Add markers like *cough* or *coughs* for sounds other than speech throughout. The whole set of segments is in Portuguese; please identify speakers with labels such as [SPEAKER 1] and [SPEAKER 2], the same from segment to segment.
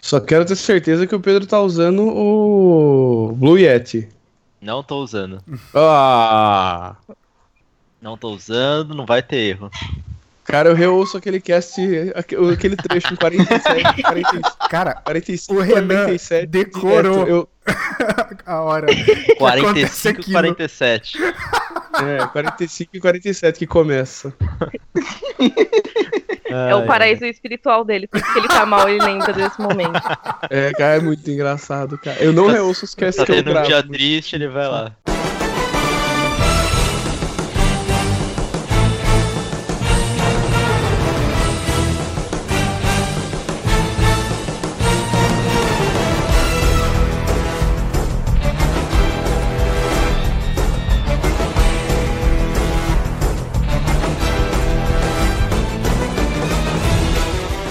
[SPEAKER 1] Só quero ter certeza que o Pedro tá usando o Blue Yeti.
[SPEAKER 2] Não tô usando.
[SPEAKER 1] Ah!
[SPEAKER 2] Não tô usando, não vai ter
[SPEAKER 1] *laughs*
[SPEAKER 2] erro.
[SPEAKER 1] Cara, eu reouço aquele cast, aque- aquele trecho em
[SPEAKER 3] *laughs*
[SPEAKER 1] 47, 45,
[SPEAKER 3] Cara,
[SPEAKER 1] 45
[SPEAKER 3] O Renan
[SPEAKER 2] É
[SPEAKER 1] 47.
[SPEAKER 3] decorou.
[SPEAKER 1] direto. Eu,
[SPEAKER 3] a hora.
[SPEAKER 2] 45
[SPEAKER 3] aquilo?
[SPEAKER 2] 47.
[SPEAKER 1] é, 45 e 47 que começa.
[SPEAKER 4] É o paraíso espiritual dele. Por isso que ele tá mal, ele lembra desse momento.
[SPEAKER 1] É, cara, é muito engraçado, cara. Eu não
[SPEAKER 2] Tá-
[SPEAKER 1] reouço os casts
[SPEAKER 2] Tá
[SPEAKER 1] que eu
[SPEAKER 2] tendo um
[SPEAKER 1] gravo.
[SPEAKER 2] dia triste, ele vai lá.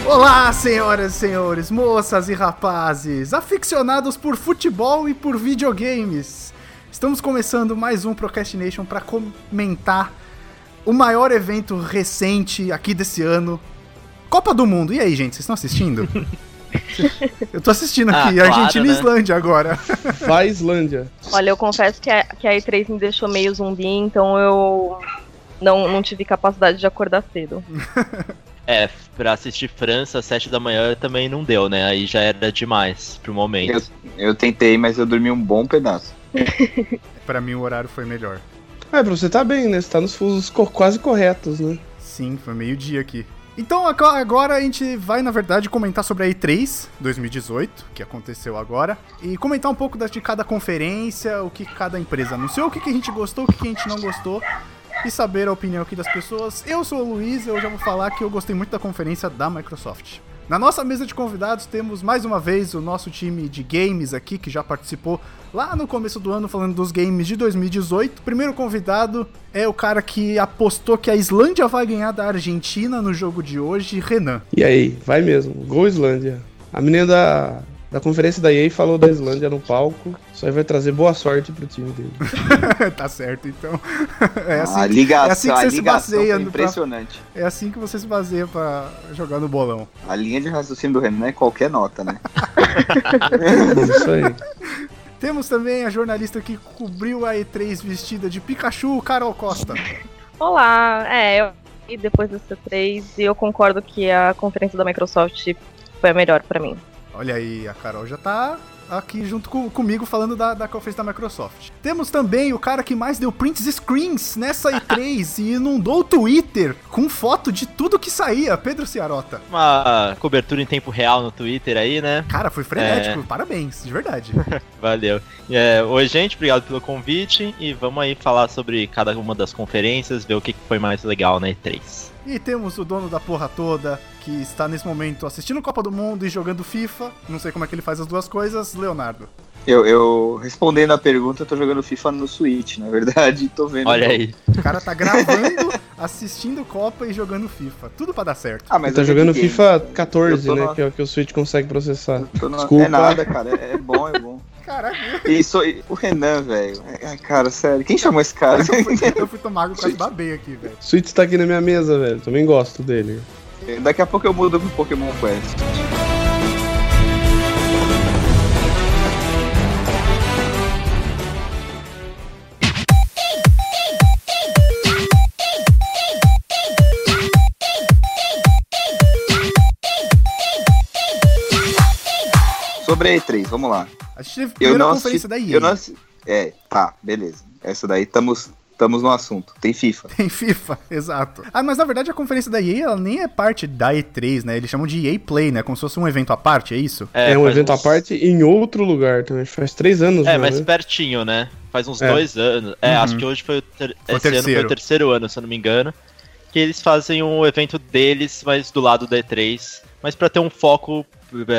[SPEAKER 3] Olá, senhoras e senhores, moças e rapazes, aficionados por futebol e por videogames. Estamos começando mais um Procrastination para comentar o maior evento recente aqui desse ano, Copa do Mundo. E aí, gente, vocês
[SPEAKER 2] *laughs*
[SPEAKER 3] estão assistindo? Eu tô assistindo
[SPEAKER 2] Ah,
[SPEAKER 3] aqui,
[SPEAKER 2] claro,
[SPEAKER 3] Argentina e
[SPEAKER 2] né?
[SPEAKER 3] Islândia agora.
[SPEAKER 1] Vai, Islândia.
[SPEAKER 4] Olha, eu confesso que a, que a E3 me deixou meio zumbi, então eu não, não tive capacidade de acordar cedo.
[SPEAKER 2] É, pra assistir França às 7 da manhã também não deu, né? Aí já era demais pro momento.
[SPEAKER 5] Eu tentei, mas eu dormi um bom pedaço.
[SPEAKER 3] Pra mim o horário foi melhor.
[SPEAKER 1] Ah, pra você tá bem, né? Você tá nos fusos co- quase corretos, né?
[SPEAKER 3] Sim, foi meio-dia aqui. Então aco- agora a gente vai, na verdade, comentar sobre a E3 2018, que aconteceu agora, e comentar um pouco das- de cada conferência, o que cada empresa anunciou, o que, que a gente gostou, o que, que a gente não gostou, e saber a opinião aqui das pessoas. Eu sou o Luiz e eu já vou falar que eu gostei muito da conferência da Microsoft. Na nossa mesa de convidados temos mais uma vez o nosso time de games aqui, que já participou lá no começo do ano falando dos games de 2018. Primeiro convidado é o cara que apostou que a Islândia vai ganhar da Argentina no jogo de hoje, Renan. *laughs*
[SPEAKER 1] E aí, vai mesmo. Gol Islândia. A menina da, da conferência da EA falou da Islândia no palco. Isso aí vai trazer boa sorte pro time dele.
[SPEAKER 3] tá certo, então. *laughs* é, assim,
[SPEAKER 5] a ligação,
[SPEAKER 3] é assim que
[SPEAKER 5] a
[SPEAKER 3] você se
[SPEAKER 5] ligação
[SPEAKER 3] baseia
[SPEAKER 5] foi
[SPEAKER 3] no-
[SPEAKER 5] impressionante.
[SPEAKER 3] é assim que você se baseia pra jogar no bolão.
[SPEAKER 5] A linha de raciocínio do Renan é qualquer nota, né?
[SPEAKER 1] Isso aí.
[SPEAKER 3] Temos também a jornalista que cobriu a E3 vestida de Pikachu, Carol Costa.
[SPEAKER 4] Olá, é, eu e depois dessa 3 e eu concordo que a conferência da Microsoft foi a melhor pra mim.
[SPEAKER 3] Olha aí, a Carol já tá aqui junto com- comigo falando da, da conferência da Microsoft. Temos também o cara que mais deu prints e screens nessa E3 e inundou o Twitter com foto de tudo que saía, Pedro Ciarota.
[SPEAKER 2] Uma cobertura em tempo real no Twitter aí, né?
[SPEAKER 3] Cara, foi frenético, parabéns, de verdade.
[SPEAKER 2] Valeu. É, oi, gente, obrigado pelo convite. E vamos aí falar sobre cada uma das conferências, ver o que que foi mais legal na E3.
[SPEAKER 3] E temos o dono da porra toda, que está nesse momento assistindo Copa do Mundo e jogando FIFA. Não sei como é que ele faz as duas coisas, Leonardo.
[SPEAKER 5] Eu, eu respondendo a pergunta, eu tô jogando FIFA no Switch, na verdade, *laughs* tô vendo.
[SPEAKER 2] Olha aí.
[SPEAKER 3] O cara tá
[SPEAKER 5] *laughs*
[SPEAKER 3] gravando, assistindo Copa e jogando FIFA. Tudo pra dar certo.
[SPEAKER 5] Ah,
[SPEAKER 1] Ele
[SPEAKER 5] mas
[SPEAKER 1] tá
[SPEAKER 5] eu
[SPEAKER 1] jogando
[SPEAKER 5] joguei.
[SPEAKER 1] FIFA 14,
[SPEAKER 5] Eu tô
[SPEAKER 1] né?
[SPEAKER 5] na-
[SPEAKER 1] Que é o que o Switch consegue processar.
[SPEAKER 5] Eu tô na-
[SPEAKER 1] Desculpa.
[SPEAKER 5] É nada, cara. É é bom, é bom.
[SPEAKER 3] Caraca,
[SPEAKER 5] E sou... e o Renan, velho. Ai, cara, sério. Quem chamou esse cara?
[SPEAKER 3] eu fui,
[SPEAKER 5] *laughs*
[SPEAKER 3] eu fui tomar água quase babei aqui, velho.
[SPEAKER 1] Switch tá aqui na minha mesa, velho. Também gosto dele.
[SPEAKER 5] Daqui a pouco eu mudo pro Pokémon Quest. Sobre a E3, vamos lá.
[SPEAKER 3] A gente teve a
[SPEAKER 5] Eu
[SPEAKER 3] primeira
[SPEAKER 5] não
[SPEAKER 3] conferência
[SPEAKER 5] assisti,
[SPEAKER 3] da EA.
[SPEAKER 5] eu não assi- É, tá, beleza. Essa daí estamos estamos no assunto. Tem FIFA.
[SPEAKER 3] Tem FIFA, *laughs* exato. Ah, mas na verdade a conferência da EA ela nem é parte da E3, né? Eles chamam de EA Play, né? Como se fosse um evento à parte, é isso?
[SPEAKER 1] É, um
[SPEAKER 2] faz
[SPEAKER 1] evento à
[SPEAKER 2] uns-
[SPEAKER 1] parte em outro lugar também. Faz três anos
[SPEAKER 2] É,
[SPEAKER 1] já,
[SPEAKER 2] mas
[SPEAKER 1] né?
[SPEAKER 2] pertinho, né? Faz uns
[SPEAKER 1] É.
[SPEAKER 2] dois anos. É,
[SPEAKER 3] Uhum.
[SPEAKER 2] acho que hoje foi o, ter...
[SPEAKER 3] Foi o
[SPEAKER 2] esse ano foi
[SPEAKER 3] terceiro.
[SPEAKER 2] o terceiro ano, se eu não me engano. Que eles fazem um evento deles, mas do lado da E3. Mas pra ter um foco.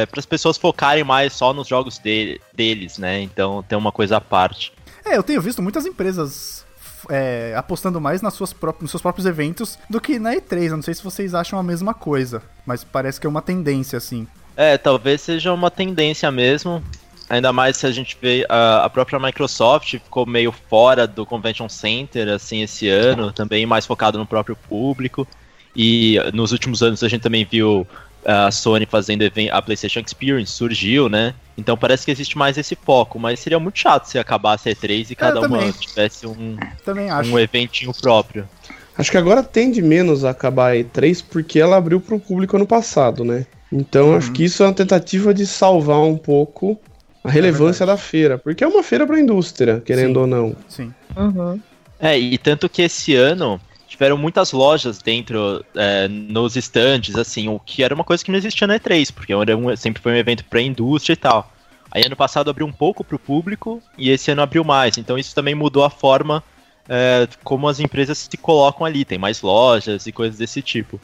[SPEAKER 2] para as pessoas focarem mais só nos jogos dele- deles, né? Então tem uma coisa à parte.
[SPEAKER 3] É, eu tenho visto muitas empresas f- é, apostando mais nas suas próprias, nos seus próprios eventos do que na E3. Eu não sei se vocês acham a mesma coisa, mas parece que é uma tendência, assim.
[SPEAKER 2] É, talvez seja uma tendência mesmo. Ainda mais se a gente vê a, a própria Microsoft ficou meio fora do Convention Center assim esse ano, também mais focado no próprio público. E nos últimos anos a gente também viu a Sony fazendo even- a PlayStation Experience surgiu, né? Então parece que existe mais esse foco, mas seria muito chato se acabasse a E3 e cada
[SPEAKER 3] É, também.
[SPEAKER 2] uma tivesse um,
[SPEAKER 3] Também acho.
[SPEAKER 2] um eventinho próprio.
[SPEAKER 1] Acho que agora tende menos a acabar a E3 porque ela abriu para o público ano passado, né? Então acho que isso é uma tentativa de salvar um pouco a relevância da feira, porque é uma feira para a indústria, querendo
[SPEAKER 3] Sim.
[SPEAKER 1] ou não.
[SPEAKER 3] Sim.
[SPEAKER 4] Uhum.
[SPEAKER 2] É, e tanto que esse ano tiveram muitas lojas dentro, é, nos estandes, assim, o que era uma coisa que não existia na E3, porque era um- sempre foi um evento pra indústria e tal. Aí ano passado abriu um pouco pro público e esse ano abriu mais, então isso também mudou a forma é, como as empresas se colocam ali, tem mais lojas e coisas desse tipo.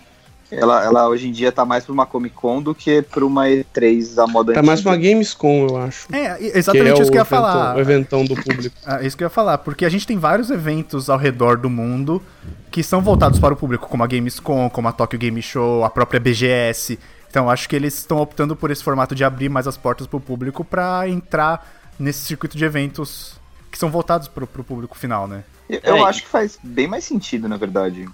[SPEAKER 5] Ela, ela hoje em dia tá mais pra uma Comic Con do que pra uma E3 da moda
[SPEAKER 1] Tá
[SPEAKER 5] antiga.
[SPEAKER 1] mais pra uma Gamescom, eu acho.
[SPEAKER 3] É, e- exatamente isso que eu ia
[SPEAKER 1] eventão-
[SPEAKER 3] falar.
[SPEAKER 1] o eventão do público.
[SPEAKER 3] Ah, isso que eu ia falar, porque a gente tem vários eventos ao redor do mundo que são voltados para o público, como a Gamescom, como a Tokyo Game Show, a própria BGS. Então acho que eles estão optando por esse formato de abrir mais as portas para o público para entrar nesse circuito de eventos que são voltados para o público final, né?
[SPEAKER 5] Eu- Eu
[SPEAKER 2] É,
[SPEAKER 5] acho que faz bem mais sentido, na verdade.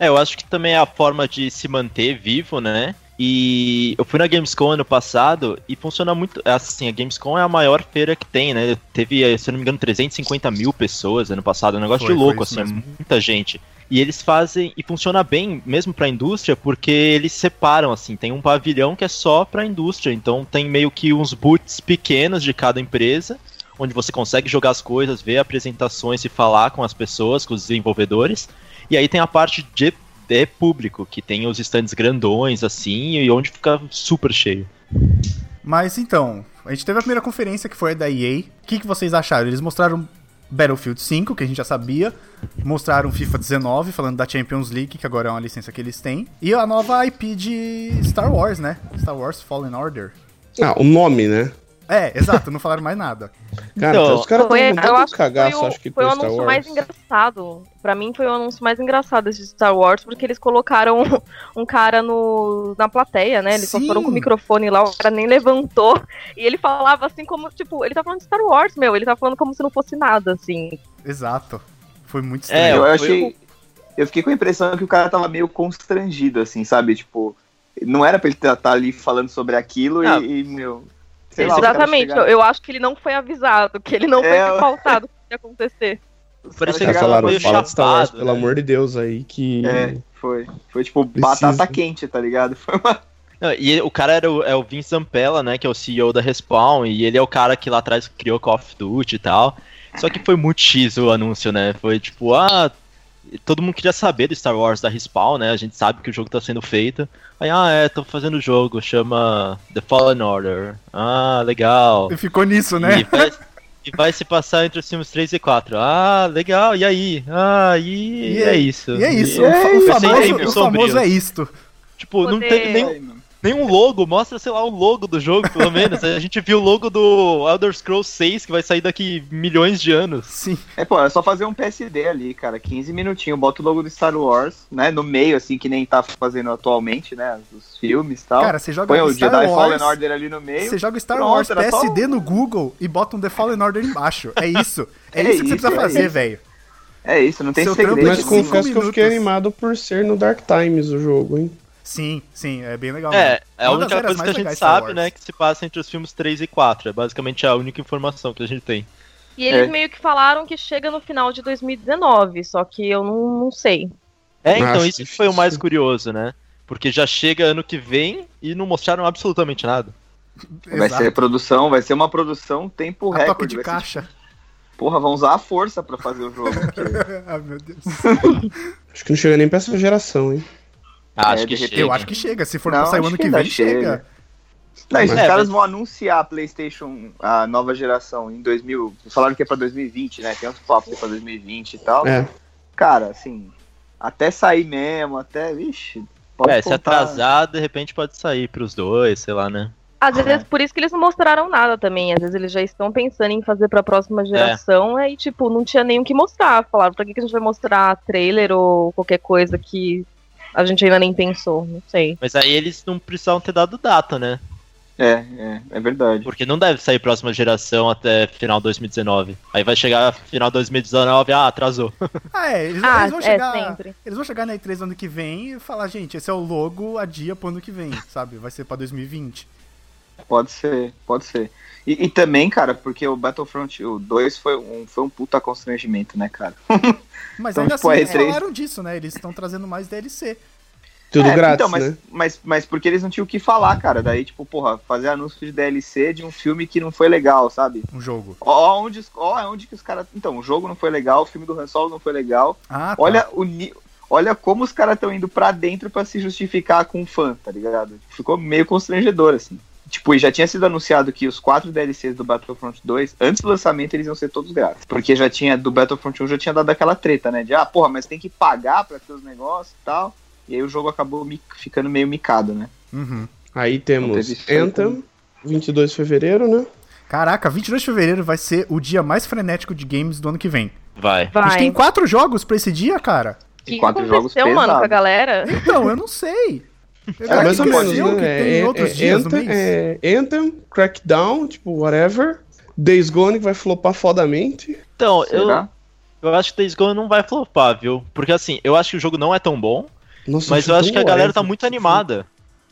[SPEAKER 2] É, eu acho que também é a forma de se manter vivo, né? E eu fui na Gamescom ano passado e funciona muito. Assim, a Gamescom é a maior feira que tem, né? Teve, se eu não me engano, 350 mil pessoas ano passado. É um negócio
[SPEAKER 3] Foi,
[SPEAKER 2] de
[SPEAKER 3] foi
[SPEAKER 2] louco,
[SPEAKER 3] isso
[SPEAKER 2] assim, é
[SPEAKER 3] mesmo.
[SPEAKER 2] muita gente. E eles fazem. E funciona bem, mesmo pra indústria, porque eles separam, assim. Tem um pavilhão que é só pra indústria. Então tem meio que uns boots pequenos de cada empresa, onde você consegue jogar as coisas, ver apresentações e falar com as pessoas, com os desenvolvedores. E aí tem a parte de, de público, que tem os stands grandões, assim, e onde fica super cheio.
[SPEAKER 3] Mas então, a gente teve a primeira conferência que foi a da EA. O que, que vocês acharam? Eles mostraram Battlefield 5, que a gente já sabia. Mostraram FIFA 19, falando da Champions League, que agora é uma licença que eles têm. E a nova IP de Star Wars, né? Star Wars Fallen Order.
[SPEAKER 1] Ah, o nome, né?
[SPEAKER 3] É, exato, não falaram mais nada.
[SPEAKER 1] Cara,
[SPEAKER 2] Então,
[SPEAKER 1] os caras
[SPEAKER 4] Foi-
[SPEAKER 1] estão com
[SPEAKER 4] eu acho
[SPEAKER 1] tanto
[SPEAKER 4] que
[SPEAKER 1] cagaço,
[SPEAKER 4] foi o,
[SPEAKER 1] acho que
[SPEAKER 4] foi o
[SPEAKER 1] com
[SPEAKER 4] anúncio mais engraçado. Pra mim foi o anúncio mais engraçado esse de Star Wars, porque eles colocaram *laughs* um cara no, na plateia, né? Eles só
[SPEAKER 3] Sim.
[SPEAKER 4] foram com o microfone lá, o cara nem levantou. *laughs* E ele falava assim como, tipo, ele tá falando de Star Wars, meu. Ele tá falando como se não fosse nada, assim.
[SPEAKER 3] Exato. Foi muito
[SPEAKER 2] É,
[SPEAKER 5] eu
[SPEAKER 3] estranho.
[SPEAKER 2] foi
[SPEAKER 5] achei. Eu fiquei com a impressão que o cara tava meio constrangido, assim, sabe? Tipo, não era pra ele estar ali falando sobre aquilo e-
[SPEAKER 2] Ah.
[SPEAKER 5] e, meu. sei lá, o cara
[SPEAKER 4] Exatamente.
[SPEAKER 5] chegar-
[SPEAKER 4] Eu, eu acho que ele não foi avisado, que ele não
[SPEAKER 5] É, eu-
[SPEAKER 4] foi
[SPEAKER 5] *laughs*
[SPEAKER 4] pautado que ia acontecer.
[SPEAKER 5] os
[SPEAKER 2] Parecia
[SPEAKER 5] caras
[SPEAKER 2] que
[SPEAKER 1] Cara,
[SPEAKER 5] chegaram
[SPEAKER 1] falaram,
[SPEAKER 2] meio
[SPEAKER 1] fala de Star Wars,
[SPEAKER 2] chapado,
[SPEAKER 1] pelo
[SPEAKER 2] né?
[SPEAKER 1] amor de Deus aí, que...
[SPEAKER 5] É, foi. Foi tipo
[SPEAKER 1] Precisa.
[SPEAKER 5] batata quente, tá ligado? Foi uma...
[SPEAKER 2] Não, Ah, E o cara era o, é o Vince Zampella, né, que é o CEO da Respawn, e ele é o cara que lá atrás criou Call of Duty e tal. Só que foi muito X o anúncio, né? Foi tipo, ah, todo mundo queria saber do Star Wars da Respawn, né? A gente sabe que o jogo tá sendo feito. Aí, ah, é, tô fazendo o jogo, chama The Fallen Order. Ah, legal.
[SPEAKER 3] E ficou nisso, né?
[SPEAKER 2] E vai, e vai se passar entre os filmes 3 e 4. Ah, legal, e aí? Ah, e,
[SPEAKER 3] E
[SPEAKER 2] é
[SPEAKER 3] é-
[SPEAKER 2] isso.
[SPEAKER 3] E é isso.
[SPEAKER 5] E
[SPEAKER 3] O,
[SPEAKER 5] é
[SPEAKER 3] fa- o
[SPEAKER 5] isso.
[SPEAKER 3] famoso,
[SPEAKER 2] Sempre
[SPEAKER 3] o
[SPEAKER 2] sombrio.
[SPEAKER 3] famoso é isto.
[SPEAKER 2] Tipo, não
[SPEAKER 4] Poder.
[SPEAKER 2] teve nem, nenhum logo, mostra, sei lá, o logo do jogo, pelo menos. A gente viu o logo do Elder Scrolls 6, que vai sair daqui milhões de anos.
[SPEAKER 3] Sim.
[SPEAKER 5] É, pô, é só fazer um PSD ali, cara. 15 minutinhos, bota o logo do Star Wars, né? No meio, assim, que nem tá fazendo atualmente, né? Os filmes e tal.
[SPEAKER 3] Cara, você joga
[SPEAKER 5] Então, Põe o
[SPEAKER 3] Star
[SPEAKER 5] Jedi
[SPEAKER 3] Wars.
[SPEAKER 5] Fallen Order ali no meio.
[SPEAKER 3] Você joga Star
[SPEAKER 5] Pronto,
[SPEAKER 3] Wars
[SPEAKER 5] era só
[SPEAKER 3] PSD
[SPEAKER 5] um-
[SPEAKER 3] no Google e bota um The Fallen Order embaixo.
[SPEAKER 5] *laughs*
[SPEAKER 3] É isso. É,
[SPEAKER 5] É
[SPEAKER 3] isso que você
[SPEAKER 5] isso,
[SPEAKER 3] precisa
[SPEAKER 5] é
[SPEAKER 3] fazer,
[SPEAKER 5] isso.
[SPEAKER 3] velho.
[SPEAKER 5] É isso, não tem
[SPEAKER 3] Seu
[SPEAKER 5] segredo.
[SPEAKER 3] trampo é
[SPEAKER 1] Mas
[SPEAKER 3] de
[SPEAKER 5] assim.
[SPEAKER 3] cinco
[SPEAKER 1] confesso que eu fiquei
[SPEAKER 3] minutos.
[SPEAKER 1] animado por ser no Dark Times o jogo, hein?
[SPEAKER 3] Sim, sim, é bem legal.
[SPEAKER 2] É,
[SPEAKER 3] mesmo.
[SPEAKER 2] é a
[SPEAKER 3] Uma das
[SPEAKER 2] única
[SPEAKER 3] eras
[SPEAKER 2] coisa que a gente
[SPEAKER 3] mais legais de Star
[SPEAKER 2] sabe,
[SPEAKER 3] Wars.
[SPEAKER 2] né, que se passa entre os filmes 3 e 4. É basicamente a única informação que a gente tem.
[SPEAKER 4] E eles
[SPEAKER 5] É.
[SPEAKER 4] meio que falaram que chega no final de 2019, só que eu não, não sei.
[SPEAKER 3] Ah,
[SPEAKER 2] É,
[SPEAKER 1] Nossa,
[SPEAKER 2] então isso que foi o mais
[SPEAKER 1] difícil.
[SPEAKER 2] curioso, né? Porque já chega ano que vem e não mostraram absolutamente nada.
[SPEAKER 5] Vai
[SPEAKER 3] Exato.
[SPEAKER 5] ser produção, vai ser uma produção tempo
[SPEAKER 3] A toque
[SPEAKER 5] recorde.
[SPEAKER 3] de
[SPEAKER 5] vai ser
[SPEAKER 3] caixa.
[SPEAKER 5] tipo, porra, vão usar a força pra fazer
[SPEAKER 3] *laughs*
[SPEAKER 5] o jogo.
[SPEAKER 3] ah, meu Deus.
[SPEAKER 1] Acho que não chega nem pra essa geração, hein?
[SPEAKER 2] Ah, Acho
[SPEAKER 5] É,
[SPEAKER 2] que
[SPEAKER 5] de repente-
[SPEAKER 2] chega.
[SPEAKER 3] Eu acho que chega. Se for
[SPEAKER 5] Não,
[SPEAKER 3] pra sair o
[SPEAKER 5] acho
[SPEAKER 3] ano
[SPEAKER 5] que
[SPEAKER 3] que
[SPEAKER 5] ainda
[SPEAKER 3] vem, chega.
[SPEAKER 5] Não, esses
[SPEAKER 2] É, mas-
[SPEAKER 5] caras vão anunciar a PlayStation, a nova geração, em 2000. Falaram que é pra 2020, né? Tem uns papos que é pra 2020 e tal.
[SPEAKER 1] É.
[SPEAKER 5] Cara, assim, até sair mesmo, até. Ixi, pode
[SPEAKER 2] é, se
[SPEAKER 5] contar.
[SPEAKER 2] atrasar, de repente pode sair pros dois, sei lá, né?
[SPEAKER 4] Às
[SPEAKER 5] É.
[SPEAKER 4] vezes, por isso que eles não mostraram nada também. Às vezes eles já estão pensando em fazer pra próxima geração, aí, tipo, não tinha nem o que mostrar. Falaram, pra que, que a gente vai mostrar trailer ou qualquer coisa que a gente ainda nem pensou? Não sei.
[SPEAKER 2] Mas aí eles não precisavam ter dado data, né?
[SPEAKER 5] É, é, é verdade.
[SPEAKER 2] Porque não deve sair próxima geração até final 2019. Aí vai chegar final 2019, ah, atrasou. *laughs*
[SPEAKER 3] Ah, é, eles,
[SPEAKER 4] Ah,
[SPEAKER 3] eles vão
[SPEAKER 4] é,
[SPEAKER 3] chegar,
[SPEAKER 4] sempre.
[SPEAKER 3] Eles vão chegar na E3 ano que vem e falar, gente, esse é o logo, adia pro ano que vem, sabe? Vai ser pra 2020.
[SPEAKER 5] Pode ser, pode ser. E, e também, cara, porque o Battlefront o 2 foi um, foi um puta constrangimento, né, cara?
[SPEAKER 3] Mas
[SPEAKER 5] Então,
[SPEAKER 3] ainda
[SPEAKER 5] tipo,
[SPEAKER 3] assim,
[SPEAKER 5] a
[SPEAKER 3] eles
[SPEAKER 5] E3
[SPEAKER 3] falaram disso, né? Eles estão trazendo mais DLC.
[SPEAKER 1] Tudo
[SPEAKER 5] É,
[SPEAKER 1] grátis,
[SPEAKER 5] então, mas,
[SPEAKER 1] né?
[SPEAKER 5] mas, mas porque eles não tinham o que falar, cara. Daí, tipo, porra, fazer anúncio de DLC de um filme que não foi legal, sabe?
[SPEAKER 3] Um jogo.
[SPEAKER 5] Ó, ó onde, os- ó onde que os caras. Então, o jogo não foi legal, o filme do Han Solo não foi legal.
[SPEAKER 3] Ah, tá.
[SPEAKER 5] Olha o ni- Olha como os caras estão indo pra dentro pra se justificar com o fã, tá ligado? Ficou meio constrangedor, assim. Tipo, e já tinha sido anunciado que os quatro DLCs do Battlefront 2, antes do lançamento, eles iam ser todos grátis. Porque já tinha, do Battlefront 1 já tinha dado aquela treta, né? De, ah, porra, mas tem que pagar pra ter os negócios e tal. E aí o jogo acabou mi- ficando meio micado, né?
[SPEAKER 3] Uhum.
[SPEAKER 1] Aí
[SPEAKER 5] Não
[SPEAKER 1] temos
[SPEAKER 5] teve né? filme.
[SPEAKER 1] Anthem, 22 de fevereiro, né?
[SPEAKER 3] Caraca, 22 de fevereiro vai ser o dia mais frenético de games do ano que vem.
[SPEAKER 2] Vai.
[SPEAKER 3] A gente
[SPEAKER 4] Vai.
[SPEAKER 3] tem quatro jogos pra esse dia, cara?
[SPEAKER 4] O que
[SPEAKER 5] quatro jogos
[SPEAKER 4] aconteceu, mano, com a
[SPEAKER 5] pesados.
[SPEAKER 4] galera?
[SPEAKER 3] Então, eu não sei.
[SPEAKER 5] É,
[SPEAKER 1] mais ou
[SPEAKER 5] que
[SPEAKER 1] menos,
[SPEAKER 5] Brasil
[SPEAKER 1] né?
[SPEAKER 3] que tem
[SPEAKER 1] É, é,
[SPEAKER 3] outros
[SPEAKER 1] é,
[SPEAKER 3] dias no
[SPEAKER 1] Anthem,
[SPEAKER 3] mês.
[SPEAKER 1] é, Anthem, Crackdown, tipo, whatever. Days Gone, que vai flopar fodamente.
[SPEAKER 2] Então, eu,
[SPEAKER 5] Será?
[SPEAKER 2] eu acho que Days Gone não vai flopar, viu? Porque assim, eu acho que o jogo não é tão bom,
[SPEAKER 1] Nossa,
[SPEAKER 2] mas eu
[SPEAKER 1] tô
[SPEAKER 2] acho que a galera tá
[SPEAKER 1] whatever.
[SPEAKER 2] muito animada.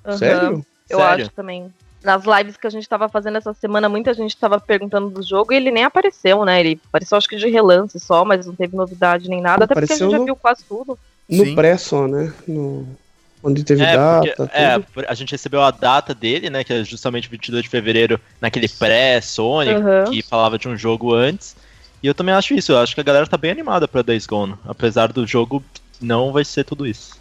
[SPEAKER 4] Aham.
[SPEAKER 1] Sério?
[SPEAKER 4] Eu
[SPEAKER 2] Sério.
[SPEAKER 4] acho também. Nas lives que a gente tava fazendo essa semana, muita gente tava perguntando do jogo e ele nem apareceu, né? Ele apareceu acho que de relance só, mas não teve novidade nem nada, até porque a
[SPEAKER 1] Apareceu
[SPEAKER 4] gente já
[SPEAKER 1] no-
[SPEAKER 4] viu quase tudo.
[SPEAKER 1] No
[SPEAKER 3] Sim.
[SPEAKER 1] pré só, né? No... Onde teve
[SPEAKER 2] É,
[SPEAKER 1] data,
[SPEAKER 2] porque,
[SPEAKER 1] tudo.
[SPEAKER 2] é, por- a gente recebeu a data dele, né? Que é justamente 22 de fevereiro, naquele pré-Sonic,
[SPEAKER 4] Aham.
[SPEAKER 2] que falava de um jogo antes. E eu também acho isso, eu acho que a galera tá bem animada pra Days Gone, apesar do jogo não vai ser tudo isso.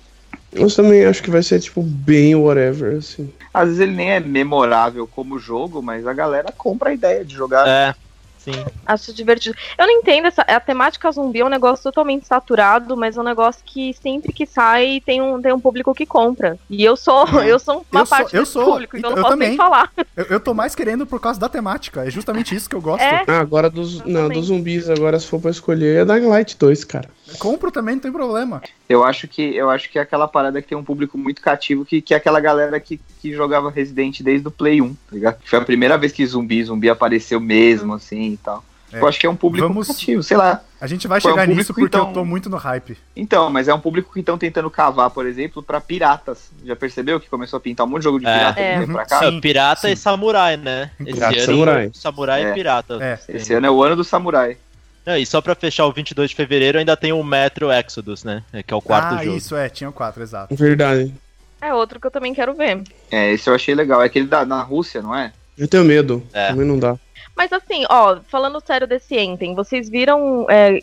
[SPEAKER 1] Eu também acho que vai ser, tipo, bem whatever, assim.
[SPEAKER 5] Às vezes ele nem é memorável como jogo, mas a galera compra a ideia de jogar.
[SPEAKER 2] É, sim.
[SPEAKER 4] Acho divertido. Eu não entendo essa. A temática zumbi é um negócio totalmente saturado, mas é um negócio que sempre que sai tem um, tem um público que compra. E eu sou, eu sou
[SPEAKER 3] Uhum.
[SPEAKER 4] uma
[SPEAKER 3] Eu sou-
[SPEAKER 4] parte
[SPEAKER 3] eu
[SPEAKER 4] desse
[SPEAKER 3] sou.
[SPEAKER 4] público, então
[SPEAKER 3] Eu
[SPEAKER 4] eu não posso
[SPEAKER 3] também.
[SPEAKER 4] nem falar.
[SPEAKER 3] Eu, eu tô mais querendo por causa da temática. É justamente isso que eu gosto.
[SPEAKER 4] É.
[SPEAKER 1] Ah, agora dos, não,
[SPEAKER 4] também.
[SPEAKER 1] dos zumbis, agora se for pra escolher, é Dying Light 2, cara.
[SPEAKER 3] Compro também, não tem problema.
[SPEAKER 5] Eu acho que eu acho que é aquela parada que tem um público muito cativo, que, que é aquela galera que, que jogava Resident desde o Play 1, tá ligado? Foi a primeira vez que zumbi, zumbi apareceu mesmo, assim e tal.
[SPEAKER 3] É.
[SPEAKER 5] Eu acho que é um público
[SPEAKER 3] Vamos-
[SPEAKER 5] cativo, sei lá.
[SPEAKER 3] A gente vai
[SPEAKER 5] Foi um
[SPEAKER 3] chegar
[SPEAKER 5] público,
[SPEAKER 3] nisso porque
[SPEAKER 5] então-
[SPEAKER 3] eu tô muito no hype.
[SPEAKER 5] Então, mas é um público que estão tentando cavar, por exemplo, pra piratas. Já percebeu que começou a pintar um monte de jogo de
[SPEAKER 2] É.
[SPEAKER 5] pirata
[SPEAKER 4] É.
[SPEAKER 5] de um tempo
[SPEAKER 2] *laughs*
[SPEAKER 5] pra cá?
[SPEAKER 3] Sim,
[SPEAKER 2] pirata
[SPEAKER 3] Ah, sim.
[SPEAKER 2] e samurai, né?
[SPEAKER 1] Pirata e samurai.
[SPEAKER 2] samurai
[SPEAKER 5] É.
[SPEAKER 2] e pirata.
[SPEAKER 3] É.
[SPEAKER 5] Esse ano é o ano do samurai.
[SPEAKER 2] Não, e só pra fechar o 22 de fevereiro, ainda tem o Metro Exodus, né? Que é o quarto
[SPEAKER 3] ah,
[SPEAKER 2] jogo.
[SPEAKER 3] isso, é. Tinha quatro, exato.
[SPEAKER 1] Verdade.
[SPEAKER 4] É outro que eu também quero ver.
[SPEAKER 5] É, esse eu achei legal. É aquele da, na Rússia, não é?
[SPEAKER 1] Eu tenho medo.
[SPEAKER 2] É.
[SPEAKER 1] Também não dá.
[SPEAKER 4] Mas assim, ó, falando sério desse Enten, vocês viram é,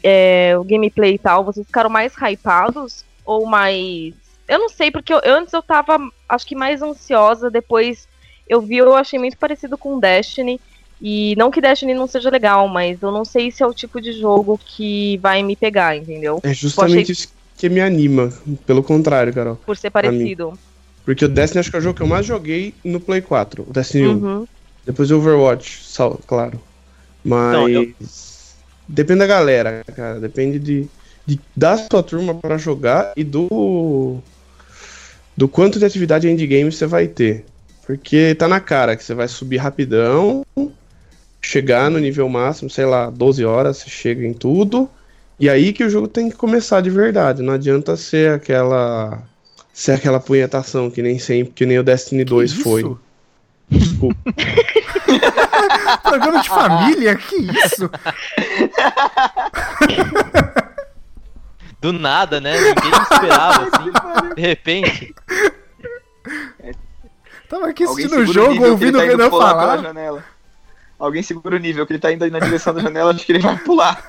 [SPEAKER 4] é, o gameplay e tal, vocês ficaram mais hypados ou mais. Eu não sei, porque eu- antes eu tava, acho que mais ansiosa, depois eu vi, eu achei muito parecido com Destiny. E não que Destiny não seja legal, mas eu não sei se é o tipo de jogo que vai me pegar, entendeu?
[SPEAKER 1] É justamente isso que me anima. Pelo contrário, Carol.
[SPEAKER 4] Por ser
[SPEAKER 1] mim.
[SPEAKER 4] parecido.
[SPEAKER 1] Porque o Destiny acho que é o jogo que eu mais joguei no Play 4. O Destiny 1.
[SPEAKER 4] Uhum.
[SPEAKER 1] Depois o Overwatch, sal- claro. Mas.
[SPEAKER 2] Não, eu-
[SPEAKER 1] Depende da galera, cara. Depende de, de- da sua turma pra jogar e do. Do quanto de atividade endgame você vai ter. Porque tá na cara que você vai subir rapidão, chegar no nível máximo, sei lá, 12 horas, você chega em tudo. E aí que o jogo tem que começar de verdade. Não adianta ser aquela. ser aquela punhetação que nem sempre, que nem o Destiny 2
[SPEAKER 3] Que
[SPEAKER 1] foi.
[SPEAKER 3] isso?
[SPEAKER 1] Desculpa.
[SPEAKER 3] Programa de família? Que isso?
[SPEAKER 2] Do nada, né? Ninguém esperava,
[SPEAKER 3] *laughs*
[SPEAKER 2] assim. De repente.
[SPEAKER 3] Tava aqui
[SPEAKER 5] Alguém
[SPEAKER 3] assistindo o
[SPEAKER 5] segura
[SPEAKER 3] jogo,
[SPEAKER 5] nível que ele
[SPEAKER 3] ouvindo o
[SPEAKER 5] tá indo
[SPEAKER 3] Renan
[SPEAKER 5] pular pela
[SPEAKER 3] falar.
[SPEAKER 5] janela. Alguém segura o nível que ele tá indo aí na direção da janela, acho que ele vai pular.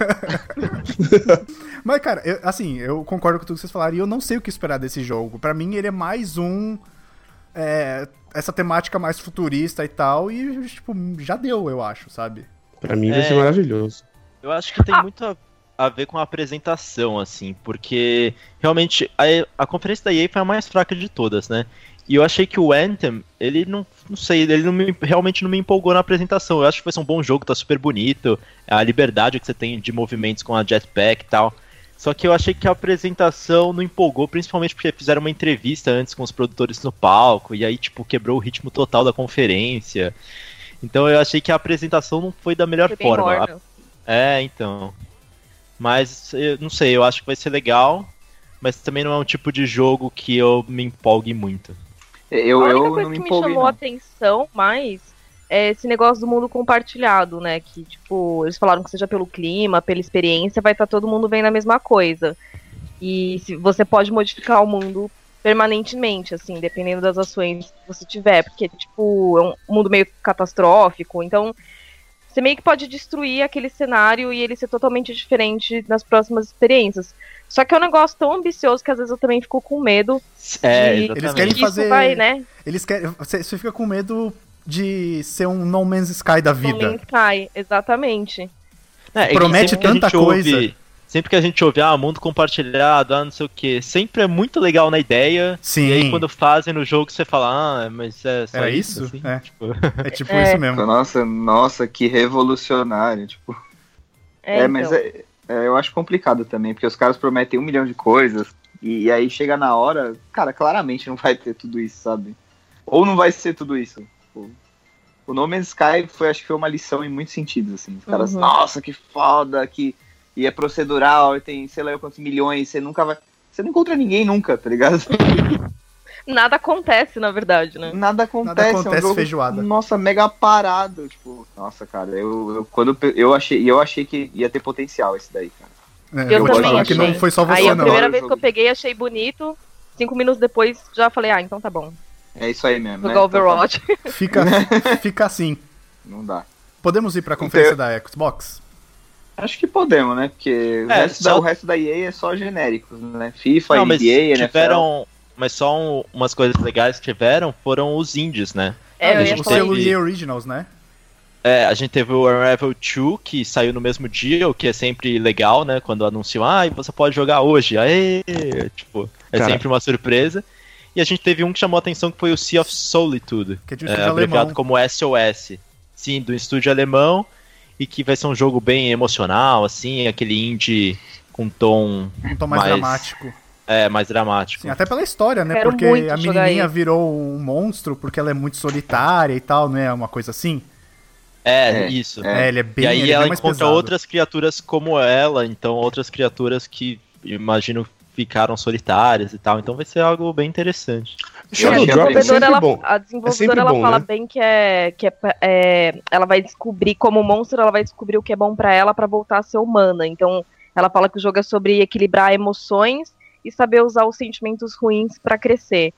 [SPEAKER 3] Mas, cara, eu- assim, eu concordo com tudo que vocês falaram e eu não sei o que esperar desse jogo. Pra mim, ele é mais um. é, essa temática mais futurista e tal, e, tipo, já deu, eu acho, sabe?
[SPEAKER 1] Pra mim vai
[SPEAKER 2] É.
[SPEAKER 1] ser maravilhoso.
[SPEAKER 2] Eu acho que tem
[SPEAKER 4] Ah.
[SPEAKER 2] muito a, a ver com a apresentação, assim, porque realmente a, a conferência da EA foi a mais fraca de todas, né? E eu achei que o Anthem, ele não, não sei, ele não me- realmente não me empolgou na apresentação. Eu acho que vai ser um bom jogo, tá super bonito, a liberdade que você tem de movimentos com a jetpack e tal. Só que eu achei que a apresentação não empolgou, principalmente porque fizeram uma entrevista antes com os produtores no palco, e aí, tipo, quebrou o ritmo total da conferência. Então eu achei que a apresentação não foi da melhor
[SPEAKER 4] Foi bem
[SPEAKER 2] forma.
[SPEAKER 4] morno.
[SPEAKER 2] É, então. Mas, eu não sei, eu acho que vai ser legal, mas também não é um tipo de jogo que eu me empolgue muito.
[SPEAKER 5] Eu,
[SPEAKER 4] a única
[SPEAKER 5] eu
[SPEAKER 4] coisa
[SPEAKER 5] não me
[SPEAKER 4] que me
[SPEAKER 5] empolguei.
[SPEAKER 4] chamou a
[SPEAKER 5] não.
[SPEAKER 4] atenção mais é esse negócio do mundo compartilhado, né? Que, tipo, eles falaram que seja pelo clima, pela experiência, vai estar todo mundo vendo a mesma coisa. E se, você pode modificar o mundo permanentemente, assim, dependendo das ações que você tiver. Porque, tipo, é um mundo meio catastrófico, então. Você meio que pode destruir aquele cenário e ele ser totalmente diferente nas próximas experiências. Só que é um negócio tão ambicioso que às vezes eu também fico com medo.
[SPEAKER 2] É,
[SPEAKER 4] E-
[SPEAKER 2] exatamente.
[SPEAKER 3] Eles querem
[SPEAKER 4] que isso
[SPEAKER 3] fazer-
[SPEAKER 4] vai, né?
[SPEAKER 3] Eles querem. Você você fica com medo de ser um No Man's Sky da
[SPEAKER 4] Vida.
[SPEAKER 3] vida.
[SPEAKER 4] Cai, exatamente.
[SPEAKER 2] É, é que
[SPEAKER 3] Promete
[SPEAKER 2] sempre que a
[SPEAKER 3] tanta
[SPEAKER 2] gente ouve-
[SPEAKER 3] coisa.
[SPEAKER 2] sempre que a gente ouve, ah, mundo compartilhado, ah, não sei o que, sempre é muito legal na ideia. E aí
[SPEAKER 3] Sim.
[SPEAKER 2] quando fazem no jogo, você fala, ah, mas é só
[SPEAKER 3] Era
[SPEAKER 2] isso?
[SPEAKER 3] isso?
[SPEAKER 2] assim?
[SPEAKER 3] É.
[SPEAKER 2] Tipo,
[SPEAKER 3] *laughs* É tipo
[SPEAKER 4] É.
[SPEAKER 3] isso mesmo.
[SPEAKER 5] Nossa, nossa, que revolucionário. Tipo, É, mas
[SPEAKER 4] então.
[SPEAKER 5] é- é, eu acho complicado também, porque os caras prometem um milhão de coisas e, e aí chega na hora, cara, claramente não vai ter tudo isso, sabe? Ou não vai ser tudo isso. Tipo, o No Man's Sky foi, acho que foi uma lição em muitos sentidos, assim. Os caras,
[SPEAKER 4] Uhum.
[SPEAKER 5] nossa, que foda, que e é procedural, e tem sei lá quantos milhões, você nunca vai. Você não encontra ninguém nunca, tá ligado?
[SPEAKER 4] Nada acontece, na verdade, né?
[SPEAKER 5] Nada acontece, é um
[SPEAKER 3] acontece,
[SPEAKER 5] jogo,
[SPEAKER 3] feijoada.
[SPEAKER 5] Nossa, mega parado, tipo, nossa, cara, eu, eu quando eu- eu achei, e eu achei que ia ter potencial esse daí, cara.
[SPEAKER 3] É,
[SPEAKER 4] Eu
[SPEAKER 3] vou te
[SPEAKER 4] também
[SPEAKER 3] falar que
[SPEAKER 4] achei.
[SPEAKER 3] não foi só
[SPEAKER 5] Aí
[SPEAKER 3] você,
[SPEAKER 4] Aí a
[SPEAKER 5] não.
[SPEAKER 4] primeira
[SPEAKER 5] Adoro
[SPEAKER 4] vez
[SPEAKER 5] o
[SPEAKER 4] que eu
[SPEAKER 5] jogo.
[SPEAKER 4] peguei, achei bonito. Cinco minutos depois, já falei, ah, então tá bom.
[SPEAKER 5] É isso aí mesmo,
[SPEAKER 4] Jogar
[SPEAKER 5] né? Então tá bom.
[SPEAKER 4] Overwatch. *laughs*
[SPEAKER 3] não. Fica, fica assim.
[SPEAKER 5] Não dá.
[SPEAKER 3] Podemos ir pra
[SPEAKER 4] Então-
[SPEAKER 3] conferência da Xbox?
[SPEAKER 5] Acho que podemos, né? Porque o,
[SPEAKER 2] É,
[SPEAKER 5] resto da,
[SPEAKER 2] só-
[SPEAKER 5] o resto da EA é só genéricos, né? FIFA,
[SPEAKER 2] não,
[SPEAKER 5] NBA,
[SPEAKER 2] mas
[SPEAKER 5] NFL.
[SPEAKER 2] tiveram. Mas só um- umas coisas legais que tiveram foram os indies, né?
[SPEAKER 4] É, eu
[SPEAKER 2] deixa
[SPEAKER 4] ia
[SPEAKER 2] eu
[SPEAKER 3] o
[SPEAKER 4] falar.
[SPEAKER 2] ver.
[SPEAKER 3] selo
[SPEAKER 2] isso.
[SPEAKER 3] EA Originals, né?
[SPEAKER 2] É, a gente teve o Unravel 2, que saiu no mesmo dia, o que é sempre legal, né? Quando anunciam, ah, e você pode jogar hoje, aê! Tipo, é
[SPEAKER 1] Cara.
[SPEAKER 2] sempre uma surpresa. E a gente teve um que chamou a atenção, que foi o Sea of Solitude.
[SPEAKER 3] Que é de um
[SPEAKER 2] é,
[SPEAKER 3] estúdio
[SPEAKER 2] abreviado
[SPEAKER 3] alemão.
[SPEAKER 2] como SOS. Sim, do estúdio alemão. E que vai ser um jogo bem emocional, assim, aquele indie com tom
[SPEAKER 3] Um tom mais
[SPEAKER 2] mas-
[SPEAKER 3] dramático.
[SPEAKER 2] é, mais dramático.
[SPEAKER 3] Sim, até pela história, né?
[SPEAKER 4] Quero
[SPEAKER 3] porque
[SPEAKER 4] muito
[SPEAKER 3] a
[SPEAKER 4] jogar
[SPEAKER 3] menininha
[SPEAKER 4] isso.
[SPEAKER 3] virou um monstro porque ela é muito solitária e tal, né? Uma coisa assim.
[SPEAKER 2] É,
[SPEAKER 5] É,
[SPEAKER 2] isso.
[SPEAKER 5] é.
[SPEAKER 3] É, ele é bem,
[SPEAKER 2] e
[SPEAKER 3] ele
[SPEAKER 2] aí
[SPEAKER 3] é
[SPEAKER 2] ela
[SPEAKER 3] bem mais
[SPEAKER 2] encontra
[SPEAKER 3] pesado.
[SPEAKER 4] Uhum,
[SPEAKER 2] outras criaturas como ela, então outras criaturas que imagino ficaram solitárias e tal. Então vai ser algo bem interessante.
[SPEAKER 1] Shadow
[SPEAKER 5] achei
[SPEAKER 1] Drop é
[SPEAKER 5] apreensivo.
[SPEAKER 1] sempre
[SPEAKER 4] ela,
[SPEAKER 1] bom.
[SPEAKER 4] a desenvolvedora
[SPEAKER 1] sempre
[SPEAKER 4] ela
[SPEAKER 1] bom,
[SPEAKER 4] fala
[SPEAKER 1] né?
[SPEAKER 4] bem que é que é, pra- é- ela vai descobrir como monstro, ela vai descobrir o que é bom pra ela pra voltar a ser humana. Então, ela fala que o jogo é sobre equilibrar emoções e saber usar os sentimentos ruins pra crescer.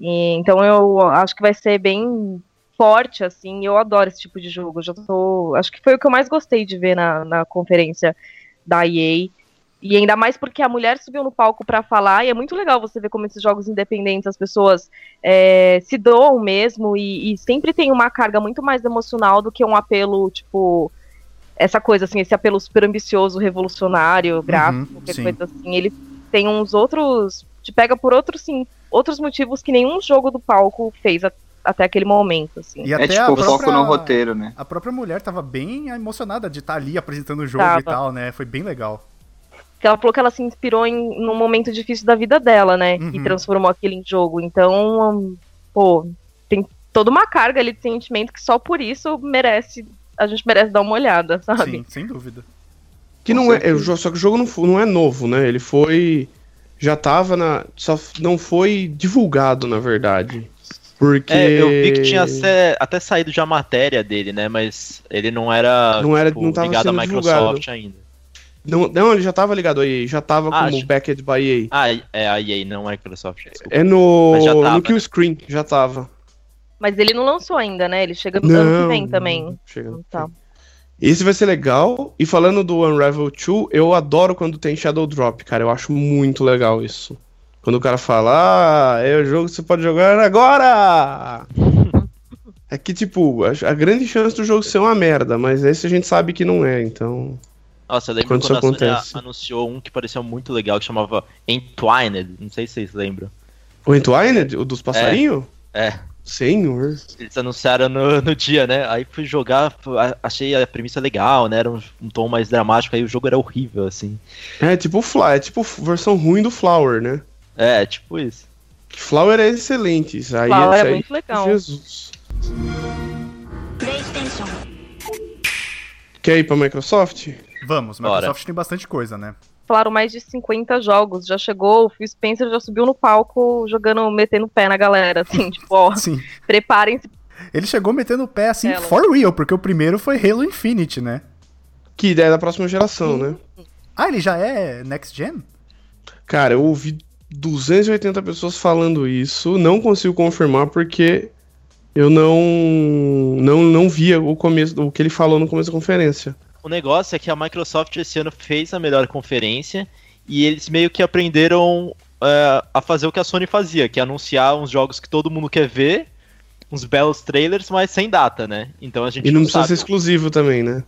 [SPEAKER 4] E, então, eu acho que vai ser bem forte assim. Eu adoro esse tipo de jogo. Eu já tô, acho que foi o que eu mais gostei de ver na, na conferência da EA. E ainda mais porque a mulher subiu no palco pra falar, e é muito legal você ver como esses jogos independentes as pessoas é, se doam mesmo e, e sempre tem uma carga muito mais emocional do que um apelo, tipo, essa coisa assim, esse apelo super ambicioso, revolucionário, gráfico, qualquer
[SPEAKER 3] Uhum, sim.
[SPEAKER 4] coisa assim. Ele tem uns outros. te pega por outros, sim, outros motivos que nenhum jogo do palco fez a- até aquele momento, assim.
[SPEAKER 3] E
[SPEAKER 5] É
[SPEAKER 3] até
[SPEAKER 5] tipo
[SPEAKER 3] a
[SPEAKER 5] o
[SPEAKER 3] própria...
[SPEAKER 5] foco no roteiro, né?
[SPEAKER 3] A própria mulher tava bem emocionada de estar ali apresentando o jogo
[SPEAKER 4] Tava.
[SPEAKER 3] e tal, né? Foi bem legal.
[SPEAKER 4] Porque ela falou que ela se inspirou em, num momento difícil da vida dela, né?
[SPEAKER 3] Uhum.
[SPEAKER 4] E transformou aquilo em jogo. Então, hum, pô, tem toda uma carga ali de sentimento que só por isso merece. A gente merece dar uma olhada, *laughs* sabe?
[SPEAKER 3] Sim, sem dúvida.
[SPEAKER 1] Que
[SPEAKER 5] Com
[SPEAKER 1] não é, é
[SPEAKER 5] certeza.
[SPEAKER 1] o jo- só que o jogo não, fo- não é novo, né? Ele foi. Já tava na. Só f- não foi divulgado, na verdade. Porque.
[SPEAKER 2] É, eu vi que tinha até, até saído já a matéria dele, né? Mas ele não era,
[SPEAKER 1] Não era- não tava
[SPEAKER 2] tipo, ligado à
[SPEAKER 1] sendo
[SPEAKER 2] Microsoft ainda.
[SPEAKER 1] Não, não, ele já tava ligado a EA, já tava
[SPEAKER 2] Ah,
[SPEAKER 1] como
[SPEAKER 2] acho-
[SPEAKER 1] backed by EA.
[SPEAKER 2] Ah, é a EA, não a Microsoft, desculpa.
[SPEAKER 1] É no.
[SPEAKER 2] Mas já tava, né?
[SPEAKER 1] no Kill Screen, já tava.
[SPEAKER 4] Mas ele não lançou ainda, né? Ele chega no ano que
[SPEAKER 1] Não,
[SPEAKER 4] vem também.
[SPEAKER 1] não, Chega.
[SPEAKER 4] Então Tá.
[SPEAKER 1] Esse vai ser legal. E falando do Unravel 2, eu adoro quando tem Shadow Drop, cara. Eu acho muito legal isso. Quando o cara fala, ah, é o jogo que você pode jogar
[SPEAKER 4] *laughs*
[SPEAKER 1] agora! é que, tipo, a, a grande chance do jogo ser uma merda, mas esse a gente sabe que não é, então.
[SPEAKER 2] Nossa, eu lembro
[SPEAKER 1] Quando
[SPEAKER 2] quando,
[SPEAKER 1] isso
[SPEAKER 2] a
[SPEAKER 1] acontece.
[SPEAKER 2] Sony anunciou um que parecia muito legal, que chamava Entwined, não sei se vocês lembram.
[SPEAKER 1] O Entwined, o dos passarinhos?
[SPEAKER 2] É.
[SPEAKER 1] Senhor.
[SPEAKER 2] Eles anunciaram no, no dia, né? Aí fui jogar, fu- a- achei a premissa legal, né? Era um, um tom mais dramático, aí o jogo era horrível, assim.
[SPEAKER 1] É tipo Fla, é tipo versão ruim do Flower, né?
[SPEAKER 2] É, tipo isso.
[SPEAKER 1] Que Flower é excelente. Isso aí,
[SPEAKER 4] Flower é
[SPEAKER 1] isso aí-
[SPEAKER 4] muito legal.
[SPEAKER 1] Jesus. Quer ir pra Microsoft?
[SPEAKER 3] Vamos,
[SPEAKER 2] Bora.
[SPEAKER 3] Microsoft tem bastante coisa, né?
[SPEAKER 4] Falaram mais de 50 jogos, já chegou, o Phil Spencer já subiu no palco jogando, metendo o pé na galera, assim, *laughs* tipo, ó,
[SPEAKER 3] Sim.
[SPEAKER 4] preparem-se.
[SPEAKER 3] Ele chegou metendo o pé assim,
[SPEAKER 4] Hello.
[SPEAKER 3] for real, porque o primeiro foi Halo Infinite, né?
[SPEAKER 1] Que ideia da próxima geração, né?
[SPEAKER 3] Ah, ele já é next gen?
[SPEAKER 1] Cara, eu ouvi 280 pessoas falando isso, não consigo confirmar porque eu não não não via o começo o que ele falou no começo da conferência.
[SPEAKER 2] O negócio é que a Microsoft esse ano fez a melhor conferência e eles meio que aprenderam é, a fazer o que a Sony fazia, que é anunciar uns jogos que todo mundo quer ver, uns belos trailers, mas sem data, né? Então a gente
[SPEAKER 1] E não precisa ser
[SPEAKER 2] sabe.
[SPEAKER 1] exclusivo também, né?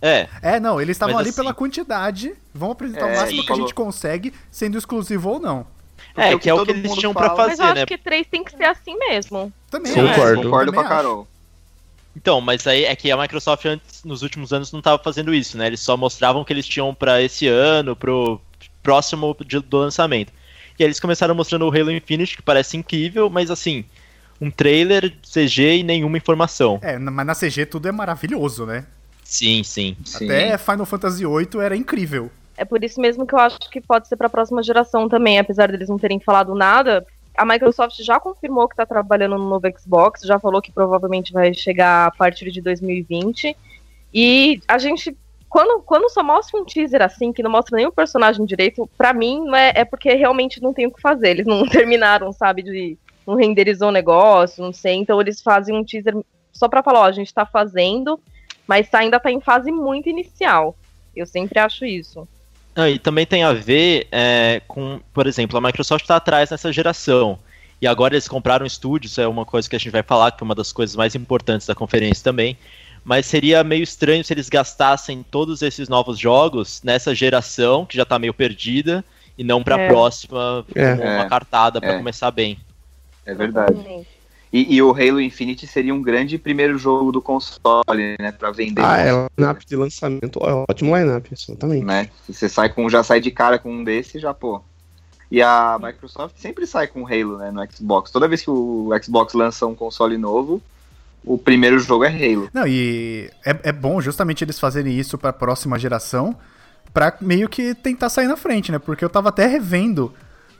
[SPEAKER 2] É,
[SPEAKER 3] É, não, eles estavam
[SPEAKER 2] Mas
[SPEAKER 3] ali
[SPEAKER 2] assim-
[SPEAKER 3] pela quantidade, vão apresentar
[SPEAKER 5] É,
[SPEAKER 3] o máximo
[SPEAKER 5] e-
[SPEAKER 3] que a gente consegue, sendo exclusivo ou não.
[SPEAKER 2] é, que é o
[SPEAKER 5] todo
[SPEAKER 2] que eles
[SPEAKER 5] mundo
[SPEAKER 2] tinham pra
[SPEAKER 5] fala. "Ah,
[SPEAKER 4] Mas eu
[SPEAKER 2] fazer,
[SPEAKER 4] acho
[SPEAKER 2] né?
[SPEAKER 4] que 3 tem que ser assim mesmo.
[SPEAKER 3] Também
[SPEAKER 1] Concordo.
[SPEAKER 3] acho,
[SPEAKER 5] Concordo com
[SPEAKER 3] também
[SPEAKER 5] a
[SPEAKER 3] acho.
[SPEAKER 5] Carol.
[SPEAKER 2] Então, mas aí é que a Microsoft antes, nos últimos anos não tava fazendo isso, né? Eles só mostravam o que eles tinham pra esse ano, pro próximo de- do lançamento. E aí eles começaram mostrando o Halo Infinite, que parece incrível, mas assim, um trailer, CG e nenhuma informação.
[SPEAKER 3] É, na- mas na CG tudo é maravilhoso, né?
[SPEAKER 2] Sim, sim.
[SPEAKER 5] Sim.
[SPEAKER 3] Até Final Fantasy VIII era incrível.
[SPEAKER 4] É por isso mesmo que eu acho que pode ser pra próxima geração também, apesar deles não terem falado nada. A Microsoft já confirmou que tá trabalhando no novo Xbox, já falou que provavelmente vai chegar a partir de 2020. E a gente, quando, quando só mostra um teaser assim, que não mostra nenhum personagem direito, pra mim não é, é porque realmente não tem o que fazer. Eles não *laughs* terminaram, sabe, de. Não renderizou o negócio, não sei. Então eles fazem um teaser só pra falar, ó, a gente tá fazendo, mas tá- ainda tá em fase muito inicial. Eu sempre acho isso.
[SPEAKER 2] Ah, e também tem a ver é, com, por exemplo, a Microsoft está atrás nessa geração. E agora eles compraram estúdios, é uma coisa que a gente vai falar, que foi uma das coisas mais importantes da conferência também. Mas seria meio estranho se eles gastassem todos esses novos jogos nessa geração, que já tá meio perdida, e não pra
[SPEAKER 4] É.
[SPEAKER 2] próxima,
[SPEAKER 1] É.
[SPEAKER 2] como uma
[SPEAKER 5] É.
[SPEAKER 2] cartada pra
[SPEAKER 5] É.
[SPEAKER 2] começar bem.
[SPEAKER 5] É verdade. E, e o Halo Infinite seria um grande primeiro jogo do console, né? Pra vender.
[SPEAKER 1] Ah, é lineup de lançamento. É um ótimo lineup, exatamente.
[SPEAKER 5] né? Você sai com, já sai de cara com um desse já, pô. E a Microsoft sempre sai com Halo, né, no Xbox. Toda vez que o Xbox lança um console novo, o primeiro jogo é Halo.
[SPEAKER 3] Não, e é, é bom justamente eles fazerem isso pra próxima geração, pra meio que tentar sair na frente, né? Porque eu tava até revendo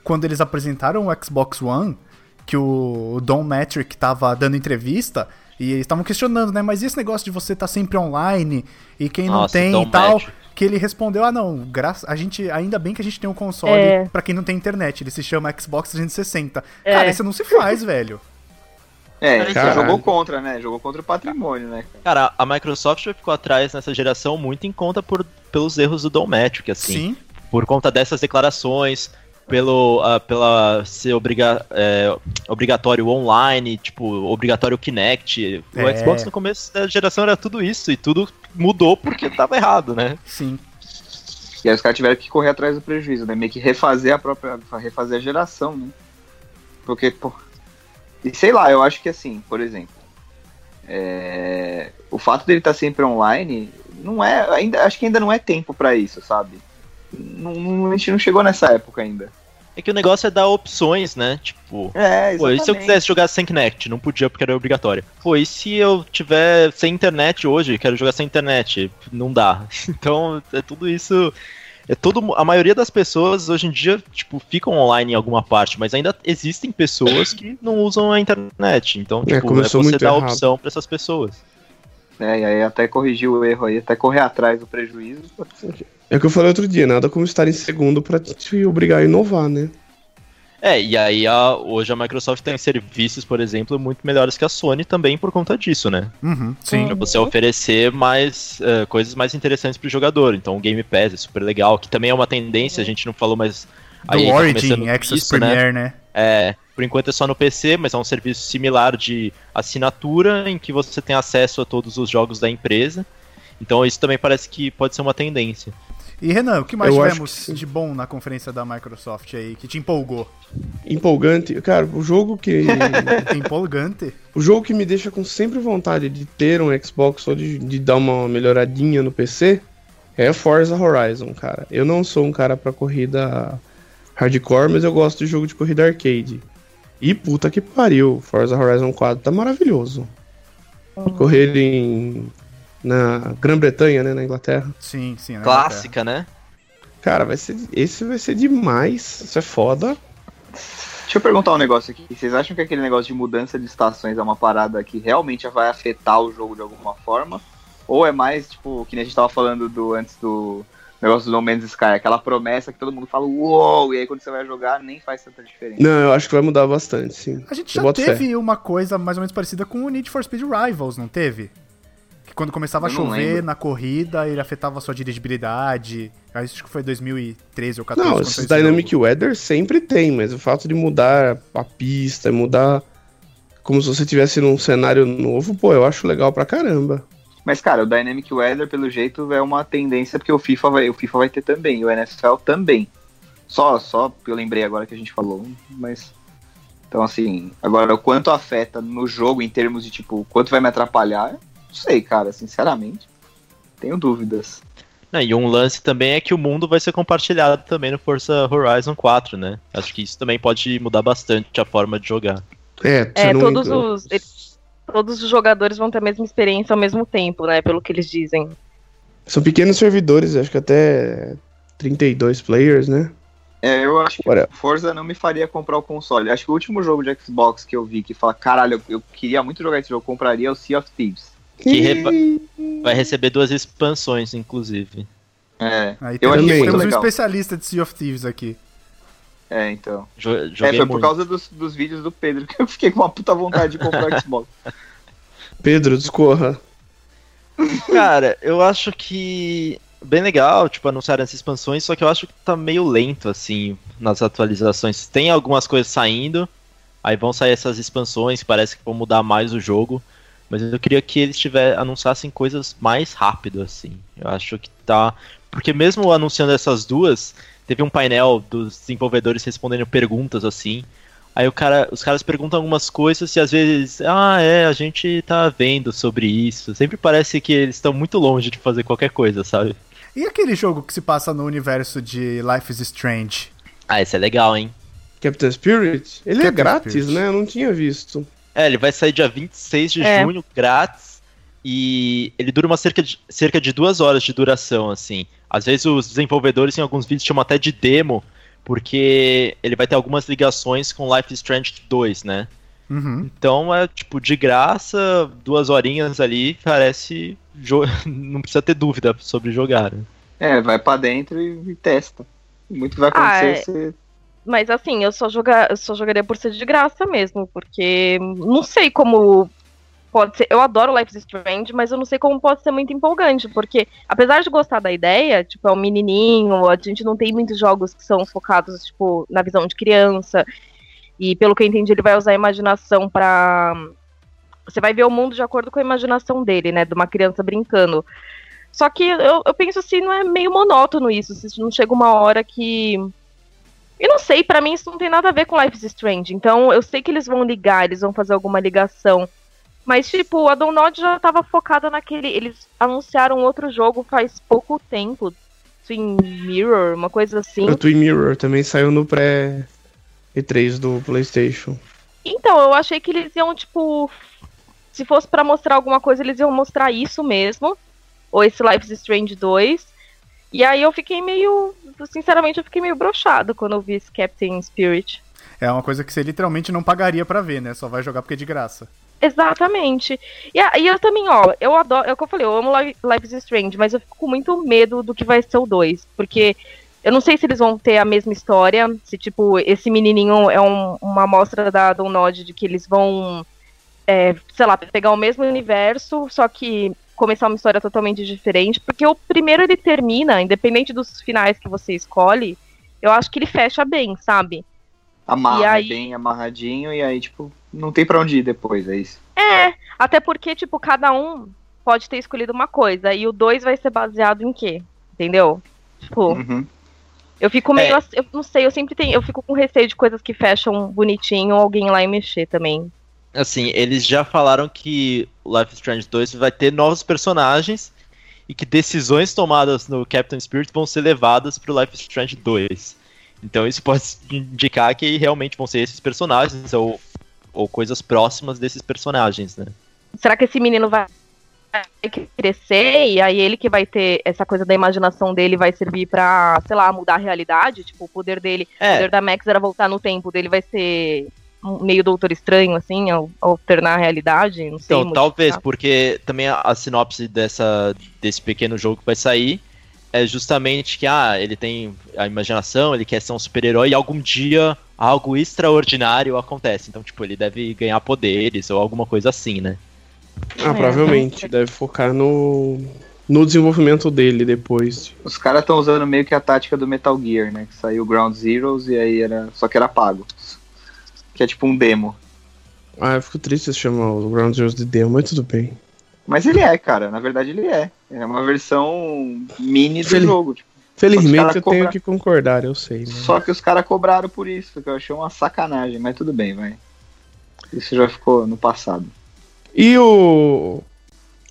[SPEAKER 3] quando eles apresentaram o Xbox One, que o Don Matrick tava dando entrevista, e eles estavam questionando, né? Mas e esse negócio de você tá sempre online e quem não
[SPEAKER 2] Nossa, então Don
[SPEAKER 3] tem e tal?
[SPEAKER 2] Matrick.
[SPEAKER 3] Que ele respondeu: Ah, não, graça, a gente ainda bem que a gente tem um console
[SPEAKER 4] É.
[SPEAKER 3] pra quem não tem internet. Ele se chama Xbox 360.
[SPEAKER 4] É.
[SPEAKER 3] Cara, isso não se faz, velho.
[SPEAKER 5] É, você
[SPEAKER 1] Caralho.
[SPEAKER 5] jogou contra, né? Jogou contra o patrimônio, né? cara?
[SPEAKER 2] Cara, a Microsoft ficou atrás nessa geração muito em conta por, pelos erros do Don Matrick, assim.
[SPEAKER 3] Sim.
[SPEAKER 2] por conta dessas declarações, pelo ah, pela ser obriga, é, obrigatório online, tipo, obrigatório Kinect. O
[SPEAKER 3] É.
[SPEAKER 2] Xbox no começo da geração era tudo isso, e tudo mudou porque tava errado, né?
[SPEAKER 3] sim.
[SPEAKER 5] E aí os caras tiveram que correr atrás do prejuízo, né? Meio que refazer a própria. refazer a geração, né? Porque, pô. E sei lá, eu acho que assim, por exemplo. é, O fato dele estar sempre online, não é. Ainda, acho que ainda não é tempo pra isso, sabe? Não- não- a gente não chegou nessa época ainda.
[SPEAKER 2] É que o negócio é dar opções, né? Tipo,
[SPEAKER 5] É,
[SPEAKER 2] pô, e se eu quisesse jogar sem Kinect? Não podia porque era obrigatório. Pô, e se eu tiver sem internet hoje, quero jogar sem internet? Não dá. *laughs* Então, é tudo isso. É todo, mu- a maioria das pessoas hoje em dia, tipo, ficam online em alguma parte, mas ainda existem pessoas que não usam a internet. Então,
[SPEAKER 1] É,
[SPEAKER 2] tipo, é,
[SPEAKER 1] começou
[SPEAKER 2] você
[SPEAKER 1] muito
[SPEAKER 2] dar
[SPEAKER 1] errado.
[SPEAKER 2] opção pra essas pessoas.
[SPEAKER 5] É, e aí até corrigir o erro aí, até correr atrás do prejuízo.
[SPEAKER 1] É o que eu falei outro dia, nada como estar em segundo pra te obrigar a inovar, né?
[SPEAKER 2] É, e aí a- hoje a Microsoft tem serviços, por exemplo, muito melhores que a Sony também por conta disso, né?
[SPEAKER 3] Uhum, sim.
[SPEAKER 2] Pra você oferecer mais eh, coisas mais interessantes pro jogador. Então o Game Pass é super legal, que também é uma tendência, a gente não falou, mas.
[SPEAKER 3] Do
[SPEAKER 2] tá
[SPEAKER 3] Origin,
[SPEAKER 2] começando
[SPEAKER 3] Access
[SPEAKER 2] isso, né?
[SPEAKER 3] Premier, né?
[SPEAKER 2] É, por enquanto é só no PC, mas é um serviço similar de assinatura em que você tem acesso a todos os jogos da empresa. Então isso também parece que pode ser uma tendência.
[SPEAKER 3] E Renan, o que mais
[SPEAKER 1] Eu acho
[SPEAKER 3] tivemos
[SPEAKER 1] que sim.
[SPEAKER 3] de bom na conferência da Microsoft aí que te empolgou?
[SPEAKER 1] Empolgante. Cara, o jogo
[SPEAKER 2] *laughs*
[SPEAKER 1] que. *laughs*
[SPEAKER 3] Empolgante?
[SPEAKER 1] o jogo que me deixa com sempre vontade de ter um Xbox ou de, de dar uma melhoradinha no PC é Forza Horizon, cara. Eu não sou um cara pra corrida hardcore, mas eu gosto de jogo de corrida arcade. E puta que pariu, Forza Horizon 4 tá maravilhoso. Correr em. na Grã-Bretanha, né? Na Inglaterra.
[SPEAKER 3] Sim, sim. né,
[SPEAKER 2] Clássica, né?
[SPEAKER 1] Cara, vai ser, esse vai ser demais. Isso é foda.
[SPEAKER 5] Deixa eu perguntar um negócio aqui. Vocês acham que aquele negócio de mudança de estações é uma parada que realmente vai afetar o jogo de alguma forma? Ou é mais, tipo, que nem a gente tava falando do antes do negócio do No Man's Sky, aquela promessa que todo mundo fala, uou, e aí quando você vai jogar nem faz tanta diferença.
[SPEAKER 1] Não, eu acho que vai mudar bastante, sim.
[SPEAKER 3] A gente
[SPEAKER 1] Eu
[SPEAKER 3] já
[SPEAKER 1] boto
[SPEAKER 3] teve uma coisa mais ou menos parecida com o Need for Speed Rivals, não teve? Que quando começava a
[SPEAKER 5] Eu não
[SPEAKER 3] chover
[SPEAKER 5] lembro.
[SPEAKER 3] na corrida, ele afetava a sua dirigibilidade. Ah, Acho que foi 2013 ou 14.
[SPEAKER 1] Não,
[SPEAKER 3] quando
[SPEAKER 1] esses
[SPEAKER 3] foi esse
[SPEAKER 1] Dynamic
[SPEAKER 3] jogo.
[SPEAKER 1] Weather sempre tem, mas o fato de mudar a pista, mudar como se você estivesse num cenário novo, pô, eu acho legal pra caramba.
[SPEAKER 5] Mas, cara, o Dynamic Weather, pelo jeito, é uma tendência, porque o FIFA vai, o FIFA vai ter também, e o NFL também. Só, só porque eu lembrei agora que a gente falou, mas. Então, assim, agora o quanto afeta no jogo em termos de, tipo, o quanto vai me atrapalhar, não sei, cara, sinceramente. Tenho dúvidas.
[SPEAKER 2] Não, E um lance também é que o mundo vai ser compartilhado também no Forza Horizon 4, né? Acho que isso também pode mudar bastante a forma de jogar.
[SPEAKER 1] É, você
[SPEAKER 4] É,
[SPEAKER 1] não-
[SPEAKER 4] todos os, eles- todos os jogadores vão ter a mesma experiência ao mesmo tempo, né? Pelo que eles dizem.
[SPEAKER 1] São pequenos servidores, acho que até 32 players, né?
[SPEAKER 5] É, eu acho que
[SPEAKER 1] Olha.
[SPEAKER 5] Forza não me faria comprar o console. Acho que o último jogo de Xbox que eu vi que fala, caralho, eu, eu queria muito jogar esse jogo, eu compraria é o Sea of Thieves.
[SPEAKER 2] Que repa- Vai receber duas expansões, inclusive.
[SPEAKER 5] É,
[SPEAKER 3] Aí
[SPEAKER 5] eu
[SPEAKER 3] temos,
[SPEAKER 1] achei muito
[SPEAKER 3] temos um
[SPEAKER 5] legal.
[SPEAKER 3] especialista de Sea of Thieves aqui.
[SPEAKER 5] é então.
[SPEAKER 2] Jo-
[SPEAKER 5] É,
[SPEAKER 2] joguei
[SPEAKER 5] foi por
[SPEAKER 2] muito.
[SPEAKER 5] causa dos, dos vídeos do Pedro que eu fiquei com uma puta vontade
[SPEAKER 2] *laughs*
[SPEAKER 5] de comprar o Xbox.
[SPEAKER 1] Pedro, discorra.
[SPEAKER 2] Cara, eu acho que. Bem legal, tipo, anunciaram essas expansões, só que eu acho que tá meio lento, assim, nas atualizações. Tem algumas coisas saindo, aí vão sair essas expansões, que parece que vão mudar mais o jogo. Mas eu queria que eles tiver, anunciassem coisas mais rápido, assim. Eu acho que tá. Porque mesmo anunciando essas duas, teve um painel dos desenvolvedores respondendo perguntas, assim. Aí o cara, os caras perguntam algumas coisas e às vezes, ah, é, a gente tá vendo sobre isso. Sempre parece que eles estão muito longe de fazer qualquer coisa, sabe?
[SPEAKER 3] E aquele jogo que se passa no universo de Life is Strange?
[SPEAKER 2] Ah, esse é legal, hein?
[SPEAKER 1] Captain Spirit? Ele é
[SPEAKER 3] Captain
[SPEAKER 1] grátis,
[SPEAKER 3] Spirit.
[SPEAKER 1] né? Eu não tinha visto.
[SPEAKER 2] É, ele vai sair dia 26 de
[SPEAKER 4] É.
[SPEAKER 2] junho, grátis. E ele dura uma cerca de, cerca de duas horas de duração, assim. Às vezes os desenvolvedores em alguns vídeos chamam até de demo, porque ele vai ter algumas ligações com Life is Strange 2, né?
[SPEAKER 3] Uhum.
[SPEAKER 2] Então é tipo de graça, duas horinhas ali, parece. jo- *laughs* Não precisa ter dúvida sobre jogar. né?
[SPEAKER 5] É, vai pra dentro e, e testa. Muito vai
[SPEAKER 4] Ah,
[SPEAKER 5] acontecer
[SPEAKER 4] é.
[SPEAKER 5] você-
[SPEAKER 4] Mas assim, eu só, joga, eu só jogaria por ser de graça mesmo, porque não sei como pode ser. Eu adoro Life is Strange, mas eu não sei como pode ser muito empolgante, porque apesar de gostar da ideia, tipo, é um menininho, a gente não tem muitos jogos que são focados, tipo, na visão de criança. E pelo que eu entendi, ele vai usar a imaginação pra. Você vai ver o mundo de acordo com a imaginação dele, né? De uma criança brincando. Só que eu, eu penso assim, não é meio monótono isso, se não chega uma hora que. Eu não sei, pra mim isso não tem nada a ver com Life is Strange. Então eu sei que eles vão ligar, eles vão fazer alguma ligação. Mas, tipo, a Download já tava focada naquele. Eles anunciaram outro jogo faz pouco tempo. Twin Mirror, uma coisa assim.
[SPEAKER 1] O Twin Mirror também saiu no pré E3 do PlayStation.
[SPEAKER 4] Então, eu achei que eles iam, tipo. Se fosse pra mostrar alguma coisa, eles iam mostrar isso mesmo. Ou esse Life is Strange 2. E aí eu fiquei meio. Sinceramente, eu fiquei meio brochado quando eu vi esse Captain Spirit.
[SPEAKER 3] É uma coisa que você literalmente não pagaria pra ver, né? Só vai jogar porque é de graça.
[SPEAKER 4] Exatamente. E, a- e eu também, ó, eu adoro. É o que eu falei, eu amo Li- Life is Strange, mas eu fico com muito medo do que vai ser o 2. Porque eu não sei se eles vão ter a mesma história. Se, tipo, esse menininho é um- uma amostra da Download de que eles vão, é, sei lá, pegar o mesmo universo, só que começar uma história totalmente diferente. Porque o primeiro ele termina, independente dos finais que você escolhe, eu acho que ele fecha bem, sabe? E
[SPEAKER 5] amarra
[SPEAKER 4] aí-
[SPEAKER 5] bem amarradinho e aí, tipo, não tem pra onde ir depois, é isso.
[SPEAKER 4] É, até porque, tipo, cada um pode ter escolhido uma coisa. E o 2 vai ser baseado em quê? Entendeu? Tipo,
[SPEAKER 5] Uhum.
[SPEAKER 4] eu fico meio.
[SPEAKER 2] É.
[SPEAKER 4] ass- Eu não sei, eu sempre tenho. Eu fico com receio de coisas que fecham bonitinho alguém lá e mexer também.
[SPEAKER 2] Assim, eles já falaram que Life is Strange 2 vai ter novos personagens e que decisões tomadas no Captain Spirit vão ser levadas pro Life is Strange 2. Então isso pode indicar que realmente vão ser esses personagens ou, ou coisas próximas desses personagens, né?
[SPEAKER 4] Será que esse menino vai vai crescer e aí ele que vai ter essa coisa da imaginação dele vai servir pra, sei lá, mudar a realidade? Tipo, o poder dele, o
[SPEAKER 2] É,
[SPEAKER 4] poder da Max era voltar no tempo, o dele vai ser um- meio doutor estranho, assim, al- alternar a realidade? Não sei.
[SPEAKER 2] então
[SPEAKER 4] Ah, modificar.
[SPEAKER 2] talvez,
[SPEAKER 1] tá?
[SPEAKER 2] porque também a, a sinopse dessa, desse pequeno jogo que vai sair é justamente que ah, ele tem a imaginação, ele quer ser um super-herói e algum dia algo extraordinário acontece. Então, tipo, ele deve ganhar poderes ou alguma coisa assim, né?
[SPEAKER 1] Ah,
[SPEAKER 4] É.
[SPEAKER 1] provavelmente. Deve focar no, no desenvolvimento dele depois.
[SPEAKER 5] Os caras estão usando meio que a tática do Metal Gear, né? Que saiu Ground Zeroes e aí era. Só que era pago. Que é tipo um demo.
[SPEAKER 1] Ah, eu fico triste se chamar o Ground Zeroes de demo, mas tudo bem.
[SPEAKER 5] Mas ele é, cara. Na verdade ele é. É uma versão mini do
[SPEAKER 1] Ele-
[SPEAKER 5] jogo. tipo.
[SPEAKER 1] Felizmente
[SPEAKER 5] caras
[SPEAKER 1] eu tenho
[SPEAKER 5] cobrar.
[SPEAKER 1] que concordar, eu sei, né?
[SPEAKER 5] Só que os caras cobraram por isso, que eu achei uma sacanagem, mas tudo bem, vai. Isso já ficou no passado.
[SPEAKER 1] E o,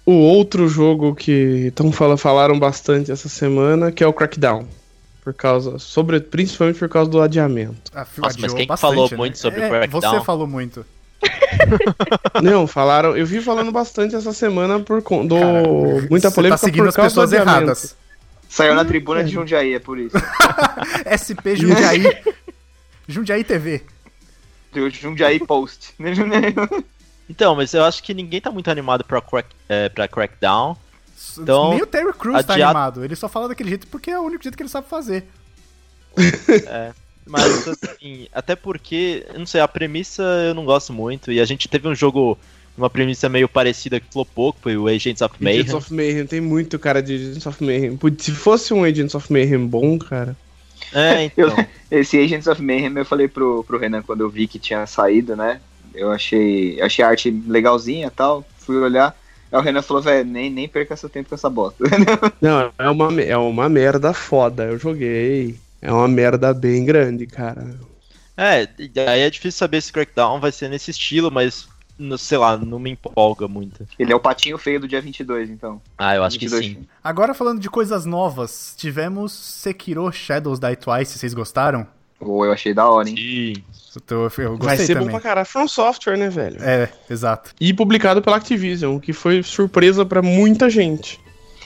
[SPEAKER 1] o outro jogo que tão fala, falaram bastante essa semana, que é o Crackdown. Por causa, sobre, principalmente por causa do
[SPEAKER 3] *laughs*
[SPEAKER 1] adiamento.
[SPEAKER 3] Ah, fi-
[SPEAKER 2] Nossa, mas
[SPEAKER 3] adiou
[SPEAKER 2] quem que
[SPEAKER 3] bastante,
[SPEAKER 2] falou
[SPEAKER 3] né?
[SPEAKER 2] muito sobre
[SPEAKER 3] É,
[SPEAKER 2] Crackdown?
[SPEAKER 3] Você falou muito.
[SPEAKER 1] Não, falaram. Eu vi falando bastante essa semana por con- do
[SPEAKER 3] Cara,
[SPEAKER 1] muita
[SPEAKER 3] Você
[SPEAKER 1] polêmica
[SPEAKER 3] tá seguindo
[SPEAKER 1] por
[SPEAKER 3] as
[SPEAKER 1] causa
[SPEAKER 3] pessoas
[SPEAKER 1] do adiamento.
[SPEAKER 3] erradas.
[SPEAKER 5] Saiu na tribuna de Jundiaí, é por isso. *laughs*
[SPEAKER 3] SP Jundiaí. Jundiaí TV.
[SPEAKER 5] Do Jundiaí Post. *laughs*
[SPEAKER 2] Então, mas eu acho que ninguém tá muito animado pra, crack, é, pra Crackdown.
[SPEAKER 3] S-
[SPEAKER 2] Então,
[SPEAKER 3] Nem o Terry Crews tá
[SPEAKER 2] adiado-
[SPEAKER 3] animado. Ele só fala daquele jeito porque é o único jeito que ele sabe fazer.
[SPEAKER 1] *coughs*
[SPEAKER 2] Mas, assim, até porque, eu não sei, a premissa eu não gosto muito. E a gente teve um jogo, uma premissa meio parecida que flopou, que foi o Agents of Mayhem.
[SPEAKER 1] Agents of Mayhem, tem muito cara de Agents of Mayhem. Putz, se fosse um Agents of Mayhem bom, cara. *laughs*
[SPEAKER 2] É, então.
[SPEAKER 5] Eu- Esse Agents of Mayhem eu falei pro, pro Renan quando eu vi que tinha saído, né? Eu achei, achei a arte legalzinha e tal. Fui olhar. Aí o Renan falou, velho, nem, nem perca seu tempo com essa bosta. *laughs*
[SPEAKER 1] Não, é uma, me- é uma merda foda. Eu joguei. É uma merda bem grande, cara.
[SPEAKER 2] É, e aí é difícil saber se Crackdown vai ser nesse estilo, mas no- sei lá, não me empolga muito.
[SPEAKER 5] Ele é o patinho feio do dia 22, então.
[SPEAKER 2] Ah, eu acho que
[SPEAKER 5] 22.
[SPEAKER 2] sim.
[SPEAKER 3] Agora falando de coisas novas, tivemos Sekiro Shadows Die Twice, vocês gostaram?
[SPEAKER 5] Ou eu achei da hora, hein?
[SPEAKER 2] Sim.
[SPEAKER 3] Eu, tô- eu
[SPEAKER 1] Vai
[SPEAKER 3] gostei
[SPEAKER 1] ser
[SPEAKER 3] também.
[SPEAKER 1] bom pra caralho. From Software, né, velho?
[SPEAKER 3] É, exato.
[SPEAKER 1] E publicado pela Activision, o que foi surpresa pra muita gente.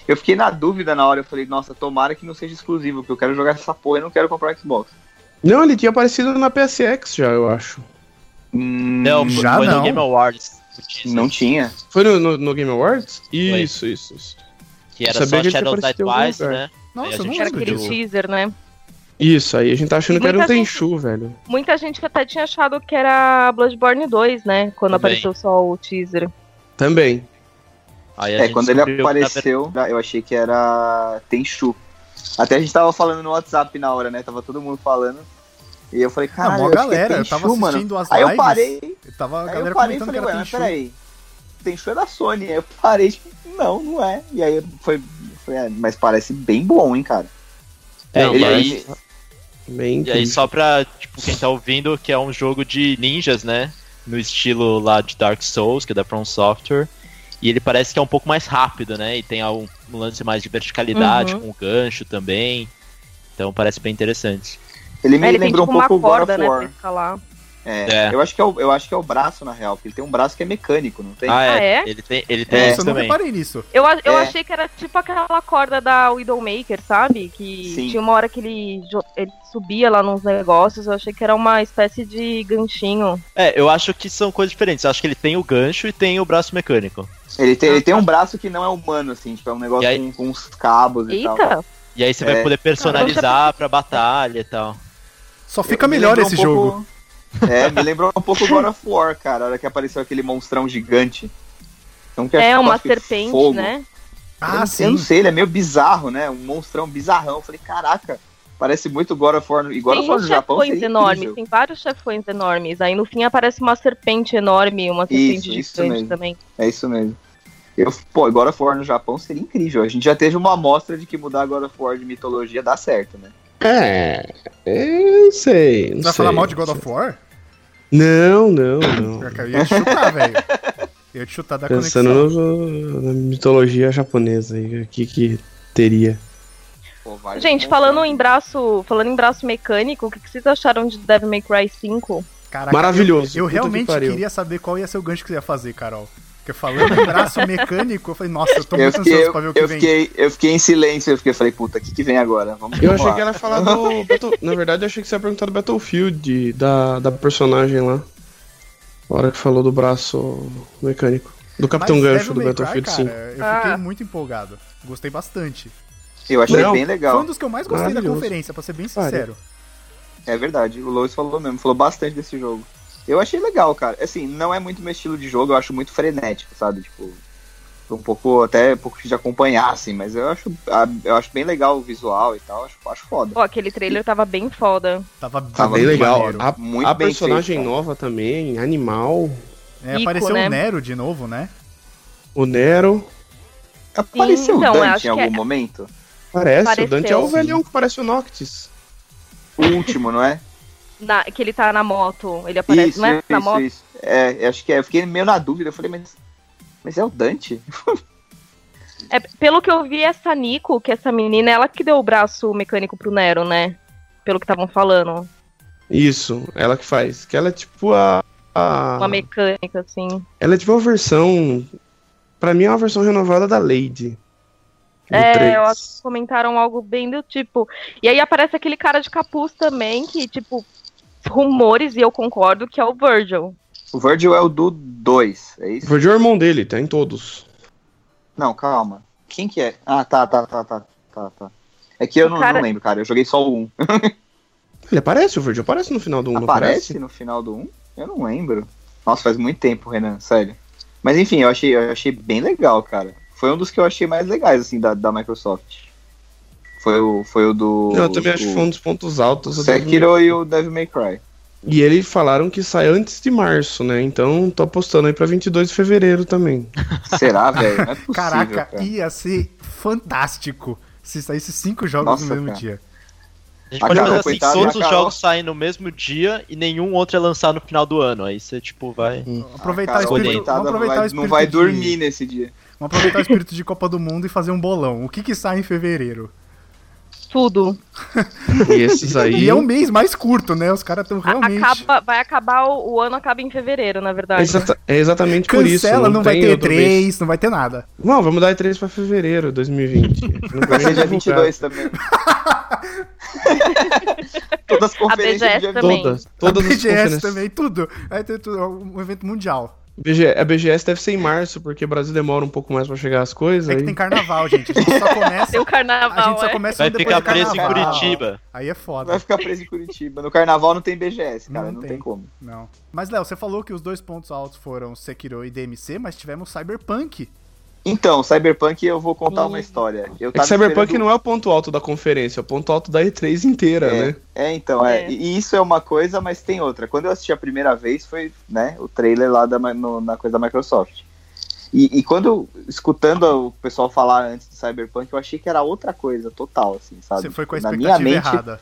[SPEAKER 5] Eu fiquei na dúvida na hora. Eu falei, nossa, tomara que não seja exclusivo, porque eu quero jogar essa porra e não quero comprar Xbox.
[SPEAKER 1] Não, ele tinha aparecido na PSX já, eu acho.
[SPEAKER 5] Hum,
[SPEAKER 2] Não,
[SPEAKER 3] já
[SPEAKER 2] foi
[SPEAKER 3] não.
[SPEAKER 2] no Game Awards.
[SPEAKER 5] não tinha.
[SPEAKER 1] Foi no, no- no Game Awards? Isso, isso, isso.
[SPEAKER 2] Que era
[SPEAKER 1] Sabia
[SPEAKER 2] só
[SPEAKER 1] que ele
[SPEAKER 2] Shadow Die
[SPEAKER 1] apareceu em algum
[SPEAKER 2] Twice,
[SPEAKER 1] lugar.
[SPEAKER 2] né?
[SPEAKER 3] Nossa,
[SPEAKER 2] É, a
[SPEAKER 3] eu não
[SPEAKER 2] gente
[SPEAKER 4] Era
[SPEAKER 2] Isso,
[SPEAKER 3] lembro
[SPEAKER 4] aquele
[SPEAKER 2] Ju.
[SPEAKER 3] disso.
[SPEAKER 4] teaser, né?
[SPEAKER 1] Isso, aí a gente tá achando que era um
[SPEAKER 4] Muita gente-
[SPEAKER 1] Tenchu, velho.
[SPEAKER 4] Muita gente até tinha achado que era Bloodborne 2, né? Quando
[SPEAKER 2] Também.
[SPEAKER 4] apareceu só o teaser.
[SPEAKER 1] Também.
[SPEAKER 2] Aí a
[SPEAKER 5] É,
[SPEAKER 2] gente
[SPEAKER 5] quando ele
[SPEAKER 2] descobriu que, na verdade,
[SPEAKER 5] apareceu, eu achei que era Tenchu. Até a gente tava falando no WhatsApp na hora, né? Tava todo mundo falando. E eu falei,
[SPEAKER 3] Ah,
[SPEAKER 5] cara,
[SPEAKER 3] mó
[SPEAKER 5] eu acho que é
[SPEAKER 3] galera, eu
[SPEAKER 5] Tenchu,
[SPEAKER 3] tava
[SPEAKER 5] mano.
[SPEAKER 3] assistindo as
[SPEAKER 5] Aí
[SPEAKER 3] lives.
[SPEAKER 5] eu parei,
[SPEAKER 3] e Tava a
[SPEAKER 5] aí
[SPEAKER 3] galera
[SPEAKER 5] eu parei e
[SPEAKER 3] comentando
[SPEAKER 5] falei,
[SPEAKER 3] que
[SPEAKER 5] ué,
[SPEAKER 3] era
[SPEAKER 5] mas
[SPEAKER 3] Tenchu.
[SPEAKER 5] peraí. Tenchu é da Sony. Aí eu parei, tipo, não, não é. E aí foi, foi ah, mas parece bem bom, hein, cara.
[SPEAKER 2] É,
[SPEAKER 1] Não,
[SPEAKER 2] e,
[SPEAKER 1] mas-
[SPEAKER 2] aí,
[SPEAKER 1] Bem
[SPEAKER 2] e aí
[SPEAKER 1] incrível.
[SPEAKER 2] só pra tipo, quem tá ouvindo, que é um jogo de ninjas, né? No estilo lá de Dark Souls, que é da From Software. E ele parece que é um pouco mais rápido, né? E tem um um lance mais de verticalidade,
[SPEAKER 4] Uhum.
[SPEAKER 2] com gancho também. Então parece bem interessante.
[SPEAKER 5] Ele
[SPEAKER 4] É,
[SPEAKER 5] me
[SPEAKER 4] ele tem
[SPEAKER 5] lembrou
[SPEAKER 4] tipo
[SPEAKER 5] um
[SPEAKER 4] uma
[SPEAKER 5] pouco o God
[SPEAKER 4] corda,
[SPEAKER 5] of
[SPEAKER 4] né? Pra
[SPEAKER 5] War.
[SPEAKER 4] escalar.
[SPEAKER 5] É,
[SPEAKER 2] É.
[SPEAKER 5] Eu, acho que é o, eu acho que é o braço, na real, porque ele tem um braço que é mecânico, não tem?
[SPEAKER 2] Ah, é?
[SPEAKER 4] Ah,
[SPEAKER 2] Ele tem, ele tem
[SPEAKER 3] Nossa,
[SPEAKER 2] isso
[SPEAKER 3] eu não
[SPEAKER 2] também.
[SPEAKER 3] reparei nisso.
[SPEAKER 4] Eu, a- eu
[SPEAKER 5] É.
[SPEAKER 4] achei que era tipo aquela corda da Widowmaker, sabe? Que
[SPEAKER 5] Sim.
[SPEAKER 4] tinha uma hora que ele, jo- ele subia lá nos negócios. Eu achei que era uma espécie de ganchinho.
[SPEAKER 2] É, eu acho que são coisas diferentes. Eu acho que ele tem o gancho e tem o braço mecânico.
[SPEAKER 5] Ele, tem, ele
[SPEAKER 4] Ah,
[SPEAKER 5] tem
[SPEAKER 4] tá.
[SPEAKER 5] um braço que não é humano, assim, tipo, é um negócio
[SPEAKER 2] E aí-
[SPEAKER 5] com, com uns cabos e tal.
[SPEAKER 4] Eita!
[SPEAKER 2] E aí você
[SPEAKER 5] É.
[SPEAKER 2] vai poder personalizar pra batalha e tal.
[SPEAKER 3] Só fica melhor esse
[SPEAKER 1] um
[SPEAKER 3] jogo.
[SPEAKER 5] jogo. É, me lembrou um pouco God of War, cara, a hora que apareceu aquele monstrão gigante. Então, que
[SPEAKER 4] É, uma
[SPEAKER 5] cospe
[SPEAKER 4] serpente,
[SPEAKER 5] fogo.
[SPEAKER 4] né?
[SPEAKER 5] eu,
[SPEAKER 3] Ah,
[SPEAKER 5] não-
[SPEAKER 3] sim.
[SPEAKER 5] Eu não sei, ele é meio bizarro, né? Um monstrão bizarrão. Eu falei, caraca, parece muito God of War. no- E God
[SPEAKER 4] Tem
[SPEAKER 5] of War
[SPEAKER 4] uns
[SPEAKER 5] no Japão
[SPEAKER 4] chefões
[SPEAKER 5] seria
[SPEAKER 4] enormes,
[SPEAKER 5] incrível.
[SPEAKER 4] tem vários chefões enormes. Aí no fim aparece uma serpente enorme, uma serpente
[SPEAKER 5] Isso, isso
[SPEAKER 4] gigante
[SPEAKER 5] mesmo.
[SPEAKER 4] também.
[SPEAKER 5] É isso mesmo. Eu, pô, God of War no Japão seria incrível. A gente já teve uma amostra de que mudar God of War de mitologia dá certo, né?
[SPEAKER 1] É, eu não sei. Não
[SPEAKER 3] Você
[SPEAKER 1] sei.
[SPEAKER 3] vai falar mal de God of War?
[SPEAKER 1] Não, não, não.
[SPEAKER 3] Eu ia te chutar, velho. Eu ia te chutar da
[SPEAKER 1] Pensando
[SPEAKER 3] conexão.
[SPEAKER 1] no- na mitologia japonesa aí, o que que teria.
[SPEAKER 5] Pô, vale
[SPEAKER 4] Gente,
[SPEAKER 5] um
[SPEAKER 4] falando
[SPEAKER 5] monte.
[SPEAKER 4] em braço, falando em braço mecânico, o que que vocês acharam de Devil May Cry 5?
[SPEAKER 3] Caraca,
[SPEAKER 1] Maravilhoso,
[SPEAKER 3] Eu, eu
[SPEAKER 1] puta que
[SPEAKER 3] realmente
[SPEAKER 1] pariu.
[SPEAKER 3] queria saber qual ia ser o gancho que você ia fazer, Carol. Porque falando em
[SPEAKER 1] *laughs*
[SPEAKER 3] braço mecânico, eu falei, nossa, eu tô
[SPEAKER 5] Eu
[SPEAKER 3] muito
[SPEAKER 5] fiquei,
[SPEAKER 3] ansioso pra ver o que
[SPEAKER 5] eu,
[SPEAKER 3] vem.
[SPEAKER 5] fiquei, eu fiquei em silêncio, eu fiquei, falei, puta, o que, que vem agora? Vamos
[SPEAKER 1] Eu
[SPEAKER 5] vamos
[SPEAKER 1] achei
[SPEAKER 5] lá.
[SPEAKER 1] que ela ia falar do. Battle- Na verdade, eu achei que você ia perguntar do Battlefield, de- da, da personagem lá. A hora que falou do braço mecânico. Do Capitão
[SPEAKER 3] Mas
[SPEAKER 1] Gancho
[SPEAKER 3] Devil
[SPEAKER 1] do
[SPEAKER 3] May Cry,
[SPEAKER 1] Battlefield
[SPEAKER 3] cara, Tá
[SPEAKER 1] 5.
[SPEAKER 3] Eu
[SPEAKER 4] Ah.
[SPEAKER 3] fiquei muito empolgado. Gostei bastante.
[SPEAKER 5] Eu achei
[SPEAKER 1] Não.
[SPEAKER 5] bem legal.
[SPEAKER 3] Foi um dos que eu mais gostei da
[SPEAKER 1] Maravilhoso.
[SPEAKER 3] conferência, pra ser bem
[SPEAKER 1] Pariu.
[SPEAKER 3] sincero.
[SPEAKER 5] É verdade, o Lois falou mesmo, falou bastante desse jogo. Eu achei legal, cara. Assim, não é muito meu estilo de jogo, eu acho muito frenético, sabe? Tipo, um pouco, até um pouco de acompanhar, assim, mas eu acho, a- eu acho bem legal o visual e tal, acho, acho foda.
[SPEAKER 4] Pô, aquele trailer tava bem foda.
[SPEAKER 3] Tava,
[SPEAKER 5] Tava
[SPEAKER 1] Bem
[SPEAKER 5] muito
[SPEAKER 1] legal.
[SPEAKER 3] maneiro.
[SPEAKER 1] A,
[SPEAKER 5] muito
[SPEAKER 1] a
[SPEAKER 5] bem
[SPEAKER 1] personagem
[SPEAKER 5] feito, cara.
[SPEAKER 1] nova também, animal,
[SPEAKER 3] É,
[SPEAKER 4] Ico,
[SPEAKER 3] apareceu
[SPEAKER 4] né?
[SPEAKER 3] o Nero de novo, né?
[SPEAKER 1] o Nero.
[SPEAKER 5] Apareceu
[SPEAKER 4] então,
[SPEAKER 5] o
[SPEAKER 4] eu
[SPEAKER 5] Dante
[SPEAKER 4] acho
[SPEAKER 5] em
[SPEAKER 4] que
[SPEAKER 5] algum
[SPEAKER 4] é-
[SPEAKER 5] momento?
[SPEAKER 1] Parece,
[SPEAKER 4] Pareceu.
[SPEAKER 1] o Dante é o velhão que parece o Noctis.
[SPEAKER 5] O último, não é?
[SPEAKER 4] Na- que ele tá na moto, ele *laughs* aparece,
[SPEAKER 5] isso,
[SPEAKER 4] não é?
[SPEAKER 5] isso,
[SPEAKER 4] na moto.
[SPEAKER 5] isso. É, eu acho que é. Eu fiquei meio na dúvida, eu falei, mas, mas é o Dante?
[SPEAKER 4] É, pelo que eu vi, essa Nico, que é essa menina, ela que deu o braço mecânico pro Nero, né? Pelo que estavam falando.
[SPEAKER 1] Isso, ela que faz. Que ela é tipo a. a-
[SPEAKER 4] Uma mecânica, assim.
[SPEAKER 1] Ela é tipo a versão. Pra mim é uma versão renovada da Lady. do
[SPEAKER 4] É,
[SPEAKER 1] três.
[SPEAKER 4] eu acho que comentaram algo bem do tipo. E aí aparece aquele cara de capuz também, que, tipo, rumores, e eu concordo, que é o Virgil.
[SPEAKER 5] O Virgil é o do 2, é isso?
[SPEAKER 1] Foi de irmão dele, tá em todos.
[SPEAKER 5] Não, calma. Quem que é? Ah, tá, tá, tá, tá, tá, tá. É que eu
[SPEAKER 4] O
[SPEAKER 5] não,
[SPEAKER 4] cara-
[SPEAKER 5] não lembro, cara. Eu joguei só o 1.
[SPEAKER 1] Ele aparece, o Virgil aparece no final do 1,
[SPEAKER 5] Aparece no final do 1? Eu não lembro. Nossa, faz muito tempo, Renan, sério. Mas enfim, eu achei, eu achei bem legal, cara. Foi um dos que eu achei mais legais, assim, da, da Microsoft. Foi o, foi o do.
[SPEAKER 1] Não, eu também acho que foi um
[SPEAKER 5] o,
[SPEAKER 1] dos pontos altos.
[SPEAKER 5] o
[SPEAKER 1] do
[SPEAKER 3] é
[SPEAKER 1] Devil
[SPEAKER 5] Sekiro e o Devil May Cry.
[SPEAKER 1] May- E eles falaram que sai antes de março, né? Então tô apostando aí pra 22 de fevereiro também.
[SPEAKER 5] Será, velho? Não é
[SPEAKER 3] *laughs*
[SPEAKER 5] possível,
[SPEAKER 3] Caraca,
[SPEAKER 5] cara.
[SPEAKER 3] ia ser fantástico se saísse cinco jogos
[SPEAKER 5] Nossa,
[SPEAKER 3] no mesmo
[SPEAKER 5] cara.
[SPEAKER 3] dia.
[SPEAKER 2] A gente pode
[SPEAKER 5] Carol,
[SPEAKER 2] fazer assim,
[SPEAKER 5] coitada
[SPEAKER 2] todos
[SPEAKER 5] da
[SPEAKER 2] os
[SPEAKER 5] Carol.
[SPEAKER 2] jogos saem no mesmo dia e nenhum outro é lançado no final do ano. Aí você, tipo, vai...
[SPEAKER 3] Aproveitar
[SPEAKER 5] Ah, Cara,
[SPEAKER 3] o espírito,
[SPEAKER 5] coitada,
[SPEAKER 3] vamos aproveitar
[SPEAKER 5] vai-
[SPEAKER 3] o espírito
[SPEAKER 5] Não vai
[SPEAKER 3] de-
[SPEAKER 5] dormir nesse dia.
[SPEAKER 3] *laughs* Vamos aproveitar o espírito de Copa do Mundo e fazer um bolão. O que que sai em fevereiro?
[SPEAKER 4] Tudo.
[SPEAKER 1] E
[SPEAKER 3] *laughs*
[SPEAKER 1] esses aí.
[SPEAKER 3] E é um mês mais curto, né? Os caras estão
[SPEAKER 4] A-
[SPEAKER 3] realmente...
[SPEAKER 4] Acaba, vai acabar, o, o ano acaba em fevereiro, na
[SPEAKER 1] é
[SPEAKER 4] verdade.
[SPEAKER 1] exata- é exatamente por isso.
[SPEAKER 3] Cancela, não, vai
[SPEAKER 1] tem
[SPEAKER 3] ter
[SPEAKER 1] outro mês.
[SPEAKER 3] três, não vai ter nada.
[SPEAKER 1] Não, vamos dar E3 pra fevereiro de
[SPEAKER 3] *laughs*
[SPEAKER 1] 2020. Não
[SPEAKER 5] Vai
[SPEAKER 3] é
[SPEAKER 5] ser é dia
[SPEAKER 1] divulgar.
[SPEAKER 5] 22 também. Todas as conferências
[SPEAKER 4] BGS
[SPEAKER 5] do dia
[SPEAKER 4] também.
[SPEAKER 1] Todas, todas
[SPEAKER 3] a
[SPEAKER 1] as
[SPEAKER 3] BGS
[SPEAKER 1] conferências.
[SPEAKER 3] também, tudo. Vai ter tudo, um evento mundial.
[SPEAKER 1] BG a BGS deve ser em março, porque o Brasil demora um pouco mais pra chegar as coisas.
[SPEAKER 3] É que
[SPEAKER 1] Aí.
[SPEAKER 3] tem carnaval, gente. A
[SPEAKER 4] *laughs*
[SPEAKER 3] gente só começa...
[SPEAKER 4] Tem o
[SPEAKER 3] A
[SPEAKER 4] carnaval,
[SPEAKER 3] gente só
[SPEAKER 4] é.
[SPEAKER 3] começa
[SPEAKER 2] Vai
[SPEAKER 3] um depois
[SPEAKER 2] ficar
[SPEAKER 3] do
[SPEAKER 2] preso em
[SPEAKER 3] carnaval.
[SPEAKER 2] Curitiba.
[SPEAKER 3] Aí é
[SPEAKER 5] Vai
[SPEAKER 3] foda.
[SPEAKER 5] ficar preso em Curitiba. No carnaval não tem BGS, cara.
[SPEAKER 3] Não
[SPEAKER 5] Não,
[SPEAKER 3] tem.
[SPEAKER 5] tem. como.
[SPEAKER 3] Não. Mas, Léo, você falou que os dois pontos altos foram Sekiro e DMC, mas tivemos Cyberpunk.
[SPEAKER 5] Então, Cyberpunk eu vou contar uma história. Eu
[SPEAKER 1] É que Cyberpunk não é o ponto alto da conferência, é o ponto alto da E3 inteira,
[SPEAKER 5] É.
[SPEAKER 1] né?
[SPEAKER 5] É, então, é.
[SPEAKER 4] É.
[SPEAKER 5] E isso é uma coisa, mas tem outra. Quando eu assisti a primeira vez, foi, né, o trailer lá da, ma- no- na coisa da Microsoft. E, e quando, escutando o pessoal falar antes de Cyberpunk, eu achei que era outra coisa, total, assim, sabe?
[SPEAKER 3] Você foi com a
[SPEAKER 5] na minha
[SPEAKER 3] expectativa
[SPEAKER 5] mente,
[SPEAKER 3] errada.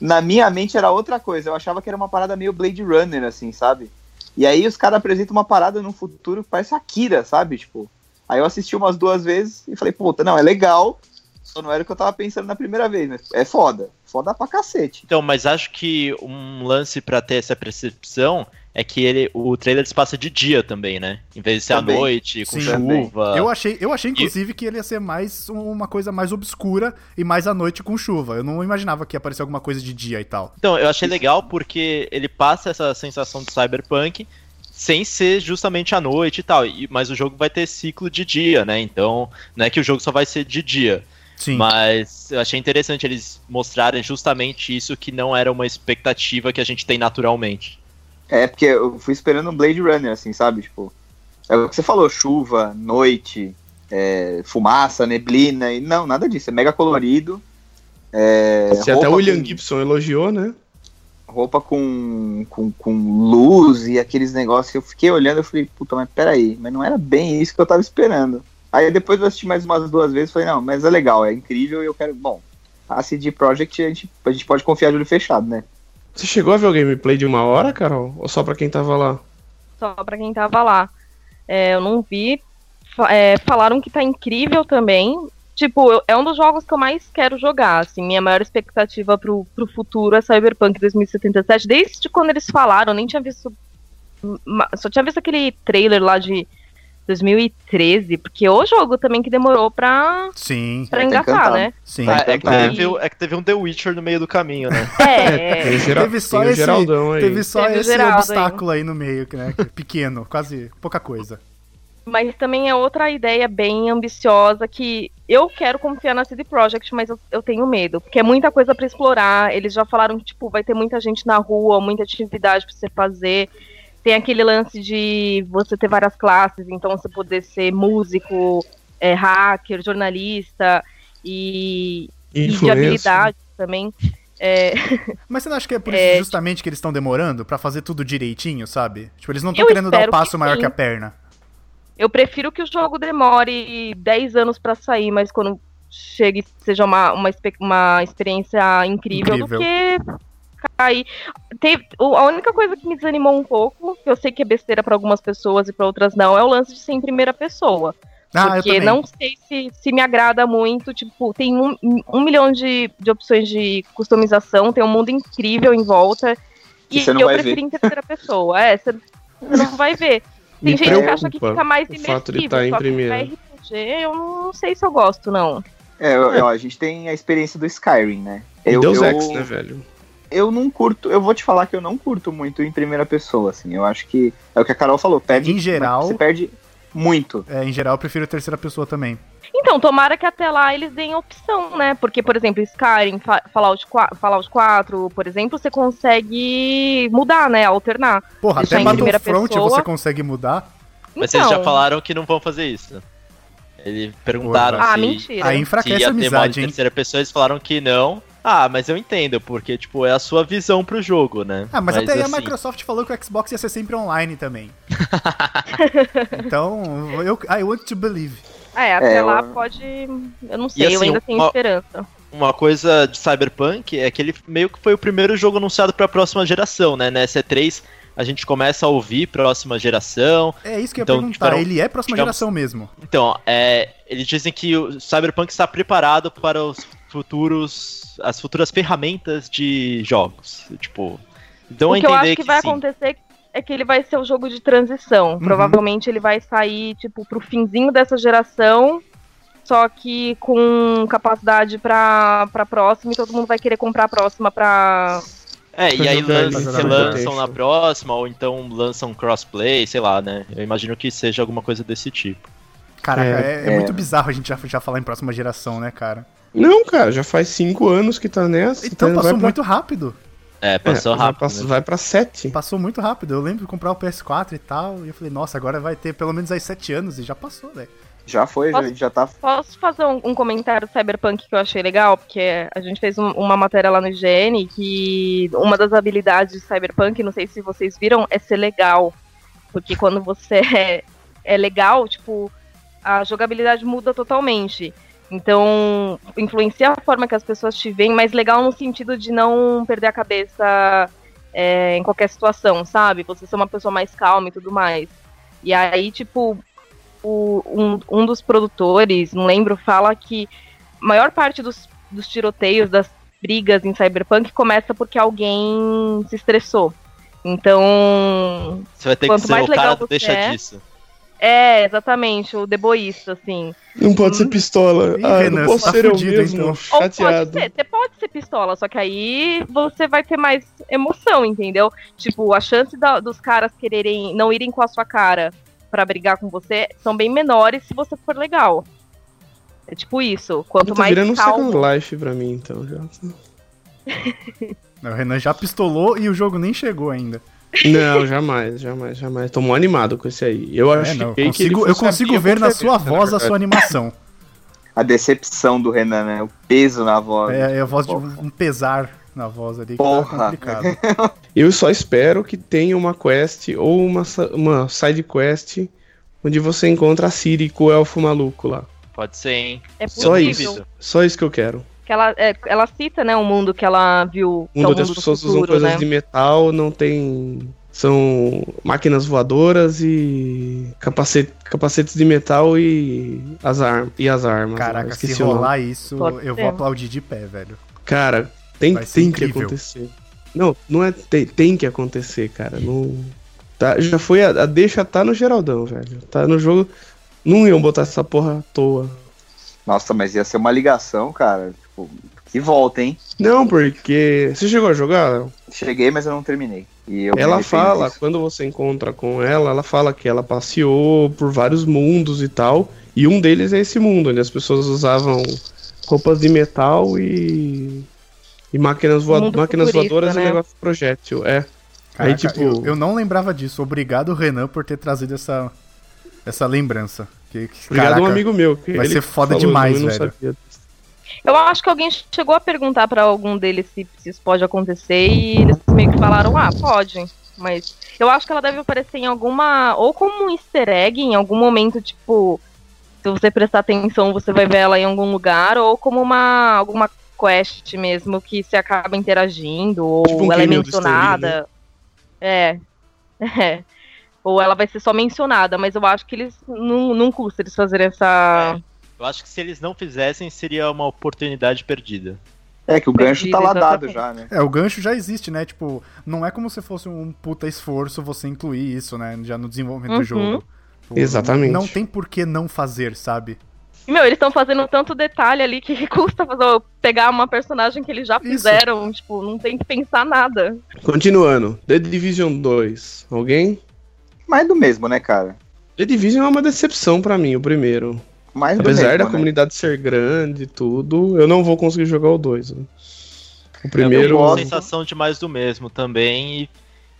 [SPEAKER 5] na minha mente era outra coisa. Eu achava que era uma parada meio Blade Runner, assim, sabe? E aí os caras apresentam uma parada no futuro que parece Akira, sabe? Tipo. Aí eu assisti umas duas vezes e falei, puta, não, é legal. Só não era o que eu tava pensando na primeira vez, mas é foda. Foda pra cacete.
[SPEAKER 2] Então, mas acho que um lance pra ter essa percepção é que ele, o trailer se passa de dia também, né? Em vez de ser
[SPEAKER 5] Também.
[SPEAKER 2] à noite, com
[SPEAKER 3] Sim.
[SPEAKER 2] chuva.
[SPEAKER 3] Eu achei, eu achei inclusive, que ele ia ser mais um, uma coisa mais obscura e mais à noite com chuva. Eu não imaginava que ia aparecer alguma coisa de dia e tal.
[SPEAKER 2] Então, eu achei legal porque ele passa essa sensação de cyberpunk sem ser justamente à noite e tal. E- mas o jogo vai ter ciclo de dia, né? Então, não é que o jogo só vai ser de dia.
[SPEAKER 3] Sim.
[SPEAKER 2] Mas eu achei interessante eles mostrarem justamente isso que não era uma expectativa que a gente tem naturalmente.
[SPEAKER 5] É, porque eu fui esperando um Blade Runner, assim, sabe? Tipo. É o que você falou, chuva, noite, é, fumaça, neblina. E não, nada disso. É mega colorido. É,
[SPEAKER 1] Se até o
[SPEAKER 5] roupa
[SPEAKER 1] William
[SPEAKER 5] com-
[SPEAKER 1] Gibson elogiou, né?
[SPEAKER 5] roupa com, com, com luz e aqueles negócios. Eu fiquei olhando e falei, puta, mas peraí, mas não era bem isso que eu tava esperando. Aí depois eu assisti mais umas duas vezes e falei, não, mas é legal, é incrível e eu quero. Bom, a CD Projekt a gente, a gente pode confiar de olho fechado, né?
[SPEAKER 1] Você chegou a ver o gameplay de uma hora, Carol? Ou só pra quem tava lá?
[SPEAKER 4] Só pra quem tava lá. É, eu não vi. Fa- é, falaram que tá incrível também. Tipo, eu- é um dos jogos que eu mais quero jogar, assim. Minha maior expectativa pro, pro futuro é Cyberpunk 2077. Desde quando eles falaram, eu nem tinha visto. ma- Só tinha visto aquele trailer lá de 2013, porque o jogo também que demorou pra,
[SPEAKER 3] Sim,
[SPEAKER 4] pra
[SPEAKER 5] Tá
[SPEAKER 4] engatar,
[SPEAKER 3] *laughs*
[SPEAKER 5] encantado.
[SPEAKER 4] né?
[SPEAKER 3] sim.
[SPEAKER 5] Tá,
[SPEAKER 2] É, é que
[SPEAKER 5] Tá.
[SPEAKER 2] teve, o- é que teve um The Witcher no meio do caminho, né?
[SPEAKER 4] É,
[SPEAKER 1] Tem o Geral-
[SPEAKER 3] Teve só
[SPEAKER 1] tem o
[SPEAKER 3] esse-
[SPEAKER 1] Geraldão aí.
[SPEAKER 3] Teve só
[SPEAKER 4] Teve o
[SPEAKER 3] esse
[SPEAKER 4] Geraldo
[SPEAKER 3] obstáculo aí. no meio, né? que é Pequeno, quase pouca coisa.
[SPEAKER 4] Mas também é outra ideia bem ambiciosa que eu quero confiar na CD Projekt, mas eu, eu tenho medo. Porque é muita coisa pra explorar. Eles já falaram que, tipo, vai ter muita gente na rua, muita atividade pra você fazer. Tem aquele lance de você ter várias classes, então você poder ser músico, é, hacker, jornalista e, e de
[SPEAKER 1] Influencer.
[SPEAKER 4] habilidade também. É,
[SPEAKER 3] Mas você não acha que é por
[SPEAKER 4] É,
[SPEAKER 3] isso justamente que eles estão demorando pra fazer tudo direitinho, sabe? Tipo, eles não estão
[SPEAKER 4] Eu
[SPEAKER 3] querendo dar um
[SPEAKER 4] espero que
[SPEAKER 3] passo maior
[SPEAKER 4] sim.
[SPEAKER 3] que a perna.
[SPEAKER 4] Eu prefiro que o jogo demore 10 anos pra sair, mas quando chegue seja uma, uma, espe- uma experiência incrível,
[SPEAKER 3] Incrível.
[SPEAKER 4] do que cair. Teve- o- a única coisa que me desanimou um pouco, que eu sei que é besteira pra algumas pessoas e pra outras não, é o lance de ser em primeira pessoa.
[SPEAKER 3] Ah, eu
[SPEAKER 4] porque
[SPEAKER 3] também.
[SPEAKER 4] não sei se, se me agrada muito. Tipo, tem um, um milhão de, de opções de customização, tem um mundo incrível em volta.
[SPEAKER 5] Que
[SPEAKER 4] E
[SPEAKER 5] você não
[SPEAKER 4] eu
[SPEAKER 5] vai
[SPEAKER 4] prefiro em terceira pessoa. É, você você não vai ver.
[SPEAKER 1] Me
[SPEAKER 4] Tem gente
[SPEAKER 3] É,
[SPEAKER 4] que acha que
[SPEAKER 1] preocupa
[SPEAKER 4] fica mais
[SPEAKER 1] Então, o
[SPEAKER 4] imersivo,
[SPEAKER 1] fato de tá em
[SPEAKER 4] só que
[SPEAKER 1] primeira.
[SPEAKER 4] RPG eu não sei se eu gosto, não.
[SPEAKER 5] É, ó, ó, a gente tem a experiência do Skyrim, né?
[SPEAKER 1] E
[SPEAKER 5] Eu,
[SPEAKER 1] Deus
[SPEAKER 5] eu,
[SPEAKER 1] Ex, né, velho?
[SPEAKER 5] eu não curto, eu vou te falar que eu não curto muito em primeira pessoa, assim. Eu acho que é o que a Carol falou, perde.
[SPEAKER 3] Em geral-
[SPEAKER 5] Você perde muito.
[SPEAKER 3] É, em geral, eu prefiro a terceira pessoa também.
[SPEAKER 4] Então, tomara que até lá eles deem opção, né? Porque, por exemplo, Skyrim, Fa- Fallout 4, Fallout 4, por exemplo, você consegue mudar, né? Alternar.
[SPEAKER 3] Porra,
[SPEAKER 4] Deixar
[SPEAKER 3] até
[SPEAKER 4] em primeira
[SPEAKER 3] Battlefront
[SPEAKER 4] pessoa.
[SPEAKER 3] você consegue mudar.
[SPEAKER 2] Mas
[SPEAKER 4] então,
[SPEAKER 2] vocês já falaram que não vão fazer isso. Eles perguntaram
[SPEAKER 3] Porra.
[SPEAKER 4] Ah,
[SPEAKER 2] se,
[SPEAKER 4] mentira.
[SPEAKER 3] Aí
[SPEAKER 2] se
[SPEAKER 3] enfraquece
[SPEAKER 2] ia
[SPEAKER 3] a
[SPEAKER 2] ter mod
[SPEAKER 3] amizade,
[SPEAKER 2] de
[SPEAKER 3] hein?
[SPEAKER 2] terceira pessoa, eles falaram que não. Ah, mas eu entendo, porque, tipo, é a sua visão pro jogo, né?
[SPEAKER 3] Ah, mas, até aí
[SPEAKER 2] assim,
[SPEAKER 3] a Microsoft falou que o Xbox ia ser sempre online
[SPEAKER 4] *laughs*
[SPEAKER 3] também. então, eu, I want to believe.
[SPEAKER 4] É, até
[SPEAKER 5] É,
[SPEAKER 4] lá
[SPEAKER 5] eu-
[SPEAKER 4] pode. Eu não sei, eu
[SPEAKER 2] assim,
[SPEAKER 4] ainda tenho
[SPEAKER 2] uma-
[SPEAKER 4] esperança.
[SPEAKER 2] Uma coisa de Cyberpunk é que ele meio que foi o primeiro jogo anunciado pra próxima geração, né? Na E3 a gente começa a ouvir próxima geração.
[SPEAKER 3] É isso que eu ia
[SPEAKER 2] Então,
[SPEAKER 3] perguntar.
[SPEAKER 2] tipo,
[SPEAKER 3] Ele é próxima
[SPEAKER 2] digamos-
[SPEAKER 3] geração mesmo.
[SPEAKER 2] Então, é, eles dizem que o Cyberpunk está preparado para os futuros, as futuras ferramentas de jogos. Tipo, então
[SPEAKER 4] o que eu acho
[SPEAKER 2] entender
[SPEAKER 4] que,
[SPEAKER 2] que,
[SPEAKER 4] vai
[SPEAKER 2] sim. Uhum.
[SPEAKER 4] acontecer é que ele vai ser o jogo de transição. Provavelmente ele vai sair, tipo, pro finzinho dessa geração, só que com capacidade pra, pra próxima e todo mundo vai querer comprar a próxima pra.
[SPEAKER 2] É, e
[SPEAKER 1] Pra
[SPEAKER 2] aí
[SPEAKER 1] jogar
[SPEAKER 2] lança-
[SPEAKER 3] ali,
[SPEAKER 2] se
[SPEAKER 3] pra
[SPEAKER 2] lançam
[SPEAKER 1] jogar.
[SPEAKER 2] na próxima, ou então lançam crossplay, sei lá, né? Eu imagino que seja alguma coisa desse tipo.
[SPEAKER 3] Caraca, é, é
[SPEAKER 5] é.
[SPEAKER 3] muito bizarro a gente já, já falar em próxima geração, né, cara?
[SPEAKER 1] Não, cara, já faz cinco anos que tá nessa.
[SPEAKER 3] Então
[SPEAKER 1] vai
[SPEAKER 3] passou
[SPEAKER 1] pra-
[SPEAKER 3] muito rápido.
[SPEAKER 2] É,
[SPEAKER 1] É,
[SPEAKER 2] passou
[SPEAKER 1] já
[SPEAKER 2] rápido.
[SPEAKER 1] passa-
[SPEAKER 2] né?
[SPEAKER 1] Vai pra sete.
[SPEAKER 3] Passou muito rápido. Eu lembro de comprar o PS4 e tal. E eu falei, nossa, agora vai ter pelo menos aí 7 anos e já passou, né? velho.
[SPEAKER 5] Já foi, já,
[SPEAKER 4] Posso-
[SPEAKER 5] a gente já tá.
[SPEAKER 4] Posso fazer um, um comentário do Cyberpunk que eu achei legal? Porque a gente fez um- uma matéria lá no IGN que uma das habilidades de Cyberpunk, não sei se vocês viram, é ser legal. Porque quando você *laughs* é, é legal, tipo, a jogabilidade muda totalmente. Então, influencia a forma que as pessoas te veem, mas legal no sentido de não perder a cabeça é, em qualquer situação, sabe? Você ser uma pessoa mais calma e tudo mais. E aí, tipo, o- um, um dos produtores, não lembro, fala que a maior parte dos, dos tiroteios, das brigas em Cyberpunk começa porque alguém se estressou. Então,
[SPEAKER 2] Você vai ter que
[SPEAKER 4] quanto
[SPEAKER 2] ser
[SPEAKER 4] mais
[SPEAKER 2] o cara
[SPEAKER 4] legal
[SPEAKER 2] do
[SPEAKER 4] você
[SPEAKER 2] deixa
[SPEAKER 4] é,
[SPEAKER 2] disso.
[SPEAKER 4] é exatamente o deboísta, assim.
[SPEAKER 1] Não pode ser pistola.
[SPEAKER 3] Hum. Ih,
[SPEAKER 1] Ah,
[SPEAKER 3] Renan,
[SPEAKER 1] não posso
[SPEAKER 3] você tá
[SPEAKER 1] ser eu
[SPEAKER 3] fudido,
[SPEAKER 1] mesmo.
[SPEAKER 3] então.
[SPEAKER 4] Ou
[SPEAKER 1] Chateado.
[SPEAKER 4] pode ser, você pode ser pistola, só que aí você vai ter mais emoção, entendeu? Tipo, a chance da- dos caras quererem não irem com a sua cara pra brigar com você são bem menores se você for legal. É tipo isso. Quanto
[SPEAKER 1] Tá
[SPEAKER 4] mais
[SPEAKER 1] virando um
[SPEAKER 4] calmo
[SPEAKER 1] Second Life pra mim, então. Já.
[SPEAKER 3] O Renan já pistolou e o jogo nem chegou ainda.
[SPEAKER 1] Não, jamais, jamais, jamais. Tô mó animado com esse aí. Eu
[SPEAKER 3] É,
[SPEAKER 1] acho
[SPEAKER 3] não, eu
[SPEAKER 1] que
[SPEAKER 3] consigo, eu consigo ver na sua voz a
[SPEAKER 1] *laughs*
[SPEAKER 3] sua animação.
[SPEAKER 5] A decepção do Renan, né? O peso na voz.
[SPEAKER 3] É, é a voz de um um pesar. na voz ali que tá
[SPEAKER 5] Porra.
[SPEAKER 3] complicado.
[SPEAKER 1] Eu só espero que tenha uma quest ou uma, sa- uma side quest onde você encontra a Siri com o elfo maluco lá.
[SPEAKER 2] Pode ser, hein?
[SPEAKER 4] É
[SPEAKER 2] Eu
[SPEAKER 1] Só
[SPEAKER 4] possível.
[SPEAKER 1] isso. Só isso que eu quero.
[SPEAKER 4] Que ela, é, ela cita, né, o mundo que ela viu. que
[SPEAKER 1] Um
[SPEAKER 4] é o
[SPEAKER 1] onde as
[SPEAKER 4] mundo do
[SPEAKER 1] pessoas usam
[SPEAKER 4] futuro,
[SPEAKER 1] coisas
[SPEAKER 4] né?
[SPEAKER 1] de metal, não tem. São máquinas voadoras e capacete- capacetes de metal e as, ar, e as armas. lá.
[SPEAKER 3] Caraca, se
[SPEAKER 1] o nome.
[SPEAKER 3] rolar isso,
[SPEAKER 4] Pode
[SPEAKER 3] eu
[SPEAKER 4] ser.
[SPEAKER 3] vou aplaudir de pé, velho.
[SPEAKER 1] Cara, tem,
[SPEAKER 3] Vai ser
[SPEAKER 1] tem que
[SPEAKER 3] incrível.
[SPEAKER 1] acontecer. Não, não é. Tem, tem que acontecer, cara. Não, tá, já foi. A, a deixa tá no Geraldão, velho. Tá no jogo. Não iam botar essa porra à toa.
[SPEAKER 5] Nossa, mas ia ser uma ligação, cara. Tipo, que volta, hein?
[SPEAKER 1] Não, porque. Você chegou a jogar? Léo?
[SPEAKER 5] Cheguei, mas eu não terminei. E eu me
[SPEAKER 1] Ela
[SPEAKER 4] é
[SPEAKER 5] arrependo
[SPEAKER 1] fala,
[SPEAKER 5] disso.
[SPEAKER 1] quando você encontra com ela, ela fala que ela passeou por vários mundos e tal. E um deles é esse mundo, onde as pessoas usavam roupas de metal e. E máquinas, voa-
[SPEAKER 4] Mundo
[SPEAKER 1] máquinas
[SPEAKER 4] futurista,
[SPEAKER 1] voadoras e
[SPEAKER 4] né?
[SPEAKER 1] negócio projétil. É. Aí,
[SPEAKER 3] Caraca,
[SPEAKER 1] tipo-
[SPEAKER 3] eu, eu não lembrava disso. Obrigado, Renan, por ter trazido essa, essa lembrança. Que, que-
[SPEAKER 1] Obrigado a um
[SPEAKER 3] caraca,
[SPEAKER 1] amigo meu. Que
[SPEAKER 3] vai
[SPEAKER 1] ele
[SPEAKER 3] ser foda
[SPEAKER 1] falou,
[SPEAKER 3] demais,
[SPEAKER 1] eu não
[SPEAKER 3] velho.
[SPEAKER 1] sabia.
[SPEAKER 4] Eu acho que alguém chegou a perguntar pra algum deles se, se isso pode acontecer e eles meio que falaram, ah, pode. Mas eu acho que ela deve aparecer em alguma. Ou como um easter egg, em algum momento, tipo. Se você prestar atenção, você vai ver ela em algum lugar, ou como uma alguma quest mesmo que se acaba interagindo, ou
[SPEAKER 1] Tipo um
[SPEAKER 4] ela é
[SPEAKER 1] cameo do né? Stan Lee,
[SPEAKER 4] mencionada. É. *laughs* É. Ou ela vai ser só mencionada, mas eu acho que eles. Não, não custa eles fazerem essa.
[SPEAKER 2] Eu acho que se eles não fizessem, seria uma oportunidade perdida.
[SPEAKER 5] É que o gancho tá lá
[SPEAKER 4] Perdido,
[SPEAKER 5] dado
[SPEAKER 4] exatamente.
[SPEAKER 5] já, né?
[SPEAKER 3] É, o gancho já existe, né? Tipo, não é como se fosse um puta esforço você incluir isso, né? Já no desenvolvimento do
[SPEAKER 4] Uhum.
[SPEAKER 3] jogo. Tipo,
[SPEAKER 1] Exatamente.
[SPEAKER 3] Não tem por que não fazer, sabe?
[SPEAKER 4] E, Meu, eles estão fazendo tanto detalhe ali que *laughs* custa fazer- pegar uma personagem que eles já fizeram. Tipo, não tem que pensar nada.
[SPEAKER 1] Continuando, The Division 2. Alguém?
[SPEAKER 5] Mais do mesmo, né, cara?
[SPEAKER 1] The Division é uma decepção pra mim, o primeiro.
[SPEAKER 3] É
[SPEAKER 5] Mais do
[SPEAKER 1] Apesar
[SPEAKER 5] mesmo,
[SPEAKER 1] da
[SPEAKER 5] né?
[SPEAKER 1] comunidade ser grande e tudo, eu não vou conseguir jogar o 2. né? O primeiro.
[SPEAKER 2] Eu tenho uma
[SPEAKER 5] gosto.
[SPEAKER 2] sensação de mais do mesmo também. E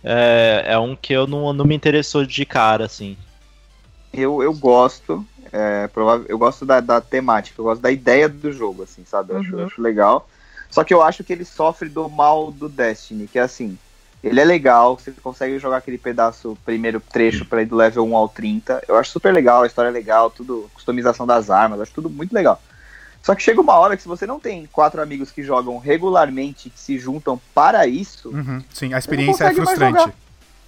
[SPEAKER 2] é, é um que eu não, não me interessou de cara, assim.
[SPEAKER 5] Eu, eu gosto, é, provável, eu gosto da, da temática, eu gosto da ideia do jogo, assim, sabe? Eu, acho,
[SPEAKER 4] Uhum.
[SPEAKER 5] eu acho legal. Só que eu acho que ele sofre do mal do Destiny, que é assim, ele é legal, você consegue jogar aquele pedaço, primeiro trecho pra ir do level 1 ao 30. Eu acho super legal, a história é legal, tudo, customização das armas, acho tudo muito legal. Só que chega uma hora que se você não tem quatro amigos que jogam regularmente, que se juntam para isso,
[SPEAKER 3] Uhum, sim, a experiência é
[SPEAKER 5] consegue mais
[SPEAKER 3] frustrante.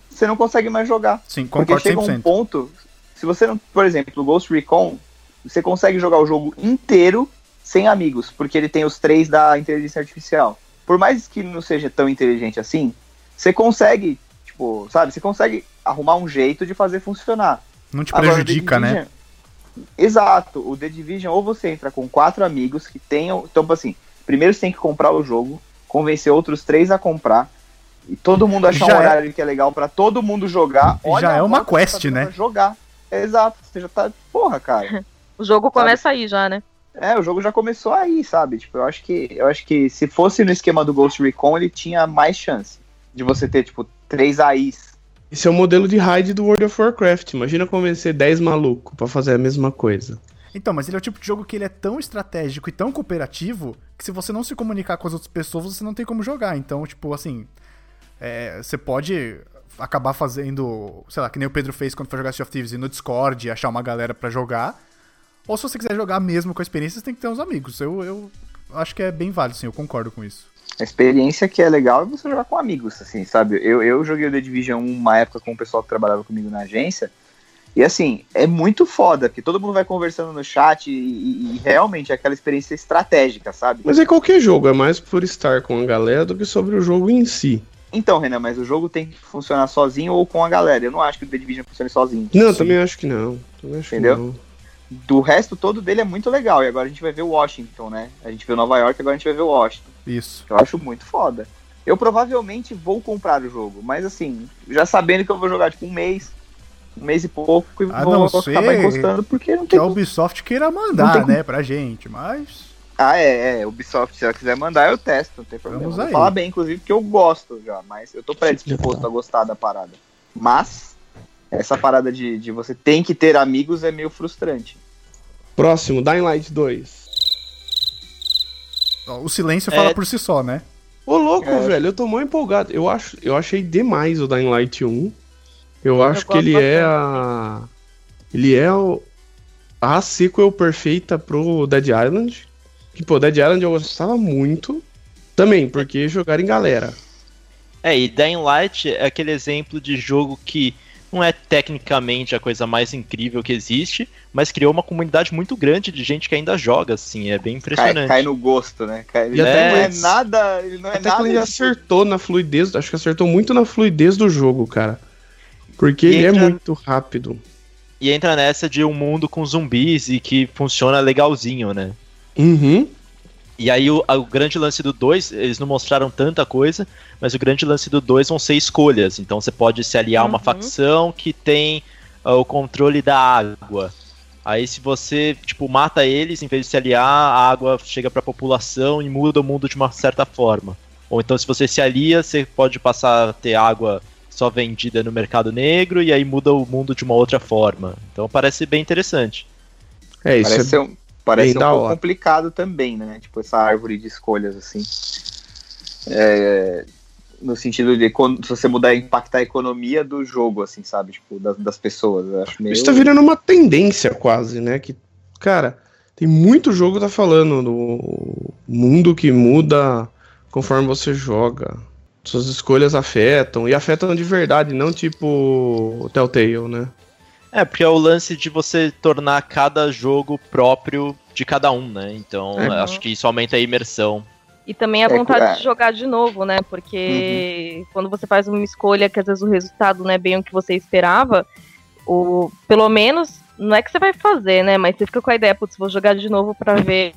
[SPEAKER 5] você não consegue mais jogar.
[SPEAKER 3] Sim,
[SPEAKER 5] Porque
[SPEAKER 3] concordo
[SPEAKER 5] chega um
[SPEAKER 3] 100%.
[SPEAKER 5] ponto, se você não, por exemplo, o Ghost Recon, você consegue jogar o jogo inteiro sem amigos, porque ele tem os três da inteligência artificial. Por mais que ele não seja tão inteligente assim, você consegue, tipo, sabe, você consegue arrumar um jeito de fazer funcionar.
[SPEAKER 3] Não te
[SPEAKER 5] Agora, o The
[SPEAKER 3] prejudica, né?
[SPEAKER 5] Division- Exato, o The Division, ou você entra com quatro amigos que tenham. Então, tipo assim, primeiro você tem que comprar o jogo, convencer outros três a comprar. E todo mundo
[SPEAKER 3] Já
[SPEAKER 5] achar um
[SPEAKER 3] é-
[SPEAKER 5] horário que é legal pra todo mundo jogar.
[SPEAKER 3] Já
[SPEAKER 5] Olha
[SPEAKER 3] é
[SPEAKER 5] a
[SPEAKER 3] uma
[SPEAKER 5] volta que
[SPEAKER 3] quest,
[SPEAKER 5] tá dando
[SPEAKER 3] né?
[SPEAKER 5] pra Jogar. Exato, você já tá. Porra, cara.
[SPEAKER 4] O jogo começa aí já, né?
[SPEAKER 5] É, o jogo já começou aí, sabe? Tipo, eu acho que eu acho que se fosse no esquema do Ghost Recon, ele tinha mais chance de você ter, tipo, três AIs.
[SPEAKER 1] Esse é o modelo de raid do World of Warcraft. Imagina convencer 10 malucos pra fazer a mesma coisa.
[SPEAKER 3] Então, mas ele é o tipo de jogo que ele é tão estratégico e tão cooperativo que se você não se comunicar com as outras pessoas, você não tem como jogar. Então, tipo, assim, é, você pode acabar fazendo, sei lá, que nem o Pedro fez quando foi jogar Sea of Thieves, ir no Discord, achar uma galera pra jogar. Ou se você quiser jogar mesmo com a experiência, você tem que ter uns amigos. Eu, eu acho que é bem válido, sim, eu concordo com isso.
[SPEAKER 5] A experiência que é legal é você jogar com amigos, assim, sabe? Eu, eu joguei o The Division 1 uma época com o pessoal que trabalhava comigo na agência. E assim, é muito foda, porque todo mundo vai conversando no chat e, e- e realmente é aquela experiência estratégica, sabe?
[SPEAKER 1] Mas é qualquer jogo, é mais por estar com a galera do que sobre o jogo em si.
[SPEAKER 5] Então, Renan, mas o jogo tem que funcionar sozinho ou com a galera. Eu não acho que o The Division funcione sozinho.
[SPEAKER 1] Não,
[SPEAKER 5] Sim.
[SPEAKER 1] também acho que não. Também acho
[SPEAKER 5] Entendeu?
[SPEAKER 1] Que não.
[SPEAKER 5] Do resto todo dele é muito legal. E agora a gente vai ver o Washington, né? A gente viu Nova York, agora a gente vai ver o Washington.
[SPEAKER 3] Isso.
[SPEAKER 5] Eu acho muito foda. Eu provavelmente vou comprar o jogo, mas assim, já sabendo que eu vou jogar tipo um mês, um mês e pouco, e
[SPEAKER 3] A Ah, não
[SPEAKER 5] vou
[SPEAKER 3] ser
[SPEAKER 5] acabar encostando, porque não
[SPEAKER 3] Que é
[SPEAKER 5] tem.
[SPEAKER 3] a Ubisoft queira
[SPEAKER 5] Não tem
[SPEAKER 3] mandar,
[SPEAKER 5] como-
[SPEAKER 3] né, pra gente, mas.
[SPEAKER 5] Ah, é, é. Ubisoft, se ela quiser mandar, eu testo, não tem problema.
[SPEAKER 3] Vamos
[SPEAKER 5] Vou
[SPEAKER 3] aí.
[SPEAKER 5] falar bem, inclusive, porque eu gosto já, mas eu tô
[SPEAKER 1] então.
[SPEAKER 5] predisposto a gostar da parada. Mas, essa parada de, de você tem que ter amigos é meio frustrante.
[SPEAKER 1] Próximo, Dying Light 2.
[SPEAKER 3] ó, O silêncio
[SPEAKER 2] É.
[SPEAKER 3] fala por si só, né?
[SPEAKER 1] Ô, louco,
[SPEAKER 5] É.
[SPEAKER 1] velho, eu tô mó empolgado. Eu, acho, eu achei demais o Dying Light 1. Eu acho que
[SPEAKER 4] gosto
[SPEAKER 1] ele é a. Ele é o- a sequel perfeita pro Dead Island. Que, pô, Dead Island eu gostava muito. Também, porque jogar em galera.
[SPEAKER 2] É, e Dying Light é aquele exemplo de jogo que não é tecnicamente a coisa mais incrível que existe, mas criou uma comunidade muito grande de gente que ainda joga, assim, é bem
[SPEAKER 5] Cai,
[SPEAKER 2] impressionante.
[SPEAKER 5] cai no gosto, né? Cai, ele
[SPEAKER 1] E
[SPEAKER 2] até
[SPEAKER 5] não é
[SPEAKER 1] mais-
[SPEAKER 5] nada. Ele não é
[SPEAKER 1] Até que ele
[SPEAKER 5] nada.
[SPEAKER 1] acertou na fluidez, acho que acertou muito na fluidez do jogo, cara. Porque
[SPEAKER 2] E
[SPEAKER 1] ele é
[SPEAKER 2] entra-
[SPEAKER 1] muito rápido.
[SPEAKER 2] E entra nessa de um mundo com zumbis e que funciona legalzinho, né?
[SPEAKER 1] Uhum.
[SPEAKER 2] E aí o, a- o grande lance do 2, eles não mostraram tanta coisa, mas o grande lance do 2 vão ser escolhas. Então você pode se aliar a uma
[SPEAKER 4] Uhum.
[SPEAKER 2] facção que tem ah, o controle da água. Aí se você, tipo, mata eles, em vez de se aliar, a água chega pra população e muda o mundo de uma certa forma. Ou então se você se alia, você pode passar a ter água só vendida no mercado negro e aí muda o mundo de uma outra forma. Então parece bem interessante.
[SPEAKER 1] É isso.
[SPEAKER 5] Parece
[SPEAKER 1] é-
[SPEAKER 5] ser um, parece
[SPEAKER 1] bem
[SPEAKER 5] ser um
[SPEAKER 1] da
[SPEAKER 5] pouco
[SPEAKER 1] hora.
[SPEAKER 5] complicado também, né? Tipo, essa árvore de escolhas, assim. É, no sentido de quando- se você mudar, impactar a economia do jogo, assim, sabe? Tipo, das, das pessoas. Eu acho meio...
[SPEAKER 1] Isso tá virando uma tendência quase, né? Que, cara, tem muito jogo tá falando do mundo que muda conforme você joga. Suas escolhas afetam, e afetam de verdade, não tipo Telltale, né?
[SPEAKER 2] É, porque é o lance de você tornar cada jogo próprio de cada um, né? Então,
[SPEAKER 1] É.
[SPEAKER 2] eu acho que isso aumenta a imersão.
[SPEAKER 4] E também a
[SPEAKER 5] É,
[SPEAKER 4] vontade
[SPEAKER 5] é. Uhum.
[SPEAKER 4] de jogar de novo, né? Porque quando você faz uma escolha que às vezes o resultado não é bem o que você esperava, ou pelo menos, não é que você vai fazer, né? Mas você fica com a ideia, putz, vou jogar de novo pra ver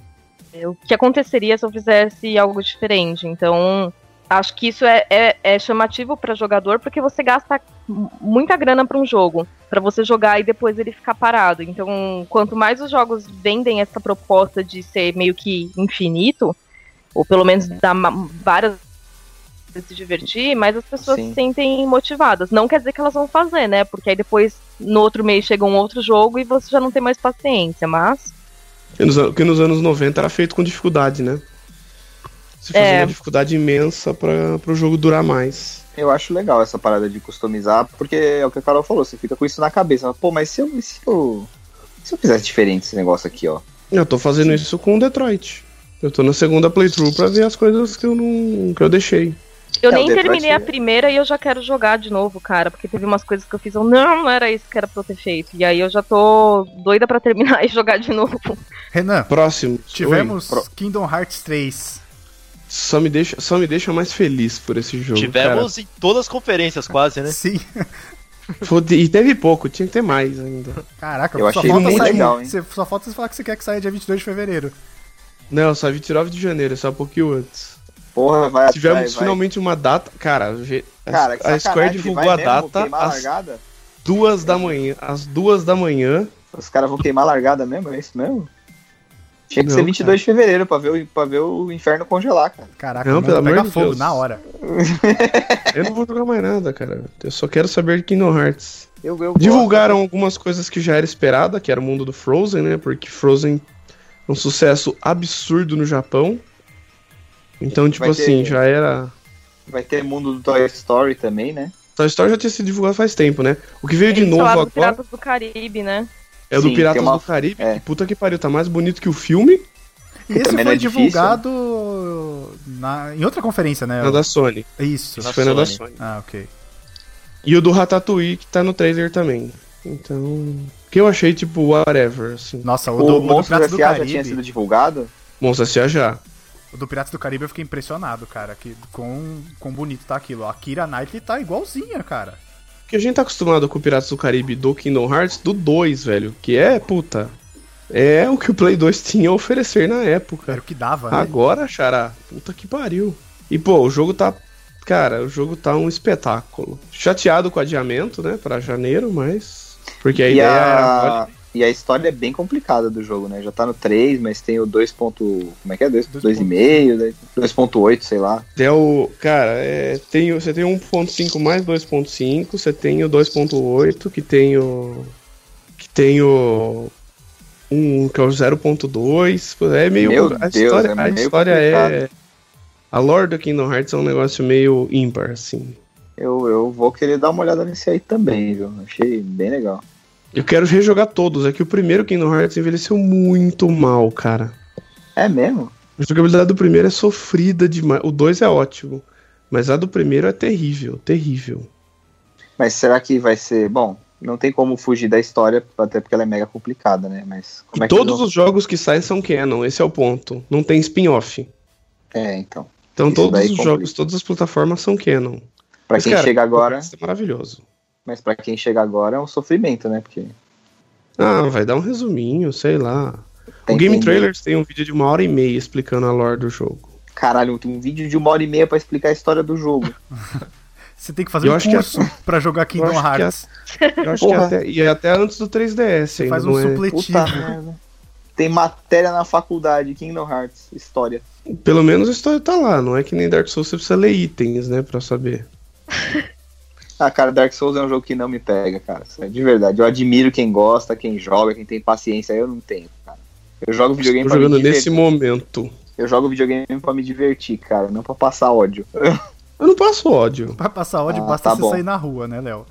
[SPEAKER 4] é, o que aconteceria se eu fizesse algo diferente. Então, acho que isso é, é- é chamativo pra jogador, porque você gasta mu- muita grana pra um jogo, pra você jogar e depois ele ficar parado. Então, quanto mais os jogos vendem essa proposta de ser meio que infinito, ou pelo menos dar ma- várias pra se divertir, mas as pessoas
[SPEAKER 5] Sim.
[SPEAKER 4] se sentem motivadas. Não quer dizer que elas vão fazer, né? Porque aí depois, no outro mês, chega um outro jogo e você já não tem mais paciência, mas.
[SPEAKER 1] Que nos, an- que nos anos 90 era feito com dificuldade, né? Se fazia
[SPEAKER 4] É.
[SPEAKER 1] uma dificuldade imensa para o jogo durar mais.
[SPEAKER 5] Eu acho legal essa parada de customizar, porque é o que a Carol falou, você fica com isso na cabeça. Pô, mas se eu, e se eu, se eu fizesse diferente esse negócio aqui, ó.
[SPEAKER 1] Eu tô fazendo isso com Detroit. Eu tô na segunda playthrough pra ver as coisas que eu não. que eu deixei.
[SPEAKER 4] Eu
[SPEAKER 5] É, o
[SPEAKER 4] nem
[SPEAKER 5] Detroit
[SPEAKER 4] terminei a
[SPEAKER 5] é-
[SPEAKER 4] primeira e eu já quero jogar de novo, cara. Porque teve umas coisas que eu fiz, eu não, não era isso que era pra eu ter feito. E aí eu já tô doida pra terminar *laughs* e jogar de novo.
[SPEAKER 3] Renan,
[SPEAKER 1] Próximo.
[SPEAKER 3] tivemos
[SPEAKER 5] Pro-
[SPEAKER 3] Kingdom Hearts 3.
[SPEAKER 1] Oi. Só me deixa, só me deixa mais feliz por esse jogo. cara.
[SPEAKER 2] Tivemos em todas as conferências,
[SPEAKER 1] É,
[SPEAKER 2] quase, né?
[SPEAKER 3] Sim.
[SPEAKER 1] Foi- E teve pouco, tinha que ter mais ainda.
[SPEAKER 3] Caraca,
[SPEAKER 5] Eu
[SPEAKER 3] só
[SPEAKER 5] achei
[SPEAKER 3] falta
[SPEAKER 1] muito
[SPEAKER 3] sair.
[SPEAKER 5] legal, hein?
[SPEAKER 3] você- Só falta você falar que você quer que saia dia 22 de fevereiro.
[SPEAKER 1] Não, só 29 de janeiro, só um pouquinho antes.
[SPEAKER 5] Porra, vai
[SPEAKER 1] Tivemos
[SPEAKER 5] vai, vai.
[SPEAKER 1] finalmente uma data. Cara, ve- a-
[SPEAKER 5] Cara, que
[SPEAKER 1] a Square
[SPEAKER 5] sacanagem,
[SPEAKER 1] divulgou
[SPEAKER 5] vai
[SPEAKER 1] a
[SPEAKER 5] mesmo
[SPEAKER 1] data
[SPEAKER 5] Queimar a
[SPEAKER 1] às
[SPEAKER 5] largada?
[SPEAKER 1] duas da manhã. Às duas da manhã.
[SPEAKER 5] Os caras vão queimar a largada mesmo, é isso mesmo? Tinha que
[SPEAKER 1] Não,
[SPEAKER 5] ser 22 de fevereiro pra ver, o, pra ver o inferno congelar, cara.
[SPEAKER 3] Caraca,
[SPEAKER 1] Não,
[SPEAKER 3] o mundo
[SPEAKER 1] pelo amor
[SPEAKER 3] pega
[SPEAKER 1] de
[SPEAKER 3] fogo
[SPEAKER 1] Deus.
[SPEAKER 3] na hora.
[SPEAKER 1] Eu não vou jogar mais nada, cara. Eu só quero saber de Kingdom Hearts.
[SPEAKER 5] Eu, eu
[SPEAKER 1] Divulgaram algumas coisas que já era esperada, que era o mundo do Frozen, né? Porque Frozen é um sucesso absurdo no Japão. Então, tipo
[SPEAKER 5] Vai ter-
[SPEAKER 1] assim, já era.
[SPEAKER 5] Gosto. Vai ter mundo do Toy Story também, né?
[SPEAKER 1] Toy Story já tinha sido divulgado faz tempo, né? O que veio de
[SPEAKER 4] Eles
[SPEAKER 1] novo
[SPEAKER 4] falaram
[SPEAKER 1] agora
[SPEAKER 4] do Piratas do Caribe, né?
[SPEAKER 1] é o do
[SPEAKER 5] Sim,
[SPEAKER 1] Piratas
[SPEAKER 5] tem uma-
[SPEAKER 1] do Caribe.
[SPEAKER 5] é.
[SPEAKER 1] Que puta que pariu, tá mais bonito que o filme
[SPEAKER 3] E
[SPEAKER 5] Que
[SPEAKER 3] esse
[SPEAKER 5] *laughs*
[SPEAKER 3] foi
[SPEAKER 5] também não é difícil,
[SPEAKER 3] divulgado na- em outra conferência, né?
[SPEAKER 1] na da Sony.
[SPEAKER 3] Isso.
[SPEAKER 1] Isso
[SPEAKER 2] Da
[SPEAKER 1] foi um na da
[SPEAKER 2] Sony.
[SPEAKER 1] Sony.
[SPEAKER 3] Ah, ok.
[SPEAKER 1] E o do Ratatouille, que tá no trailer também. Então. Que eu achei, tipo, whatever, assim.
[SPEAKER 3] Nossa, o,
[SPEAKER 5] O,
[SPEAKER 3] do, o do
[SPEAKER 5] Monstros
[SPEAKER 3] Piratas do
[SPEAKER 5] S.A. já tinha
[SPEAKER 3] Caribe.
[SPEAKER 5] sido divulgado.
[SPEAKER 1] Monstro S.A. já.
[SPEAKER 3] O do Piratas do Caribe eu fiquei impressionado, cara. Que, com, com bonito tá aquilo. A Kira Knightley tá igualzinha, cara.
[SPEAKER 1] Porque a gente tá acostumado com o Piratas do Caribe do Kingdom Hearts do 2, velho. Que é, puta. É o que o Play 2 *laughs* tinha a oferecer na
[SPEAKER 3] Era
[SPEAKER 1] época.
[SPEAKER 3] o que dava, né?
[SPEAKER 1] Agora, Xará. Puta que pariu. E, pô, o jogo tá. Cara, o jogo tá um espetáculo. Chateado com o adiamento, né? Pra janeiro, mas. Porque a
[SPEAKER 5] e,
[SPEAKER 1] ideia
[SPEAKER 3] é
[SPEAKER 5] a,
[SPEAKER 1] era. agora.
[SPEAKER 5] e a história é bem complicada do jogo, né? Já tá no 3, mas tem o 2. ponto- Como é que é? 2
[SPEAKER 3] Dois
[SPEAKER 5] 2,5, né? 2.8, sei lá.
[SPEAKER 1] É o. Cara, é, tem, o- você tem o 1.5 mais 2.5, você tem o 2.8, que tem o. Que tem o. Um, que é o 0.2. pô, É meio.
[SPEAKER 5] Meu
[SPEAKER 1] a
[SPEAKER 5] Deus,
[SPEAKER 1] história,
[SPEAKER 5] é
[SPEAKER 1] a
[SPEAKER 5] meio
[SPEAKER 1] história é. A lore do Kingdom Hearts é um negócio meio ímpar, assim.
[SPEAKER 5] Eu, eu vou querer dar uma olhada nesse aí também, viu? Achei bem legal.
[SPEAKER 1] Eu quero rejogar todos. É que o primeiro Kingdom Hearts envelheceu muito mal, cara.
[SPEAKER 5] É mesmo?
[SPEAKER 1] A jogabilidade do primeiro é sofrida demais. O dois é ótimo. Mas a do primeiro é terrível, terrível.
[SPEAKER 5] Mas será que vai ser. Bom, não tem como fugir da história, até porque ela é mega complicada, né? Mas.
[SPEAKER 1] E
[SPEAKER 5] Como é que
[SPEAKER 1] todos
[SPEAKER 5] eles
[SPEAKER 1] os jogos que saem são canon, esse é o ponto. Não tem spin-off.
[SPEAKER 5] vão- É, então.
[SPEAKER 1] Então
[SPEAKER 5] Isso
[SPEAKER 1] todos
[SPEAKER 5] daí
[SPEAKER 1] os
[SPEAKER 5] complica.
[SPEAKER 1] jogos, todas as plataformas são canon.
[SPEAKER 5] Pra
[SPEAKER 1] Mas,
[SPEAKER 5] quem
[SPEAKER 1] cara,
[SPEAKER 5] chega agora.
[SPEAKER 1] Isso é maravilhoso.
[SPEAKER 5] Mas pra quem chega agora é um sofrimento, né? Porque.
[SPEAKER 1] Ah, vai dar um resuminho, sei lá.
[SPEAKER 5] tem
[SPEAKER 1] o Game
[SPEAKER 5] que-
[SPEAKER 1] Trailers tem um vídeo de uma hora e meia explicando a lore do jogo.
[SPEAKER 5] Caralho, tem um vídeo de uma hora e meia pra explicar a história do jogo.
[SPEAKER 1] *laughs*
[SPEAKER 3] Você tem que fazer
[SPEAKER 1] Eu
[SPEAKER 3] um
[SPEAKER 1] acho que é-
[SPEAKER 3] curso
[SPEAKER 1] *laughs*
[SPEAKER 3] pra jogar Kingdom
[SPEAKER 1] acho que
[SPEAKER 3] Hearts.
[SPEAKER 1] Eu acho que
[SPEAKER 5] Porra.
[SPEAKER 1] até, e é até antes do 3DS ainda,
[SPEAKER 3] Faz um
[SPEAKER 1] não é?
[SPEAKER 3] supletivo.
[SPEAKER 5] Puta merda. Tem matéria na faculdade, Kingdom Hearts, história.
[SPEAKER 1] Pelo menos a história tá lá, não é que nem Dark Souls você precisa ler itens, né, pra saber.
[SPEAKER 5] Ah, cara, Dark Souls é um jogo que não me pega, cara. Sério, De verdade. Eu admiro quem gosta, quem joga, quem tem paciência. Eu não tenho, cara. Eu jogo videogame
[SPEAKER 1] Tô
[SPEAKER 5] pra me
[SPEAKER 1] jogando
[SPEAKER 5] divertir.
[SPEAKER 1] nesse momento.
[SPEAKER 5] Eu jogo videogame pra me divertir, cara, não pra passar ódio.
[SPEAKER 1] Eu não passo ódio.
[SPEAKER 3] *laughs* Pra passar ódio,
[SPEAKER 5] Ah,
[SPEAKER 3] basta
[SPEAKER 5] tá
[SPEAKER 3] você
[SPEAKER 5] bom.
[SPEAKER 3] sair na rua, né, Léo?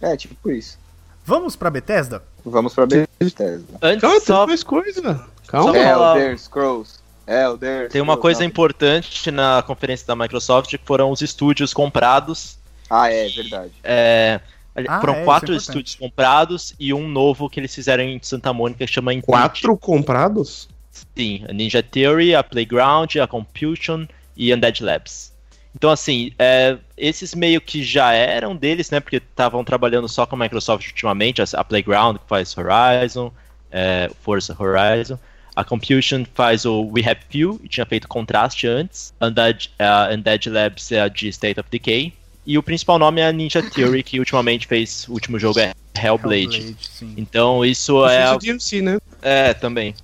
[SPEAKER 5] É, tipo isso.
[SPEAKER 3] Vamos pra Bethesda?
[SPEAKER 5] Vamos pra
[SPEAKER 1] Tipo,
[SPEAKER 5] Bethesda.
[SPEAKER 2] Antes
[SPEAKER 1] Calma,
[SPEAKER 2] só
[SPEAKER 1] tem mais coisa. Calma.
[SPEAKER 5] um
[SPEAKER 2] Vamos falar-
[SPEAKER 5] Elder Scrolls. Elder
[SPEAKER 2] tem uma
[SPEAKER 5] Scrolls,
[SPEAKER 2] coisa
[SPEAKER 5] não.
[SPEAKER 2] importante na conferência da Microsoft que foram os estúdios comprados
[SPEAKER 5] Ah, é, verdade.
[SPEAKER 2] É, ali-
[SPEAKER 3] Ah,
[SPEAKER 2] foram
[SPEAKER 3] é, isso é
[SPEAKER 2] quatro
[SPEAKER 3] importante.
[SPEAKER 2] estúdios comprados e um novo que eles fizeram em Santa Mônica que chama Infinity.
[SPEAKER 1] Quatro comprados?
[SPEAKER 2] Sim, a Ninja Theory, a Playground, a Compution e Undead Labs. Então, assim, é, esses meio que já eram deles, né? Porque estavam trabalhando só com a Microsoft ultimamente, a, a Playground que faz Horizon, é, Forza Horizon. A Compution faz o We Have Few, e tinha feito Contrast antes. Undead, a Undead Labs é a de State of Decay. E o principal nome é a Ninja Theory, que ultimamente fez. O último jogo é Hellblade.
[SPEAKER 3] sim.
[SPEAKER 2] Então, isso
[SPEAKER 1] Isso
[SPEAKER 2] é.
[SPEAKER 1] é DMC, né?
[SPEAKER 2] É, também.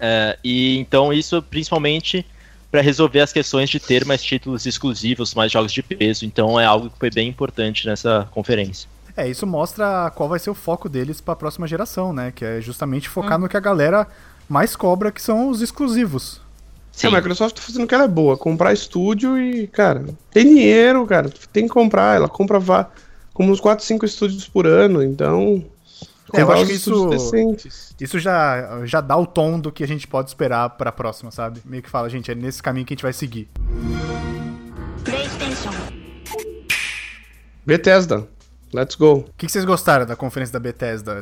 [SPEAKER 2] É, e então isso principalmente para resolver as questões de ter mais títulos exclusivos, mais jogos de peso. Então é algo que foi bem importante nessa conferência.
[SPEAKER 3] É, isso mostra qual vai ser o foco deles pra próxima geração, né? Que é justamente focar no que a galera mais cobra, que são os exclusivos.
[SPEAKER 1] É, A Microsoft tá fazendo o que ela é boa, comprar estúdio e, cara, tem dinheiro, cara, tem que comprar, ela compra vá, como uns 4, 5 estúdios por ano, então.
[SPEAKER 3] É, eu
[SPEAKER 1] comprar
[SPEAKER 3] acho
[SPEAKER 1] os
[SPEAKER 3] que isso-
[SPEAKER 1] estúdios decentes.
[SPEAKER 3] Isso já, já dá o tom do que a gente pode esperar pra próxima, sabe? Meio que fala, gente, é nesse caminho que a gente vai seguir.
[SPEAKER 1] Bethesda, let's go.
[SPEAKER 3] O que, que vocês gostaram da conferência da Bethesda?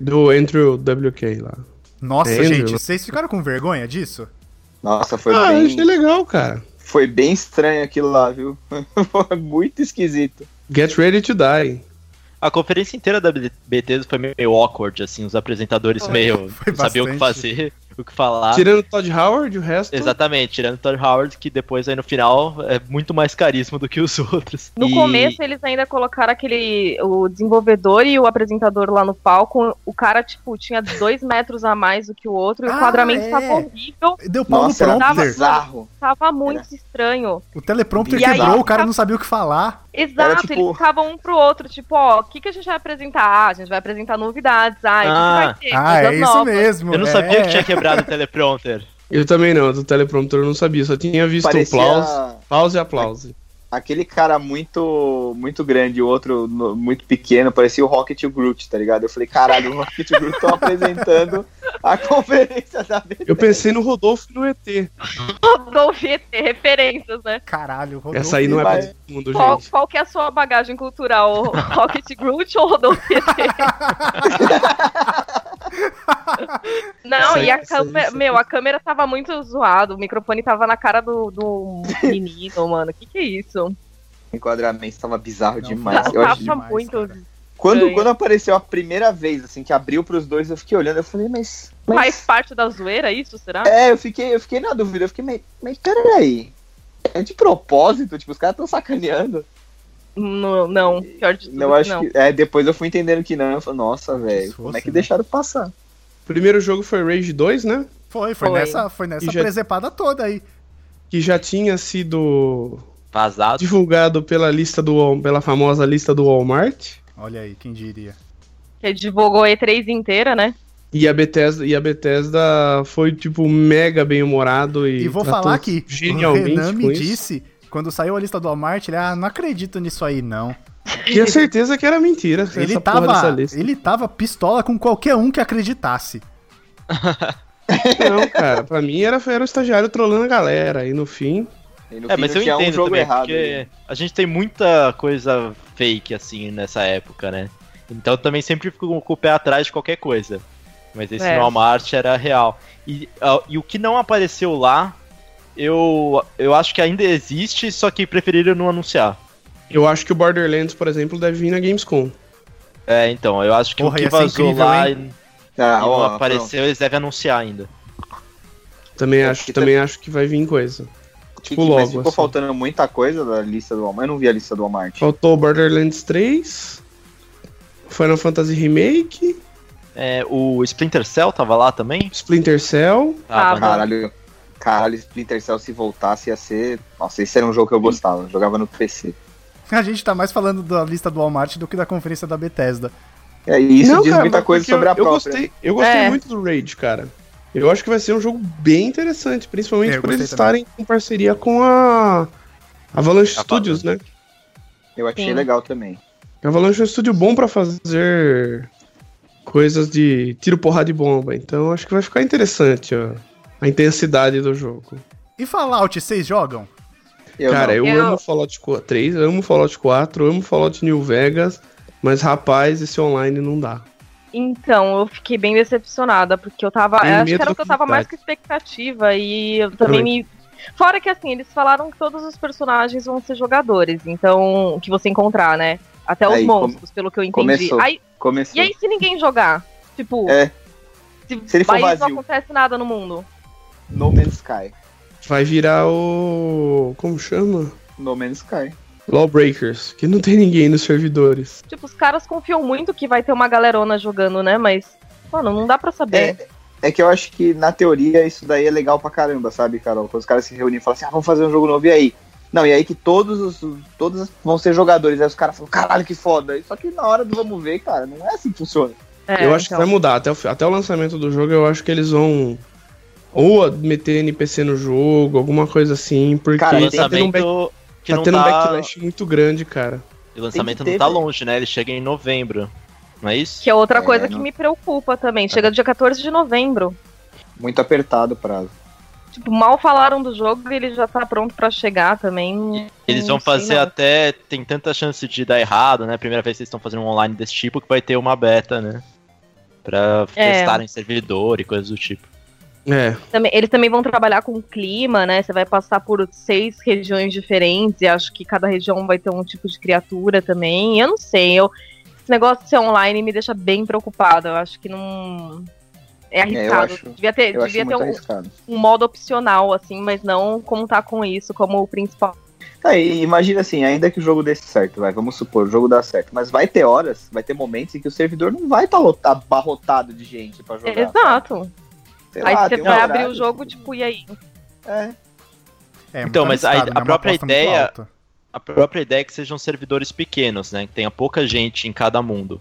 [SPEAKER 1] Do Andrew WK lá.
[SPEAKER 3] Nossa,
[SPEAKER 1] Entendo.
[SPEAKER 3] gente, vocês ficaram com vergonha disso?
[SPEAKER 5] Nossa, foi
[SPEAKER 1] ah, eu
[SPEAKER 5] bem.
[SPEAKER 1] achei legal, cara.
[SPEAKER 5] Foi bem estranho aquilo lá, viu? *laughs* Foi Muito esquisito.
[SPEAKER 1] Get ready to die.
[SPEAKER 2] A conferência inteira da B- Bethesda foi meio awkward, assim, os apresentadores
[SPEAKER 4] Foi.
[SPEAKER 2] meio
[SPEAKER 3] *laughs* Foi
[SPEAKER 2] não sabiam o que
[SPEAKER 3] bastante.
[SPEAKER 2] fazer, o que falar.
[SPEAKER 1] Tirando Todd Howard, o resto.
[SPEAKER 2] Exatamente, tirando o Todd Howard, que depois aí no final é muito mais carisma do que os *laughs* outros.
[SPEAKER 4] No
[SPEAKER 2] E-
[SPEAKER 4] começo eles ainda colocaram aquele. O desenvolvedor e o apresentador lá no palco. O cara, tipo, tinha dois metros a mais do que o outro. E
[SPEAKER 3] Ah,
[SPEAKER 4] o quadramento
[SPEAKER 3] é.
[SPEAKER 4] tava horrível.
[SPEAKER 3] Deu pau no
[SPEAKER 5] Nossa, era
[SPEAKER 3] prompter.
[SPEAKER 5] bizarro.
[SPEAKER 4] Tava muito estranho.
[SPEAKER 3] O teleprompter
[SPEAKER 4] E aí-
[SPEAKER 3] quebrou, o cara não sabia o que falar.
[SPEAKER 4] Exato,
[SPEAKER 5] tipo-
[SPEAKER 4] eles ficavam um pro outro, tipo, ó, o que, que a gente vai apresentar? Ah, a gente vai apresentar novidades, ah,
[SPEAKER 2] Ah.
[SPEAKER 4] o que que, vai ter?
[SPEAKER 3] Ah, é
[SPEAKER 4] Coisas
[SPEAKER 3] isso
[SPEAKER 4] novas.
[SPEAKER 3] mesmo.
[SPEAKER 2] Eu não
[SPEAKER 3] é.
[SPEAKER 2] sabia que tinha quebrado o
[SPEAKER 3] *laughs*
[SPEAKER 2] teleprompter.
[SPEAKER 1] Eu também não, do teleprompter eu não sabia, só tinha visto
[SPEAKER 5] Parecia
[SPEAKER 1] aplauso. Pause e aplause.
[SPEAKER 5] aquele cara muito muito grande, o outro no- muito pequeno, parecia o Rocket e o Groot, tá ligado? Eu falei, caralho, o Rocket e o Groot estão apresentando a *laughs* conferência da B.
[SPEAKER 1] Eu pensei no Rodolfo e no ET.
[SPEAKER 4] *laughs* Rodolfo ET, referências, né?
[SPEAKER 3] Caralho, rodou.
[SPEAKER 1] Essa aí não é
[SPEAKER 5] vai.
[SPEAKER 1] pra todo mundo,
[SPEAKER 4] Qual,
[SPEAKER 1] gente.
[SPEAKER 4] qual que é a sua bagagem cultural? o Rocket Groot ou Rodolfo ET? Não,
[SPEAKER 1] Essa aí,
[SPEAKER 4] e a
[SPEAKER 1] essa aí,
[SPEAKER 4] câmera.
[SPEAKER 1] essa aí.
[SPEAKER 4] Meu, a câmera tava muito zoada, o microfone tava na cara do, do menino, mano. Que que é isso?
[SPEAKER 5] O enquadramento tava bizarro
[SPEAKER 3] Não,
[SPEAKER 5] demais.
[SPEAKER 3] foi
[SPEAKER 5] Eu
[SPEAKER 4] tava
[SPEAKER 5] achei-
[SPEAKER 3] demais,
[SPEAKER 4] muito.
[SPEAKER 3] cara.
[SPEAKER 5] quando,
[SPEAKER 4] estranho.
[SPEAKER 5] quando apareceu a primeira vez, assim, que abriu pros dois, eu fiquei olhando, eu falei, mas.
[SPEAKER 4] Faz
[SPEAKER 5] mas...
[SPEAKER 4] parte da zoeira isso, será?
[SPEAKER 5] É, eu fiquei, eu fiquei na dúvida, eu fiquei, mas, mas peraí. É de propósito, tipo, os caras tão sacaneando.
[SPEAKER 4] Não, não, pior de tudo.
[SPEAKER 5] Não, acho
[SPEAKER 4] não.
[SPEAKER 5] que. É, depois eu fui entendendo que não. Eu falei, nossa,
[SPEAKER 3] se
[SPEAKER 5] velho, como é
[SPEAKER 3] fosse,
[SPEAKER 5] que
[SPEAKER 3] né?
[SPEAKER 5] deixaram passar?
[SPEAKER 1] Primeiro jogo foi Rage 2, né?
[SPEAKER 3] Foi, foi,
[SPEAKER 4] Foi.
[SPEAKER 3] nessa, foi nessa
[SPEAKER 1] E já-
[SPEAKER 3] presepada toda aí.
[SPEAKER 1] Que já tinha sido
[SPEAKER 2] Vazado.
[SPEAKER 1] divulgado pela lista do Wal- pela famosa lista do Walmart.
[SPEAKER 3] Olha aí, quem diria.
[SPEAKER 4] Que divulgou a E3 inteira, né?
[SPEAKER 1] E a Bethesda, e a Bethesda foi, tipo, mega bem-humorado e.
[SPEAKER 3] E vou
[SPEAKER 1] tratou
[SPEAKER 3] falar que o
[SPEAKER 1] Genialmente.
[SPEAKER 3] Renan
[SPEAKER 1] com
[SPEAKER 3] me
[SPEAKER 1] isso.
[SPEAKER 3] disse, quando saiu a lista do Walmart, ele, ah, não acredito nisso aí, não.
[SPEAKER 1] Tinha certeza que era mentira.
[SPEAKER 3] Ele
[SPEAKER 1] essa porra dessa
[SPEAKER 3] tava,
[SPEAKER 1] lista.
[SPEAKER 3] ele tava pistola com qualquer um que acreditasse.
[SPEAKER 1] Não, cara, pra mim era, era o estagiário trolando a galera. E no fim.
[SPEAKER 5] E no
[SPEAKER 2] É,
[SPEAKER 5] fim,
[SPEAKER 2] mas
[SPEAKER 5] não
[SPEAKER 2] eu
[SPEAKER 5] tinha
[SPEAKER 2] entendo
[SPEAKER 5] um jogo
[SPEAKER 2] também,
[SPEAKER 5] errado.
[SPEAKER 2] porque a gente tem muita coisa fake, assim, nessa época, né? Então eu também sempre fico com o pé atrás de qualquer coisa. Mas esse
[SPEAKER 4] É.
[SPEAKER 2] No Walmart era real. E, ah, e o que não apareceu lá, eu, eu acho que ainda existe, só que preferiram não anunciar.
[SPEAKER 1] Eu acho que o Borderlands, por exemplo, deve vir na Gamescom.
[SPEAKER 2] É, então, eu acho que
[SPEAKER 3] Porra,
[SPEAKER 2] o que
[SPEAKER 3] ia ser
[SPEAKER 2] vazou
[SPEAKER 3] incrível,
[SPEAKER 2] lá
[SPEAKER 3] hein?
[SPEAKER 2] e
[SPEAKER 5] Ah,
[SPEAKER 2] não
[SPEAKER 5] ó,
[SPEAKER 2] apareceu, eles devem anunciar ainda.
[SPEAKER 1] Também
[SPEAKER 5] É,
[SPEAKER 1] acho,
[SPEAKER 5] porque
[SPEAKER 1] também acho que vai vir coisa.
[SPEAKER 5] pronto.
[SPEAKER 1] tipo,
[SPEAKER 5] Mas
[SPEAKER 1] logo,
[SPEAKER 5] Ficou
[SPEAKER 1] assim.
[SPEAKER 5] faltando muita coisa da lista do Walmart. Eu não vi a lista do Walmart.
[SPEAKER 1] Faltou o Borderlands 3. Final Fantasy Remake,
[SPEAKER 2] É, o Splinter Cell tava lá também?
[SPEAKER 1] Splinter Cell.
[SPEAKER 4] Tava.
[SPEAKER 2] né?
[SPEAKER 5] Caralho, caralho, Splinter Cell se voltasse ia ser. Nossa, esse era um jogo que eu gostava. eu Jogava no PC.
[SPEAKER 3] A gente tá mais falando da lista do Walmart do que da conferência da Bethesda.
[SPEAKER 5] É, e isso
[SPEAKER 1] Não,
[SPEAKER 5] diz
[SPEAKER 1] cara,
[SPEAKER 5] muita
[SPEAKER 1] mas
[SPEAKER 5] coisa
[SPEAKER 1] porque eu-
[SPEAKER 5] sobre a
[SPEAKER 1] eu
[SPEAKER 5] própria.
[SPEAKER 1] Gostei, eu gostei
[SPEAKER 4] É.
[SPEAKER 1] muito do Raid, cara. Eu acho que vai ser um jogo bem interessante, principalmente
[SPEAKER 3] É, eu
[SPEAKER 1] por eles
[SPEAKER 3] gostei também.
[SPEAKER 1] estarem em parceria com a Avalanche
[SPEAKER 2] A
[SPEAKER 1] Studios, né?
[SPEAKER 5] Eu achei
[SPEAKER 4] Sim.
[SPEAKER 5] legal também.
[SPEAKER 1] A Avalanche é um estúdio bom pra fazer coisas de tiro, porrada e bomba. Então acho que vai ficar interessante ó, a intensidade do jogo.
[SPEAKER 3] E Fallout, vocês jogam?
[SPEAKER 5] Eu
[SPEAKER 1] cara, eu,
[SPEAKER 5] não.
[SPEAKER 4] Eu-
[SPEAKER 1] amo Fallout 3, amo Fallout 4, amo Fallout New Vegas, mas rapaz, esse online não dá.
[SPEAKER 4] Então, eu fiquei bem decepcionada, porque eu tava.
[SPEAKER 1] Tem
[SPEAKER 4] eu acho
[SPEAKER 1] medo
[SPEAKER 4] que era
[SPEAKER 1] da
[SPEAKER 4] o que eu tava
[SPEAKER 1] comunidade.
[SPEAKER 4] mais com expectativa. E eu também me. Fora que assim, eles falaram que todos os personagens vão ser jogadores, então. Que você encontrar, né? Até os
[SPEAKER 5] Aí,
[SPEAKER 4] monstros, pelo que eu entendi.
[SPEAKER 5] começou.
[SPEAKER 4] Aí,
[SPEAKER 5] Começou.
[SPEAKER 4] e aí se ninguém jogar? Tipo.
[SPEAKER 5] É.
[SPEAKER 4] Se,
[SPEAKER 5] Se ele for
[SPEAKER 4] aí não
[SPEAKER 5] vazio.
[SPEAKER 4] acontece nada no mundo.
[SPEAKER 5] No Man's Sky.
[SPEAKER 1] Vai virar o. Como chama?
[SPEAKER 5] No Man's Sky.
[SPEAKER 1] Lawbreakers, que não tem ninguém nos servidores.
[SPEAKER 4] Tipo, os caras confiam muito que vai ter uma galerona jogando, né? Mas. Mano, não dá pra saber.
[SPEAKER 5] É, é que eu acho que na teoria isso daí é legal pra caramba, sabe, Carol? Quando os caras se reúnem e falam assim, ah, vamos fazer um jogo novo, e aí? Não, e aí que todos os. Todos as- vão ser jogadores. Aí os caras falam, caralho, que foda. Só que na hora do vamos ver, cara, não é assim que funciona.
[SPEAKER 4] É,
[SPEAKER 1] eu acho
[SPEAKER 4] então.
[SPEAKER 1] que vai mudar. Até o, fi- até o lançamento do jogo, eu acho que eles vão. Ou meter NPC no jogo, alguma coisa assim, porque
[SPEAKER 5] Cara, tem-
[SPEAKER 1] tá tendo um,
[SPEAKER 2] lançamento
[SPEAKER 1] back,
[SPEAKER 2] que
[SPEAKER 1] tá
[SPEAKER 2] não
[SPEAKER 1] tendo um
[SPEAKER 2] tá-
[SPEAKER 1] backlash muito grande, cara.
[SPEAKER 2] E o lançamento
[SPEAKER 5] ter,
[SPEAKER 2] não tá
[SPEAKER 5] velho.
[SPEAKER 2] longe, né? Ele chega em novembro. Não é isso?
[SPEAKER 4] Que é outra
[SPEAKER 5] É,
[SPEAKER 4] coisa que
[SPEAKER 5] não-
[SPEAKER 4] me preocupa também. Chega dia 14 de novembro.
[SPEAKER 5] Muito apertado o prazo.
[SPEAKER 4] Tipo, mal falaram do jogo e ele já tá pronto pra chegar também.
[SPEAKER 2] Eles
[SPEAKER 4] Não
[SPEAKER 2] vão
[SPEAKER 4] Hum, sei
[SPEAKER 2] fazer
[SPEAKER 4] não.
[SPEAKER 2] até. Tem tanta chance de dar errado, né? Primeira vez que eles estão fazendo um online desse tipo que vai ter uma beta, né? Pra
[SPEAKER 4] É.
[SPEAKER 2] testarem servidor e coisas do tipo.
[SPEAKER 1] É.
[SPEAKER 4] Também, eles também vão trabalhar com clima, né? Você vai passar por seis regiões diferentes e acho que cada região vai ter um tipo de criatura também. Eu não sei, eu, esse negócio de ser online me deixa bem preocupada. Eu acho que não. É arriscado.
[SPEAKER 5] acho-
[SPEAKER 4] devia ter,
[SPEAKER 5] Eu acho
[SPEAKER 4] devia ter
[SPEAKER 5] muito
[SPEAKER 4] um,
[SPEAKER 5] arriscado.
[SPEAKER 4] um modo opcional, assim, mas não contar com isso como o principal.
[SPEAKER 5] Tá, e imagina assim, ainda que o jogo desse certo, vai, vamos supor, o jogo dá certo. Mas vai ter horas, vai ter momentos em que o servidor não vai estar abarrotado de gente pra jogar.
[SPEAKER 4] Exato.
[SPEAKER 5] Sei
[SPEAKER 4] Aí
[SPEAKER 5] lá,
[SPEAKER 4] você
[SPEAKER 5] tem um
[SPEAKER 4] vai
[SPEAKER 5] horário,
[SPEAKER 4] abrir o jogo,
[SPEAKER 5] assim.
[SPEAKER 4] tipo, e aí?
[SPEAKER 5] É.
[SPEAKER 3] É,
[SPEAKER 2] Então,
[SPEAKER 3] muito
[SPEAKER 2] mas a-
[SPEAKER 3] arriscado,
[SPEAKER 2] a
[SPEAKER 3] né? Uma
[SPEAKER 2] própria
[SPEAKER 3] aposta muito
[SPEAKER 2] ideia-
[SPEAKER 3] alta.
[SPEAKER 2] A própria ideia é que sejam servidores pequenos, né? Que tenha pouca gente em cada mundo.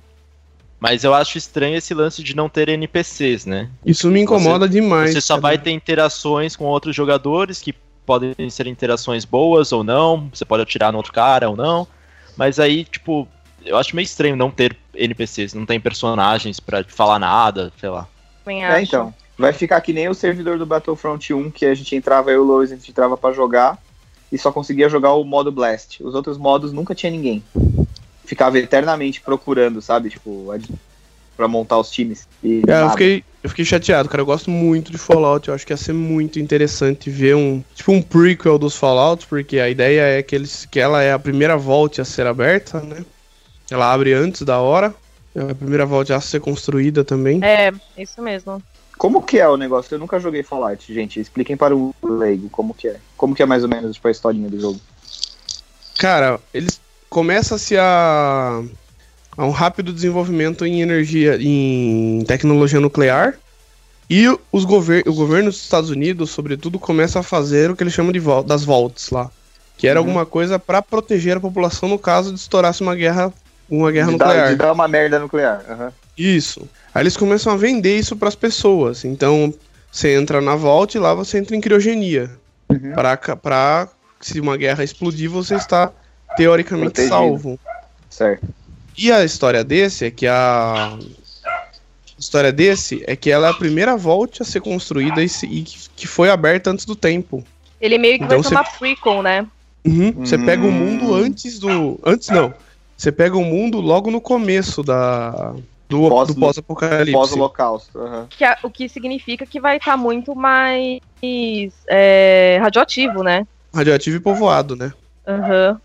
[SPEAKER 2] Mas eu acho estranho esse lance de não ter NPCs, né?
[SPEAKER 1] Isso me incomoda demais.
[SPEAKER 2] Você só
[SPEAKER 1] cara.
[SPEAKER 2] vai ter interações com outros jogadores que podem ser interações boas ou não. Você pode atirar no outro cara ou não. Mas aí, tipo, eu acho meio estranho não ter NPCs, não tem personagens pra falar nada, sei lá.
[SPEAKER 4] Também
[SPEAKER 5] É,
[SPEAKER 4] acho.
[SPEAKER 5] então. Vai ficar que nem o servidor do Battlefront 1, que a gente entrava, eu e o Lois, a gente entrava pra jogar e só conseguia jogar o modo Blast. Os outros modos nunca tinha ninguém. Ficava eternamente procurando, sabe? Tipo, ad- pra montar os times. E
[SPEAKER 1] É, eu
[SPEAKER 5] nada.
[SPEAKER 1] fiquei, eu fiquei chateado, cara. Eu gosto muito de Fallout. Eu acho que ia ser muito interessante ver um tipo um prequel dos Fallouts, porque a ideia é que eles que ela é a primeira volta a ser aberta, né? Ela abre antes da hora. É a primeira volta a ser construída também.
[SPEAKER 4] É, isso mesmo.
[SPEAKER 5] Como que é o negócio? Eu nunca joguei Fallout, gente. Expliquem para o leigo como que é. Como que é mais ou menos tipo, a historinha do jogo.
[SPEAKER 1] Cara, eles começa-se a, a um rápido desenvolvimento em energia, em tecnologia nuclear. E os gover o governo dos Estados Unidos, sobretudo, começa a fazer o que eles chamam de vol das volts lá, que era
[SPEAKER 5] Uhum.
[SPEAKER 1] alguma coisa pra proteger a população no caso de estourasse uma guerra, uma guerra
[SPEAKER 5] de, dar,
[SPEAKER 1] nuclear.
[SPEAKER 5] de dar uma merda nuclear. Aham.
[SPEAKER 1] Isso. Aí eles começam a vender isso pras pessoas. Então, você entra na Vault e lá você entra em criogenia.
[SPEAKER 5] Uhum.
[SPEAKER 1] Pra, ca- pra se uma guerra explodir, você está teoricamente
[SPEAKER 5] Protegido.
[SPEAKER 1] salvo.
[SPEAKER 5] Certo.
[SPEAKER 1] E a história desse é que a. a história desse é que ela é a primeira Vault a ser construída e, se- e que- que foi aberta antes do tempo.
[SPEAKER 4] Ele meio que
[SPEAKER 1] Então
[SPEAKER 4] vai ser
[SPEAKER 1] você-
[SPEAKER 4] uma prequel, né?
[SPEAKER 1] Uhum. Você pega o
[SPEAKER 5] Hum.
[SPEAKER 1] mundo antes do. Antes não. Você pega o mundo logo no começo da. Do
[SPEAKER 5] Pós-
[SPEAKER 1] do pós-apocalipse.
[SPEAKER 5] Pós-holocausto. aham.
[SPEAKER 4] Que a- o que significa que vai estar muito mais é, radioativo, né?
[SPEAKER 1] radioativo e povoado, né?
[SPEAKER 4] Aham.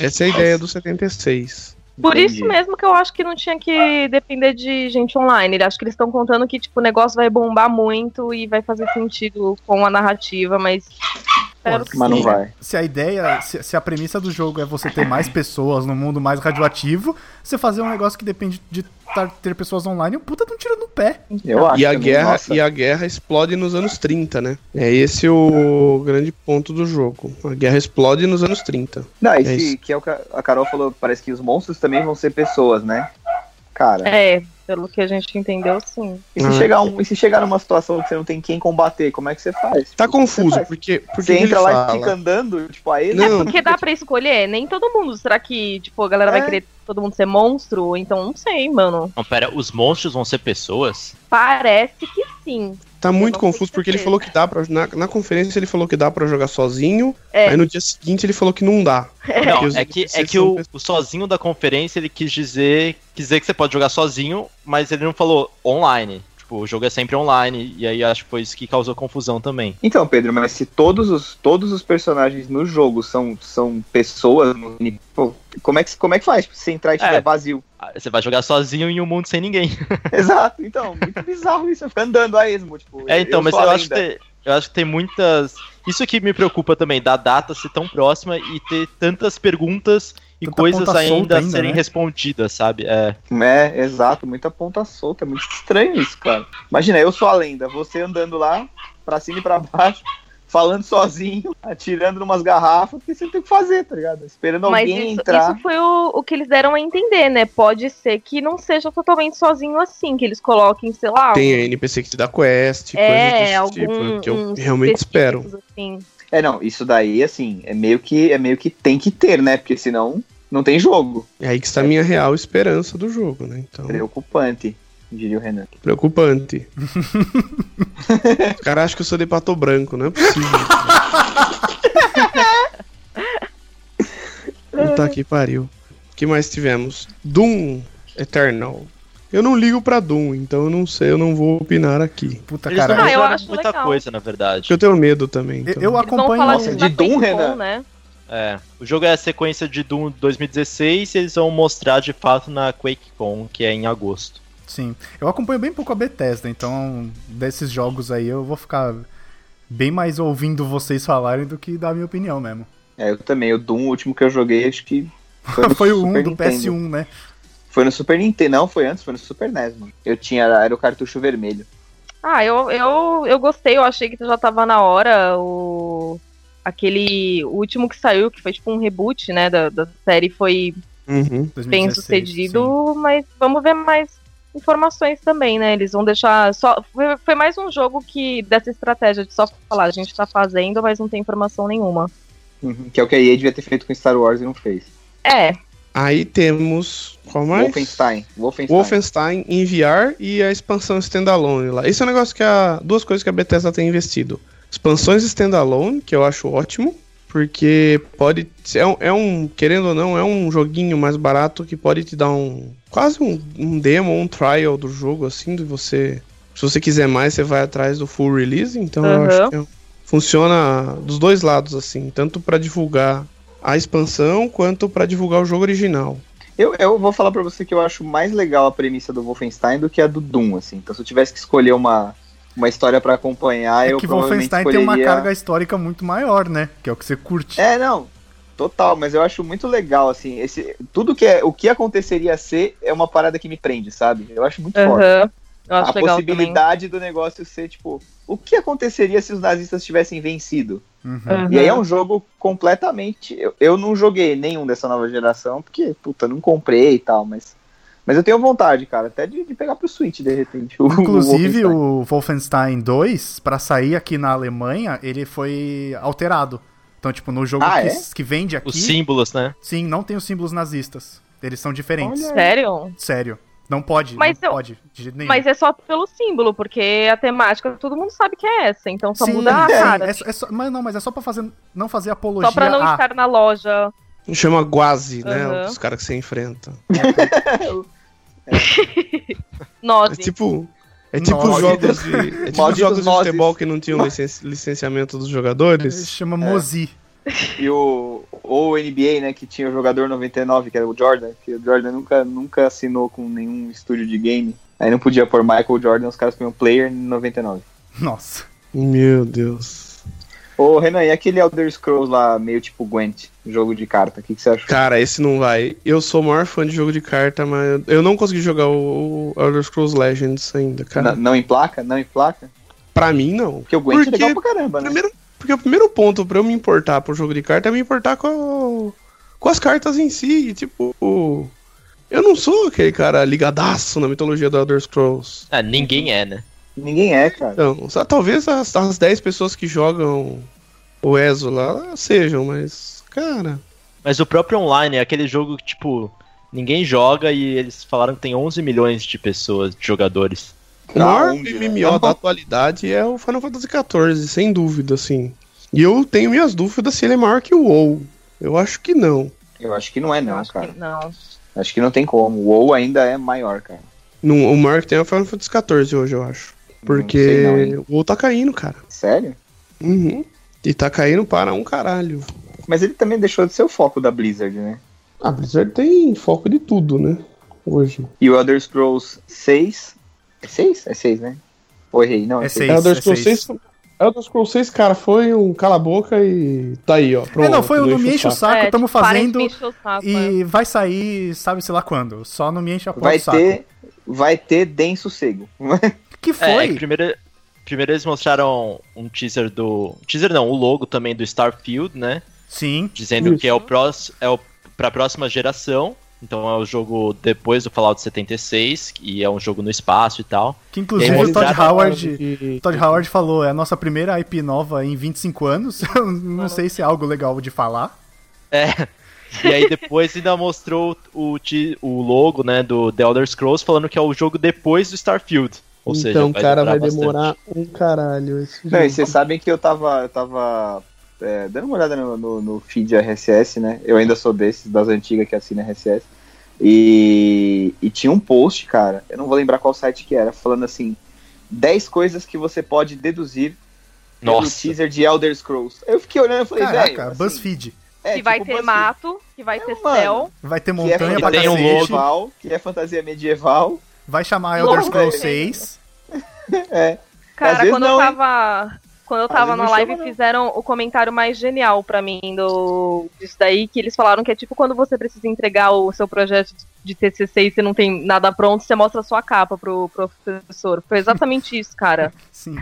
[SPEAKER 1] Essa é a ideia do 76.
[SPEAKER 4] Por
[SPEAKER 5] Entendi.
[SPEAKER 4] isso mesmo que eu acho que não tinha que depender de gente online. Acho que eles estão contando que tipo, o negócio vai bombar muito e vai fazer sentido com a narrativa, mas. Espero que
[SPEAKER 5] Mas não
[SPEAKER 4] sim.
[SPEAKER 5] vai.
[SPEAKER 3] Se a ideia, se, se a premissa do jogo é você ter mais pessoas no mundo mais radioativo, você fazer um negócio que depende de tar- ter pessoas online, é um puta de um tiro no pé.
[SPEAKER 5] Eu acho.
[SPEAKER 1] E a,
[SPEAKER 5] também,
[SPEAKER 1] guerra,
[SPEAKER 5] nossa.
[SPEAKER 1] e a guerra explode nos anos 30, né? É esse o grande ponto do jogo. A guerra explode nos anos 30.
[SPEAKER 5] Não,
[SPEAKER 1] É
[SPEAKER 5] esse
[SPEAKER 1] isso.
[SPEAKER 5] que é o que a Carol falou, parece que os monstros também vão ser pessoas, né? Cara,
[SPEAKER 4] É, pelo que a gente entendeu, sim.
[SPEAKER 5] e, se
[SPEAKER 1] Ah.
[SPEAKER 5] chegar um, e se chegar numa situação que você não tem quem combater, como é que você faz?
[SPEAKER 1] Tá
[SPEAKER 5] O que você
[SPEAKER 1] confuso,
[SPEAKER 5] faz?
[SPEAKER 1] porque, porque
[SPEAKER 5] Você
[SPEAKER 1] ele
[SPEAKER 5] entra lá
[SPEAKER 1] fala...
[SPEAKER 5] e fica andando, tipo, aí ele.
[SPEAKER 1] Não,
[SPEAKER 4] É Porque dá pra escolher, né? nem todo mundo. Será que, tipo, a galera
[SPEAKER 5] É.
[SPEAKER 4] vai querer todo mundo ser monstro? Então não sei, mano.
[SPEAKER 2] Não, pera, os monstros vão ser pessoas?
[SPEAKER 4] Parece que sim.
[SPEAKER 1] tá muito
[SPEAKER 4] não tenho
[SPEAKER 1] confuso porque ele
[SPEAKER 4] certeza.
[SPEAKER 1] falou que dá pra... Na, na conferência ele falou que dá pra jogar sozinho,
[SPEAKER 4] É.
[SPEAKER 1] aí no dia seguinte ele falou que não dá.
[SPEAKER 2] Não,
[SPEAKER 1] os
[SPEAKER 2] é que, é
[SPEAKER 1] NPCs
[SPEAKER 2] que
[SPEAKER 1] são
[SPEAKER 2] o,
[SPEAKER 1] pessoas.
[SPEAKER 2] o sozinho da conferência ele quis dizer, quis dizer que você pode jogar sozinho, mas ele não falou online. Tipo, o jogo é sempre online, e aí acho que foi isso que causou confusão também.
[SPEAKER 5] Então, Pedro, mas se todos os, todos os personagens no jogo são, são pessoas, no- pô, como, é que, como é que faz? Tipo, se entrar e estiver
[SPEAKER 2] É.
[SPEAKER 5] vazio. *laughs*
[SPEAKER 2] Ah, Você vai jogar sozinho em um mundo sem ninguém.
[SPEAKER 5] Exato, então, muito bizarro isso, fica andando a esmo, tipo.
[SPEAKER 2] É, então, mas
[SPEAKER 5] sou
[SPEAKER 2] eu
[SPEAKER 5] a
[SPEAKER 2] acho, que
[SPEAKER 5] lenda.
[SPEAKER 2] tem, eu acho que tem muitas. Isso que me preocupa também, da data ser tão próxima e ter tantas perguntas e
[SPEAKER 3] Tanta
[SPEAKER 2] coisas
[SPEAKER 3] ponta solta
[SPEAKER 2] ainda a
[SPEAKER 3] ainda,
[SPEAKER 2] serem
[SPEAKER 3] né?
[SPEAKER 2] respondidas, sabe? É.
[SPEAKER 5] É, exato, muita ponta solta, é muito estranho isso, cara. Imagina, eu sou a lenda, você andando lá, pra cima e pra baixo, falando sozinho, atirando umas garrafas, o que você tem que fazer, tá ligado? Esperando
[SPEAKER 4] Mas
[SPEAKER 5] alguém
[SPEAKER 4] isso,
[SPEAKER 5] entrar.
[SPEAKER 4] isso foi o, o que eles deram a entender, né? Pode ser que não seja totalmente sozinho assim, que eles coloquem, sei lá, um-
[SPEAKER 1] Tem NPC que te dá quest,
[SPEAKER 4] é,
[SPEAKER 1] coisas desse
[SPEAKER 4] algum.
[SPEAKER 1] tipo, que eu
[SPEAKER 5] um
[SPEAKER 4] uns
[SPEAKER 1] realmente espero.
[SPEAKER 4] específicos, assim.
[SPEAKER 5] É, não, isso daí, assim, é meio que é meio que tem que ter, né? Porque senão não tem jogo.
[SPEAKER 1] É aí que está a minha real esperança do jogo, né?
[SPEAKER 3] Uhum.
[SPEAKER 1] Então...
[SPEAKER 5] Preocupante, diria o Renan.
[SPEAKER 1] *laughs* Preocupante. Os caras acham que eu sou de pato branco, não é possível. Puta que pariu. O que mais tivemos? Doom Eternal. Eu não ligo pra Doom, então eu não sei, eu não vou opinar aqui.
[SPEAKER 3] Puta
[SPEAKER 2] Eles não
[SPEAKER 3] caralho.
[SPEAKER 4] Ah, eu
[SPEAKER 2] mostraram
[SPEAKER 4] acho
[SPEAKER 2] muita
[SPEAKER 4] legal.
[SPEAKER 2] coisa, na verdade.
[SPEAKER 1] Porque eu tenho medo também. então.
[SPEAKER 3] Eu, eu
[SPEAKER 4] Eles vão
[SPEAKER 3] acompanho.
[SPEAKER 4] falar
[SPEAKER 5] Nossa,
[SPEAKER 4] disso
[SPEAKER 5] de
[SPEAKER 4] na
[SPEAKER 5] Doom,
[SPEAKER 4] Gamescom,
[SPEAKER 5] Renan?
[SPEAKER 4] né?
[SPEAKER 2] É. O jogo é a sequência de Doom 2016 e eles vão mostrar de fato na QuakeCon, que é em agosto.
[SPEAKER 3] Sim. Eu acompanho bem pouco a Bethesda, então desses jogos aí eu vou ficar bem mais ouvindo vocês falarem do que dar a minha opinião mesmo.
[SPEAKER 5] É, eu também. O Doom, o último que eu joguei, acho que.
[SPEAKER 3] *laughs*
[SPEAKER 5] Foi,
[SPEAKER 3] Foi o 1
[SPEAKER 5] Super
[SPEAKER 3] do
[SPEAKER 5] Nintendo.
[SPEAKER 3] PS1, né?
[SPEAKER 5] Foi no Super Nintendo. Não, foi antes, foi no Super NES, mano. Eu tinha, era o cartucho vermelho.
[SPEAKER 4] Ah, eu, eu, eu gostei, eu achei que já tava na hora. O, aquele o último que saiu, que foi tipo um reboot, né, da, da série, foi
[SPEAKER 1] Uhum.
[SPEAKER 4] bem
[SPEAKER 3] 2016, sim.
[SPEAKER 4] sucedido, mas vamos ver mais informações também, né? Eles vão deixar só foi, foi mais um jogo que dessa estratégia de só falar, a gente tá fazendo, mas não tem informação nenhuma.
[SPEAKER 3] Uhum.
[SPEAKER 5] Que é o que a EA devia ter feito com Star Wars e não fez.
[SPEAKER 4] É,
[SPEAKER 1] Aí temos. Qual mais?
[SPEAKER 5] Wolfenstein. Wolfenstein.
[SPEAKER 1] Wolfenstein em VR e a expansão standalone lá. Esse é um negócio que a. Duas coisas que a Bethesda tem investido. Expansões standalone, que eu acho ótimo, porque pode. É um, é um- Querendo ou não, é um joguinho mais barato que pode te dar um. Quase um, um demo, um trial do jogo, assim, de você. Se você quiser mais, você vai atrás do full release. Então eu
[SPEAKER 4] Aham.
[SPEAKER 1] acho que é um- funciona dos dois lados, assim, tanto pra divulgar a expansão quanto pra divulgar o jogo original.
[SPEAKER 5] Eu, eu vou falar pra você que eu acho mais legal a premissa do Wolfenstein do que a do Doom, assim. Então se eu tivesse que escolher uma, uma história pra acompanhar,
[SPEAKER 3] É
[SPEAKER 5] eu
[SPEAKER 3] que
[SPEAKER 5] provavelmente
[SPEAKER 3] Wolfenstein tem
[SPEAKER 5] escolheria...
[SPEAKER 3] uma carga histórica muito maior, né? Que é o que você curte.
[SPEAKER 5] É, não. Total, mas eu acho muito legal, assim, esse, tudo que é, o que aconteceria a ser é uma parada que me prende, sabe? Eu acho muito forte.
[SPEAKER 4] aham. Eu acho
[SPEAKER 5] A
[SPEAKER 4] legal também.
[SPEAKER 5] possibilidade do negócio ser, tipo, o que aconteceria se os nazistas tivessem vencido?
[SPEAKER 3] Uhum.
[SPEAKER 4] Aham.
[SPEAKER 5] E aí é um jogo completamente. Eu, eu não joguei nenhum dessa nova geração, porque, puta, não comprei e tal, mas Mas eu tenho vontade, cara, até de, de pegar pro Switch de repente. o- o
[SPEAKER 3] Inclusive,
[SPEAKER 5] Wolfenstein.
[SPEAKER 3] o Wolfenstein 2, pra sair aqui na Alemanha, ele foi alterado. Então, tipo, no jogo
[SPEAKER 5] Ah,
[SPEAKER 3] que,
[SPEAKER 5] é?
[SPEAKER 3] que vende aqui,
[SPEAKER 2] Os símbolos, né?
[SPEAKER 3] sim, não tem os símbolos nazistas. Eles são diferentes.
[SPEAKER 5] Olha.
[SPEAKER 4] Sério?
[SPEAKER 3] Sério. Não pode,
[SPEAKER 4] Mas
[SPEAKER 3] não
[SPEAKER 4] eu-
[SPEAKER 3] pode, de jeito nenhum.
[SPEAKER 4] Mas é só pelo símbolo, porque a temática todo mundo sabe que é essa, então só muda a
[SPEAKER 3] sim,
[SPEAKER 4] cara.
[SPEAKER 3] é Ah. só- é só- mas não, mas é só pra fazer, não fazer apologia
[SPEAKER 4] Só pra não
[SPEAKER 3] a-
[SPEAKER 4] estar na loja.
[SPEAKER 1] Chama Guazi, né?
[SPEAKER 4] Aham.
[SPEAKER 1] Os caras que você enfrenta. É
[SPEAKER 4] Nós.
[SPEAKER 1] tipo. É tipo
[SPEAKER 3] Nozes.
[SPEAKER 1] jogos de. É tipo
[SPEAKER 5] Malditos
[SPEAKER 1] jogos de
[SPEAKER 5] nozes.
[SPEAKER 1] futebol que não tinham licenci- licenciamento dos jogadores.
[SPEAKER 5] É.
[SPEAKER 3] Chama Mozi.
[SPEAKER 5] E o, ou o NBA, né, que tinha o jogador 99, que era o Jordan, que o Jordan nunca, nunca assinou com nenhum estúdio de game. Aí não podia pôr Michael Jordan, os caras põem player 99.
[SPEAKER 3] Nossa.
[SPEAKER 1] Meu Deus.
[SPEAKER 5] Ô, Renan, e aquele Elder Scrolls lá, meio tipo Gwent, jogo de carta, o que, que você achou?
[SPEAKER 1] Cara, esse não vai. Eu sou o maior fã de jogo de carta, mas eu não consegui jogar o o Elder Scrolls Legends ainda, cara.
[SPEAKER 5] N- não em placa? Não em placa?
[SPEAKER 1] Pra mim, não.
[SPEAKER 5] Porque o Gwent
[SPEAKER 1] Porque
[SPEAKER 5] é legal pra caramba, né?
[SPEAKER 1] Primeiro, porque o primeiro ponto pra eu me importar pro jogo de carta é me importar com, com as cartas em si. E, tipo, eu não sou aquele cara ligadaço na mitologia do Elder Scrolls.
[SPEAKER 2] Ah, ninguém é, né?
[SPEAKER 5] Ninguém é, cara.
[SPEAKER 1] Então, só, talvez as, as 10 pessoas que jogam o ESO lá sejam, mas, cara.
[SPEAKER 2] Mas o próprio online é aquele jogo que, tipo, ninguém joga e eles falaram que tem 11 milhões de pessoas, de jogadores.
[SPEAKER 1] O maior
[SPEAKER 5] onde, né?
[SPEAKER 1] MMO da atualidade é o Final Fantasy XIV, sem dúvida, assim. E eu tenho minhas dúvidas se ele é maior que o WoW. Eu acho que não.
[SPEAKER 5] Eu acho que não é,
[SPEAKER 4] Eu
[SPEAKER 5] não,
[SPEAKER 4] acho que
[SPEAKER 5] cara.
[SPEAKER 4] não.
[SPEAKER 5] Acho que não tem como. O WoW ainda é maior, cara.
[SPEAKER 1] não o maior que tem é o Final Fantasy XIV hoje, eu acho. Porque
[SPEAKER 5] sei não, hein?
[SPEAKER 1] o WoW tá caindo, cara.
[SPEAKER 5] Sério?
[SPEAKER 1] Uhum. E tá caindo para um caralho.
[SPEAKER 5] Mas ele também deixou de ser o foco da Blizzard, né?
[SPEAKER 1] A Ah, Blizzard tem foco de tudo, né? Hoje.
[SPEAKER 5] E o Elder Scrolls 6. É 6? É 6, né? Ou errei, não.
[SPEAKER 3] É
[SPEAKER 5] seis.
[SPEAKER 3] Isso,
[SPEAKER 1] Elder
[SPEAKER 3] é
[SPEAKER 1] Scrolls
[SPEAKER 3] seis.
[SPEAKER 1] 6. Elder Scrolls 6, cara, foi um cala-boca e tá aí, ó. Pronto,
[SPEAKER 3] é, não, foi o
[SPEAKER 1] não
[SPEAKER 3] Não Me Enche o Saco,
[SPEAKER 4] É,
[SPEAKER 3] tamo
[SPEAKER 4] tipo, parem de
[SPEAKER 3] fazendo
[SPEAKER 4] me encher o saco, é.
[SPEAKER 3] e vai sair, sabe sei lá quando. Só Não Me Enche a porra
[SPEAKER 5] Vai
[SPEAKER 3] do saco.
[SPEAKER 5] ter. Vai ter Den Sossego.
[SPEAKER 3] Uhum. Que
[SPEAKER 2] É,
[SPEAKER 3] foi?
[SPEAKER 2] é
[SPEAKER 4] tipo,
[SPEAKER 2] que primeiro, primeiro eles mostraram um teaser do. Teaser não, o logo também do Starfield, né?
[SPEAKER 3] Sim.
[SPEAKER 2] Dizendo
[SPEAKER 1] Isso.
[SPEAKER 2] que é o próximo. É o, pra próxima geração. Então é o jogo depois do Fallout 76, e é um jogo no espaço e tal.
[SPEAKER 3] Que inclusive
[SPEAKER 2] E aí,
[SPEAKER 3] o Todd
[SPEAKER 2] eles
[SPEAKER 3] Howard. Todd Howard falou, é a nossa primeira IP nova em 25 anos. *laughs* Eu não sei se é algo legal de falar.
[SPEAKER 2] E aí depois ainda mostrou o, ti- o logo, né, do The Elder Scrolls falando que é o jogo depois do Starfield. Ou
[SPEAKER 1] Então,
[SPEAKER 2] seja,
[SPEAKER 1] cara, vai
[SPEAKER 2] bastante.
[SPEAKER 1] demorar um caralho esse
[SPEAKER 5] Não,
[SPEAKER 1] jogo.
[SPEAKER 5] e vocês sabem que eu tava. Eu tava é, dando uma olhada no, no, no feed RSS, né? Eu ainda sou desses, das antigas que assina RSS. E, e tinha um post, cara, eu não vou lembrar qual site que era, falando assim: 10 coisas que você pode deduzir pelo
[SPEAKER 2] Nossa.
[SPEAKER 5] teaser de Elder Scrolls. Eu fiquei olhando e falei, velho.
[SPEAKER 3] Caraca,
[SPEAKER 5] assim,
[SPEAKER 3] BuzzFeed.
[SPEAKER 5] é,
[SPEAKER 4] que vai
[SPEAKER 5] tipo
[SPEAKER 4] ter
[SPEAKER 5] BuzzFeed.
[SPEAKER 4] mato, que vai ter
[SPEAKER 5] mano.
[SPEAKER 4] céu.
[SPEAKER 3] Vai ter
[SPEAKER 5] Que é
[SPEAKER 3] montanha pra
[SPEAKER 5] fantasia
[SPEAKER 2] tem um
[SPEAKER 3] cacete.
[SPEAKER 2] logo.
[SPEAKER 5] medieval, que é fantasia medieval.
[SPEAKER 3] Vai chamar Elder
[SPEAKER 5] Logo,
[SPEAKER 3] Scrolls
[SPEAKER 4] né?
[SPEAKER 5] velho.
[SPEAKER 3] 6.
[SPEAKER 5] Às
[SPEAKER 4] Cara,
[SPEAKER 5] vezes
[SPEAKER 4] quando
[SPEAKER 5] não,
[SPEAKER 4] eu
[SPEAKER 5] hein?
[SPEAKER 4] tava. Quando eu
[SPEAKER 5] Às
[SPEAKER 4] tava
[SPEAKER 5] vezes
[SPEAKER 4] na
[SPEAKER 5] não
[SPEAKER 4] live,
[SPEAKER 5] chama, não.
[SPEAKER 4] fizeram o comentário mais genial pra mim do, disso daí, que eles falaram que é tipo quando você precisa entregar o seu projeto de TCC e você não tem nada pronto, você mostra a sua capa pro pro professor. Foi
[SPEAKER 5] *laughs*
[SPEAKER 4] exatamente isso, cara.
[SPEAKER 3] Sim.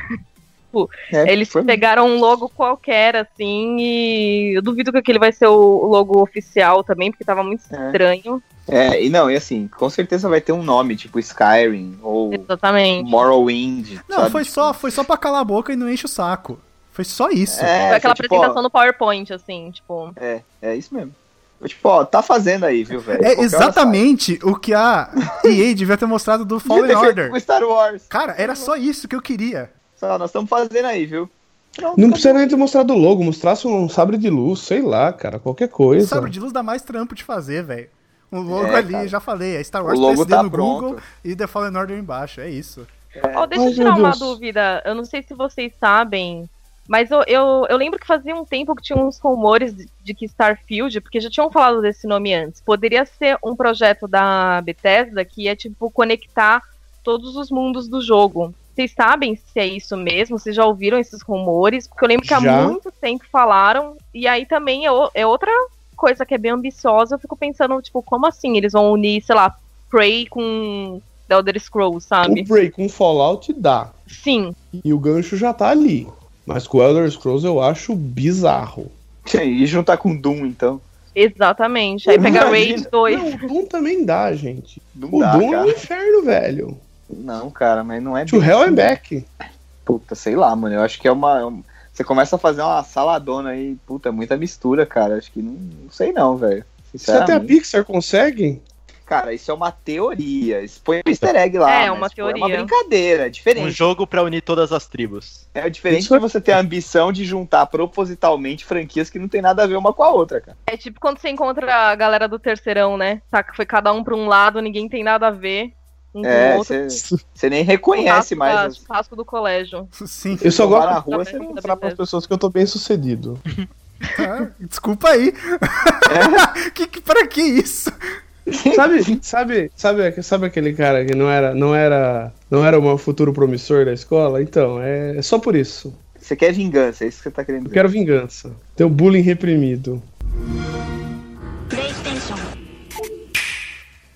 [SPEAKER 5] É,
[SPEAKER 4] Eles
[SPEAKER 5] foi mesmo.
[SPEAKER 4] pegaram um logo qualquer, assim, e eu duvido que aquele vai ser o logo oficial também, porque tava muito
[SPEAKER 5] É.
[SPEAKER 4] estranho.
[SPEAKER 5] É, e não, e assim, com certeza vai ter um nome, tipo Skyrim ou
[SPEAKER 4] Exatamente.
[SPEAKER 5] Morrowind.
[SPEAKER 3] Não,
[SPEAKER 5] sabe?
[SPEAKER 3] foi
[SPEAKER 5] Tipo,
[SPEAKER 3] só, foi só pra calar a boca e não enche o saco. Foi só isso.
[SPEAKER 5] É,
[SPEAKER 4] Foi aquela
[SPEAKER 5] tipo,
[SPEAKER 4] apresentação
[SPEAKER 5] ó,
[SPEAKER 4] no PowerPoint, assim, tipo.
[SPEAKER 5] É isso mesmo. Eu, Tipo, ó, tá fazendo aí, viu, velho? Tipo,
[SPEAKER 3] É
[SPEAKER 5] Qualquer hora
[SPEAKER 3] exatamente o que a EA devia ter mostrado
[SPEAKER 5] *laughs*
[SPEAKER 3] do
[SPEAKER 5] sai.
[SPEAKER 3] Fallen
[SPEAKER 5] Devia ter feito com
[SPEAKER 3] Order.
[SPEAKER 5] Star Wars.
[SPEAKER 3] Cara, era só isso que eu queria.
[SPEAKER 5] Só, nós estamos fazendo aí, viu? Pronto,
[SPEAKER 1] Não
[SPEAKER 5] tá
[SPEAKER 1] precisa
[SPEAKER 5] bom.
[SPEAKER 1] nem ter mostrado o logo, mostrasse um sabre de luz, sei lá, cara, qualquer coisa.
[SPEAKER 3] Sabre de luz dá mais trampo de fazer, velho. O logo
[SPEAKER 5] É,
[SPEAKER 3] ali,
[SPEAKER 5] cara.
[SPEAKER 3] já falei, é Star
[SPEAKER 5] O
[SPEAKER 3] Wars
[SPEAKER 5] logo
[SPEAKER 3] PSD
[SPEAKER 5] tá
[SPEAKER 3] no
[SPEAKER 5] pronto.
[SPEAKER 3] Google e The Fallen Order embaixo, é isso. *laughs*
[SPEAKER 4] Ó, deixa
[SPEAKER 1] Ai,
[SPEAKER 4] eu tirar
[SPEAKER 1] meu
[SPEAKER 4] uma
[SPEAKER 1] Deus.
[SPEAKER 4] dúvida. Eu não sei se vocês sabem, mas eu, eu, eu lembro que fazia um tempo que tinha uns rumores de, de que Starfield, porque já tinham falado desse nome antes, poderia ser um projeto da Bethesda que é tipo conectar todos os mundos do jogo. Vocês sabem se é isso mesmo? Vocês já ouviram esses rumores? Porque eu lembro que
[SPEAKER 1] Já.
[SPEAKER 4] há muito tempo falaram, e aí também é, o- é outra coisa que é bem ambiciosa. Eu fico pensando, tipo, como assim eles vão unir, sei lá, Prey com The Elder Scrolls,
[SPEAKER 1] O
[SPEAKER 4] sabe?
[SPEAKER 1] break um Fallout dá.
[SPEAKER 4] Sim.
[SPEAKER 1] E o gancho já tá ali. Mas com o Elder Scrolls eu acho bizarro.
[SPEAKER 5] E juntar com Doom, então.
[SPEAKER 4] Exatamente. Aí pega
[SPEAKER 5] Imagina.
[SPEAKER 4] Rage 2.
[SPEAKER 1] Não, o Doom também dá, gente.
[SPEAKER 5] Não
[SPEAKER 1] O
[SPEAKER 5] dá,
[SPEAKER 1] Doom é um
[SPEAKER 5] cara.
[SPEAKER 1] inferno, velho.
[SPEAKER 5] Não, cara, mas não é.
[SPEAKER 1] To
[SPEAKER 5] bem
[SPEAKER 1] Hell
[SPEAKER 5] assim.
[SPEAKER 1] and Back.
[SPEAKER 5] Puta, sei lá, mano. Eu acho que é uma. é um- Você começa a fazer uma saladona aí, puta, é muita mistura, cara. Acho que não, não sei não, velho.
[SPEAKER 1] Se é até a
[SPEAKER 5] Sinceramente.
[SPEAKER 1] Pixar consegue,
[SPEAKER 5] Cara, isso é uma teoria. Isso põe um easter egg lá.
[SPEAKER 4] É,
[SPEAKER 5] mas,
[SPEAKER 4] uma
[SPEAKER 5] pô, É uma
[SPEAKER 4] teoria.
[SPEAKER 5] brincadeira, é
[SPEAKER 2] Um
[SPEAKER 5] diferente.
[SPEAKER 2] jogo pra unir todas as tribos.
[SPEAKER 5] É diferente
[SPEAKER 1] Isso é-
[SPEAKER 5] de você ter a ambição de juntar propositalmente franquias que não tem nada a ver uma com a outra, cara.
[SPEAKER 4] É tipo quando você encontra a galera do terceirão, né? Tá, que foi cada um pra um lado, ninguém tem nada a ver. Um
[SPEAKER 5] É,
[SPEAKER 4] com o outro. um
[SPEAKER 5] você você nem reconhece
[SPEAKER 4] Churrasco
[SPEAKER 5] mais.
[SPEAKER 4] da-
[SPEAKER 5] as-
[SPEAKER 4] Churrasco do colégio.
[SPEAKER 3] Sim.
[SPEAKER 1] eu só
[SPEAKER 5] Tomar
[SPEAKER 1] gosto
[SPEAKER 5] na
[SPEAKER 1] de
[SPEAKER 5] rua,
[SPEAKER 4] Tá
[SPEAKER 5] você
[SPEAKER 4] bem,
[SPEAKER 1] é mostrar
[SPEAKER 4] tá
[SPEAKER 1] para
[SPEAKER 4] bem.
[SPEAKER 1] as pessoas que eu tô bem sucedido.
[SPEAKER 3] Ah, desculpa aí.
[SPEAKER 5] É.
[SPEAKER 3] *laughs* que, que, pra que isso?
[SPEAKER 1] *laughs* Sabe, sabe, sabe, sabe aquele cara que não era, não era, não era um futuro promissor da escola? Então, é, é só por isso.
[SPEAKER 5] Você quer vingança, é isso que você tá querendo
[SPEAKER 1] Eu
[SPEAKER 5] dizer.
[SPEAKER 1] quero vingança. Tem o bullying reprimido.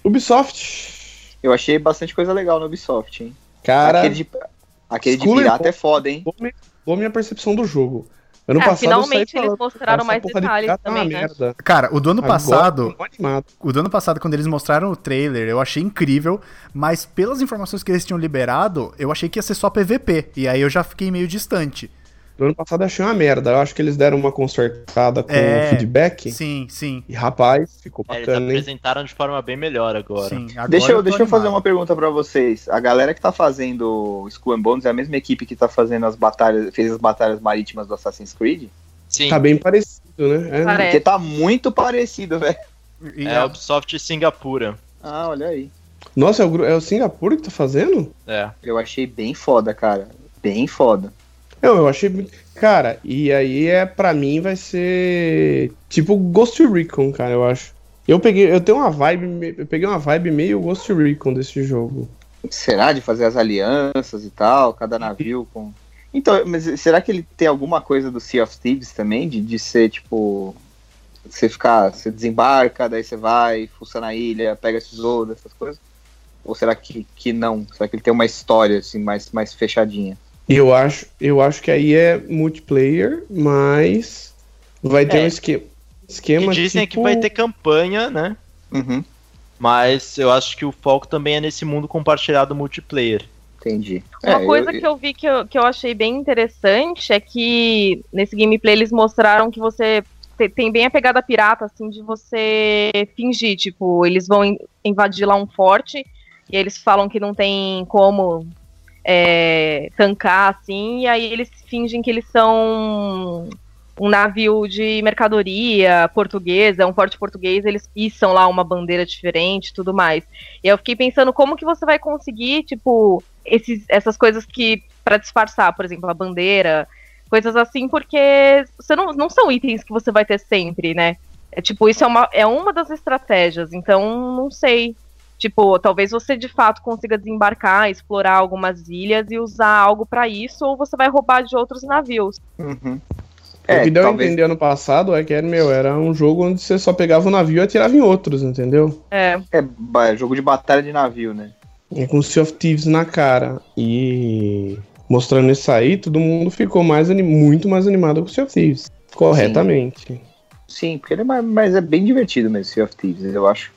[SPEAKER 1] Ubisoft.
[SPEAKER 5] Eu achei bastante coisa legal no Ubisoft, hein?
[SPEAKER 1] Cara,
[SPEAKER 5] aquele de, aquele de
[SPEAKER 1] Skull and
[SPEAKER 5] pirata
[SPEAKER 1] Bones.
[SPEAKER 5] é foda, hein?
[SPEAKER 1] mudou minha- mudou minha percepção do jogo. Ano
[SPEAKER 4] É,
[SPEAKER 1] passado eu saí
[SPEAKER 4] finalmente
[SPEAKER 1] falando,
[SPEAKER 4] eles mostraram
[SPEAKER 1] "Essa
[SPEAKER 4] mais
[SPEAKER 1] porra de
[SPEAKER 4] detalhes
[SPEAKER 1] pirata é uma
[SPEAKER 4] também, né?
[SPEAKER 1] merda."
[SPEAKER 3] Cara, o do ano
[SPEAKER 1] Agora
[SPEAKER 3] passado,
[SPEAKER 1] eu tô animado.
[SPEAKER 3] o do ano passado, quando eles mostraram o trailer, eu achei incrível, mas pelas informações que eles tinham liberado, eu achei que ia ser só PVP. E aí eu já fiquei meio distante.
[SPEAKER 1] Do ano passado eu achei uma merda. Eu acho que eles deram uma consertada com
[SPEAKER 3] É.
[SPEAKER 1] o feedback.
[SPEAKER 3] Sim, sim.
[SPEAKER 1] E rapaz, ficou
[SPEAKER 2] É, eles
[SPEAKER 1] bacana, hein?
[SPEAKER 2] apresentaram de forma bem melhor agora.
[SPEAKER 3] sim agora
[SPEAKER 5] Deixa eu,
[SPEAKER 3] tô
[SPEAKER 5] deixa eu fazer
[SPEAKER 3] animado.
[SPEAKER 5] uma pergunta pra vocês. A galera que tá fazendo o Skull and Bones é a mesma equipe que tá fazendo as batalhas, fez as batalhas marítimas do Assassin's Creed?
[SPEAKER 2] Sim,
[SPEAKER 1] Tá bem parecido, né? É.
[SPEAKER 4] Parece.
[SPEAKER 5] Porque tá muito parecido, velho.
[SPEAKER 3] E
[SPEAKER 2] é
[SPEAKER 3] a-
[SPEAKER 2] Ubisoft Singapura.
[SPEAKER 5] Ah, olha aí.
[SPEAKER 1] Nossa, é o, gru- é o Singapura que tá fazendo?
[SPEAKER 2] É.
[SPEAKER 5] Eu achei bem foda, cara. Bem foda.
[SPEAKER 1] Eu, eu achei. muito- Cara, e aí é pra mim vai ser tipo Ghost Recon, cara, eu acho. Eu peguei, eu tenho uma vibe, me- eu peguei uma vibe meio Ghost Recon desse jogo.
[SPEAKER 5] Será de fazer as alianças e tal, cada navio com. Então, mas será que ele tem alguma coisa do Sea of Thieves também? De, de ser tipo. Você ficar. Você desembarca, daí você vai, fuça na ilha, pega tesouro, essas coisas? Ou será que, que não? Será que ele tem uma história assim, mais, mais fechadinha?
[SPEAKER 1] E eu acho, eu acho que aí é multiplayer, mas vai ter
[SPEAKER 2] É.
[SPEAKER 1] um esquema,
[SPEAKER 2] E
[SPEAKER 1] esquema
[SPEAKER 2] dizem
[SPEAKER 1] tipo-
[SPEAKER 2] que vai ter campanha, né?
[SPEAKER 5] Uhum,
[SPEAKER 2] Mas eu acho que o foco também é nesse mundo compartilhado multiplayer.
[SPEAKER 5] entendi.
[SPEAKER 4] Uma
[SPEAKER 5] É,
[SPEAKER 4] coisa
[SPEAKER 5] eu-
[SPEAKER 4] que eu vi que eu, que eu achei bem interessante é que nesse gameplay eles mostraram que você te- tem bem a pegada pirata, assim, de você fingir, tipo, eles vão in- invadir lá um forte e eles falam que não tem como é, tancar, assim, e aí eles fingem que eles são um navio de mercadoria portuguesa, um forte português, eles içam lá uma bandeira diferente e tudo mais. E eu fiquei pensando como que você vai conseguir, tipo, esses, essas coisas que para disfarçar, por exemplo, a bandeira, coisas assim, porque você não, não são itens que você vai ter sempre, né? É tipo, isso é uma, é uma das estratégias, então não sei. Tipo, talvez você de fato consiga desembarcar, explorar algumas ilhas e usar algo para isso, ou você vai roubar de outros navios.
[SPEAKER 5] Uhum.
[SPEAKER 1] o
[SPEAKER 5] É,
[SPEAKER 1] que deu a
[SPEAKER 5] talvez
[SPEAKER 1] entender ano passado é que era, meu, era um jogo onde você só pegava um navio e atirava em outros, entendeu?
[SPEAKER 4] É,
[SPEAKER 5] é ba- jogo de batalha de navio, né?
[SPEAKER 1] E com Sea of Thieves na cara. E mostrando isso aí, todo mundo ficou mais ani- muito mais animado com Sea of Thieves. Corretamente.
[SPEAKER 5] Sim, porque ele é, mais- mas é bem divertido mesmo, Sea of Thieves, eu acho.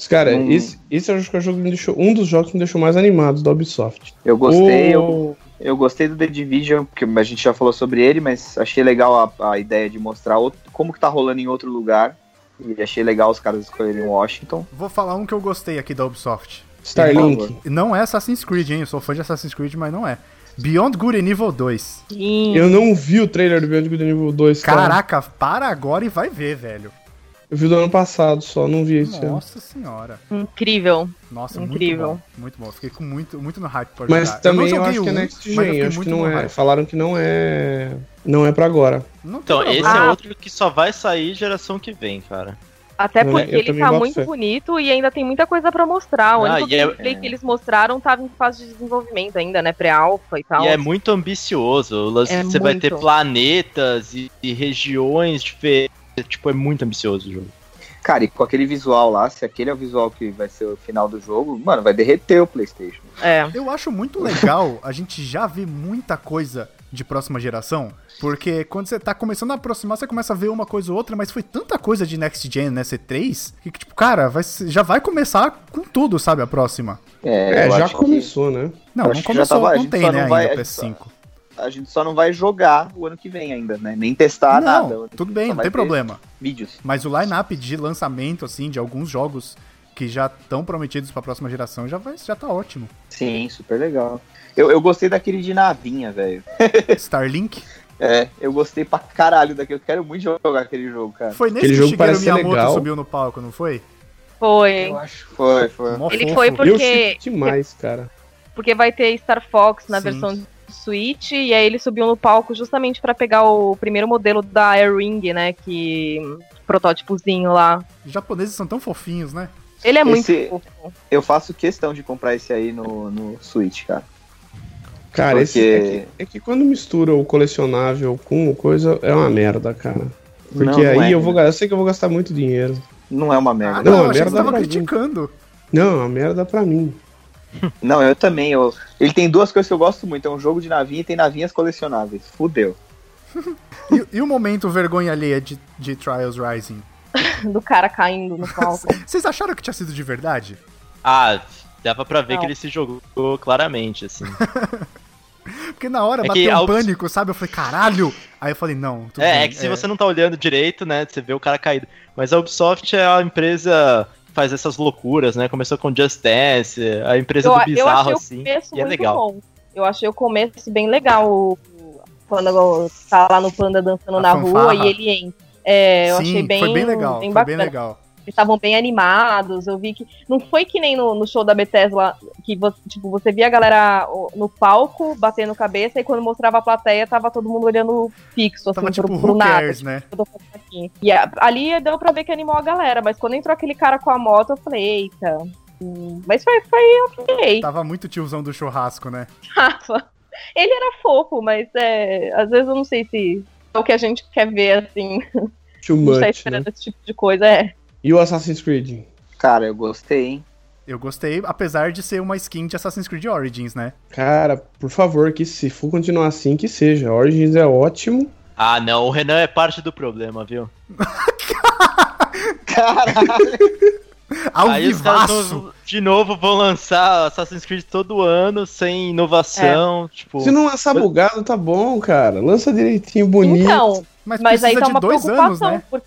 [SPEAKER 1] Mas, cara,
[SPEAKER 5] Hum.
[SPEAKER 1] esse, esse eu acho que é o jogo que me deixou, um dos jogos que me deixou mais animado da Ubisoft.
[SPEAKER 5] Eu gostei, eu,
[SPEAKER 1] O-
[SPEAKER 5] Eu gostei do The Division, porque a gente já falou sobre ele, mas achei legal a, a ideia de mostrar outro- como que tá rolando em outro lugar. E achei legal os caras escolherem Washington.
[SPEAKER 3] Vou falar um que eu gostei aqui da Ubisoft.
[SPEAKER 5] Por favor.
[SPEAKER 1] Starlink.
[SPEAKER 3] Não é Assassin's Creed, hein? Eu sou fã de Assassin's Creed, mas não é. Beyond Good and Evil 2.
[SPEAKER 4] sim.
[SPEAKER 1] Eu não vi o trailer do Beyond Good and Evil 2, cara.
[SPEAKER 3] Caraca, para agora e vai ver, velho.
[SPEAKER 1] Eu vi do ano passado só, não vi esse ano.
[SPEAKER 3] Nossa senhora.
[SPEAKER 4] Incrível.
[SPEAKER 3] Nossa,
[SPEAKER 4] Incrível.
[SPEAKER 3] muito bom. Muito bom. Fiquei com muito, muito no hype pra
[SPEAKER 1] Mas
[SPEAKER 3] jogar.
[SPEAKER 1] também eu
[SPEAKER 3] não joguei
[SPEAKER 1] acho que é
[SPEAKER 3] um,
[SPEAKER 1] Next
[SPEAKER 3] mas eu
[SPEAKER 1] Gen,
[SPEAKER 3] fiquei
[SPEAKER 1] acho que
[SPEAKER 3] muito
[SPEAKER 1] não
[SPEAKER 3] no
[SPEAKER 1] é.
[SPEAKER 3] hype.
[SPEAKER 1] Falaram que não é. Não é pra agora.
[SPEAKER 3] Não tem
[SPEAKER 2] Então,
[SPEAKER 3] problema.
[SPEAKER 2] esse é
[SPEAKER 4] Ah.
[SPEAKER 2] outro que só vai sair geração que vem, cara.
[SPEAKER 4] Até
[SPEAKER 1] Não é?
[SPEAKER 4] porque
[SPEAKER 1] Eu
[SPEAKER 4] ele
[SPEAKER 1] também
[SPEAKER 4] tá
[SPEAKER 1] boto
[SPEAKER 4] muito
[SPEAKER 1] fé.
[SPEAKER 4] bonito e ainda tem muita coisa pra mostrar. O
[SPEAKER 2] Ah,
[SPEAKER 4] único
[SPEAKER 2] e é-
[SPEAKER 4] gameplay que eles mostraram tava em fase de desenvolvimento ainda, né? Pré-alpha e tal.
[SPEAKER 2] E é muito ambicioso. O lance
[SPEAKER 4] É
[SPEAKER 2] de você vai ter
[SPEAKER 4] muito.
[SPEAKER 2] planetas e, e regiões diferentes. Tipo, é muito ambicioso o jogo.
[SPEAKER 5] Cara, e com aquele visual lá, se aquele é o visual que vai ser o final do jogo, mano, vai derreter o PlayStation.
[SPEAKER 4] É.
[SPEAKER 3] Eu acho muito legal a gente já ver muita coisa de próxima geração, porque quando você tá começando a aproximar, você começa a ver uma coisa ou outra, mas foi tanta coisa de Next Gen nessa E3, que tipo, cara, vai ser- já vai começar com tudo, sabe, a próxima.
[SPEAKER 5] É,
[SPEAKER 1] É,
[SPEAKER 5] eu
[SPEAKER 1] já
[SPEAKER 5] acho que
[SPEAKER 1] começou, né?
[SPEAKER 3] Não, não
[SPEAKER 5] Eu acho que já
[SPEAKER 3] começou,
[SPEAKER 5] tava- a
[SPEAKER 3] não
[SPEAKER 5] gente
[SPEAKER 3] tem,
[SPEAKER 5] só
[SPEAKER 3] né,
[SPEAKER 5] não vai-
[SPEAKER 3] ainda o
[SPEAKER 5] a gente só-
[SPEAKER 3] PS5.
[SPEAKER 5] A gente só não vai jogar o ano que vem ainda, né? Nem testar nada.
[SPEAKER 3] Não, tudo bem,
[SPEAKER 5] Só
[SPEAKER 3] não
[SPEAKER 5] vai
[SPEAKER 3] tem
[SPEAKER 5] ter
[SPEAKER 3] problema.
[SPEAKER 5] Vídeos.
[SPEAKER 3] Mas o line-up de lançamento, assim, de alguns jogos que já estão prometidos pra próxima geração, já, vai, já tá ótimo.
[SPEAKER 5] Sim, super legal. Eu, eu gostei daquele de navinha, velho.
[SPEAKER 3] Starlink.
[SPEAKER 5] É, eu gostei pra caralho daquele. Eu quero muito jogar aquele jogo, cara.
[SPEAKER 3] Foi nesse
[SPEAKER 1] Aquele
[SPEAKER 3] que o
[SPEAKER 1] jogo
[SPEAKER 3] Shigeru
[SPEAKER 1] parece ser
[SPEAKER 3] Miyamoto
[SPEAKER 1] legal.
[SPEAKER 3] subiu no palco, não foi?
[SPEAKER 4] Foi.
[SPEAKER 5] acho. Foi, foi.
[SPEAKER 3] Mó
[SPEAKER 4] Ele
[SPEAKER 3] fofo.
[SPEAKER 4] foi por-
[SPEAKER 1] Eu
[SPEAKER 4] Porque-
[SPEAKER 1] chico demais, cara.
[SPEAKER 4] Porque vai ter Star Fox na
[SPEAKER 3] Sim.
[SPEAKER 4] versão de Switch, e aí ele subiu no palco justamente pra pegar o primeiro modelo da Airwing, né? Que. protótipozinho lá.
[SPEAKER 3] Os japoneses são tão fofinhos, né?
[SPEAKER 4] Ele é
[SPEAKER 5] Esse-
[SPEAKER 4] muito fofo.
[SPEAKER 5] Eu faço questão de comprar esse aí no, no Switch, cara.
[SPEAKER 1] Cara,
[SPEAKER 5] Porque-
[SPEAKER 1] esse é que, é que quando mistura o colecionável com o coisa, é uma merda, cara. Porque
[SPEAKER 5] Não, não
[SPEAKER 1] aí
[SPEAKER 5] é,
[SPEAKER 1] eu vou
[SPEAKER 5] né?
[SPEAKER 1] ga- eu sei que eu vou gastar muito dinheiro.
[SPEAKER 5] Não é uma
[SPEAKER 3] Ah,
[SPEAKER 5] merda.
[SPEAKER 1] não,
[SPEAKER 3] não,
[SPEAKER 1] a
[SPEAKER 3] achei que
[SPEAKER 1] merda
[SPEAKER 3] você tava
[SPEAKER 1] pra mim.
[SPEAKER 3] criticando.
[SPEAKER 1] Não, é uma merda pra mim.
[SPEAKER 5] Não, eu também. Eu... Ele tem duas coisas que eu gosto muito: é um jogo de navinha e tem navinhas colecionáveis. Fudeu.
[SPEAKER 3] E, e o momento vergonha alheia de, de Trials Rising?
[SPEAKER 4] Do cara caindo no
[SPEAKER 2] *laughs*
[SPEAKER 4] palco.
[SPEAKER 3] Vocês acharam que tinha sido de verdade?
[SPEAKER 2] Ah, dava pra ver
[SPEAKER 4] Não.
[SPEAKER 2] que ele se jogou claramente, assim.
[SPEAKER 3] Porque na hora
[SPEAKER 2] É que
[SPEAKER 3] bateu um
[SPEAKER 2] ao-
[SPEAKER 3] pânico, sabe? Eu falei, caralho! Aí eu falei, não, tudo
[SPEAKER 2] é,
[SPEAKER 3] bem,
[SPEAKER 2] é que se você não tá olhando direito, né, você vê o cara caído. Mas a Ubisoft é a empresa que faz essas loucuras, né? Começou com Just Dance, a empresa
[SPEAKER 4] eu,
[SPEAKER 2] do
[SPEAKER 4] eu achei
[SPEAKER 2] bizarro,
[SPEAKER 4] o
[SPEAKER 2] assim.
[SPEAKER 4] começo
[SPEAKER 2] e é
[SPEAKER 4] muito
[SPEAKER 2] legal.
[SPEAKER 4] bom. Eu achei o começo bem legal. o- Quando tá lá no panda dançando
[SPEAKER 3] A
[SPEAKER 4] na rua
[SPEAKER 3] fanfarra.
[SPEAKER 4] e ele entra. É, eu
[SPEAKER 3] Sim,
[SPEAKER 4] achei bem,
[SPEAKER 3] foi bem legal, foi bem
[SPEAKER 4] bacana.
[SPEAKER 3] legal.
[SPEAKER 4] Eles estavam bem animados, eu vi que. Não foi que nem no, no show da Bethesda, lá, que você, tipo, você via a galera ó, no palco batendo cabeça e quando mostrava a plateia, tava todo mundo olhando fixo, assim,
[SPEAKER 3] Tava tipo,
[SPEAKER 4] pro, pro
[SPEAKER 3] who
[SPEAKER 4] nada.
[SPEAKER 3] cares, né?
[SPEAKER 4] tipo, do fucking aqui. E a- ali deu pra ver que animou a galera, mas quando entrou aquele cara com a moto, eu falei, eita. Hum, Mas foi, foi ok.
[SPEAKER 3] Tava muito tiozão do churrasco, né?
[SPEAKER 4] *laughs* Rafa. Ele era fofo, mas é, às vezes eu não sei se é o que a gente quer ver, assim.
[SPEAKER 1] Too much,
[SPEAKER 4] A gente *laughs* tá
[SPEAKER 1] né?
[SPEAKER 4] esperando esse tipo de coisa. É.
[SPEAKER 1] E o Assassin's Creed?
[SPEAKER 5] Cara, eu gostei, hein? *laughs*
[SPEAKER 3] Eu gostei, apesar de ser uma skin de Assassin's Creed Origins, né?
[SPEAKER 1] Cara, por favor, que se for continuar assim, que seja. Origins é ótimo.
[SPEAKER 2] Ah, não, o Renan é parte do problema, viu?
[SPEAKER 5] Caralho.
[SPEAKER 3] Ao
[SPEAKER 2] Aí os caras
[SPEAKER 3] vivaço!
[SPEAKER 2] tão- de novo vão lançar Assassin's Creed todo ano, sem inovação, tipo...
[SPEAKER 1] É. Se não lançar bugado, tá bom, cara. Lança direitinho, bonito.
[SPEAKER 4] Então,
[SPEAKER 3] Mas,
[SPEAKER 4] mas aí
[SPEAKER 3] precisa
[SPEAKER 4] tá
[SPEAKER 3] de
[SPEAKER 4] uma
[SPEAKER 3] dois
[SPEAKER 4] preocupação.
[SPEAKER 3] anos, né?
[SPEAKER 4] porque-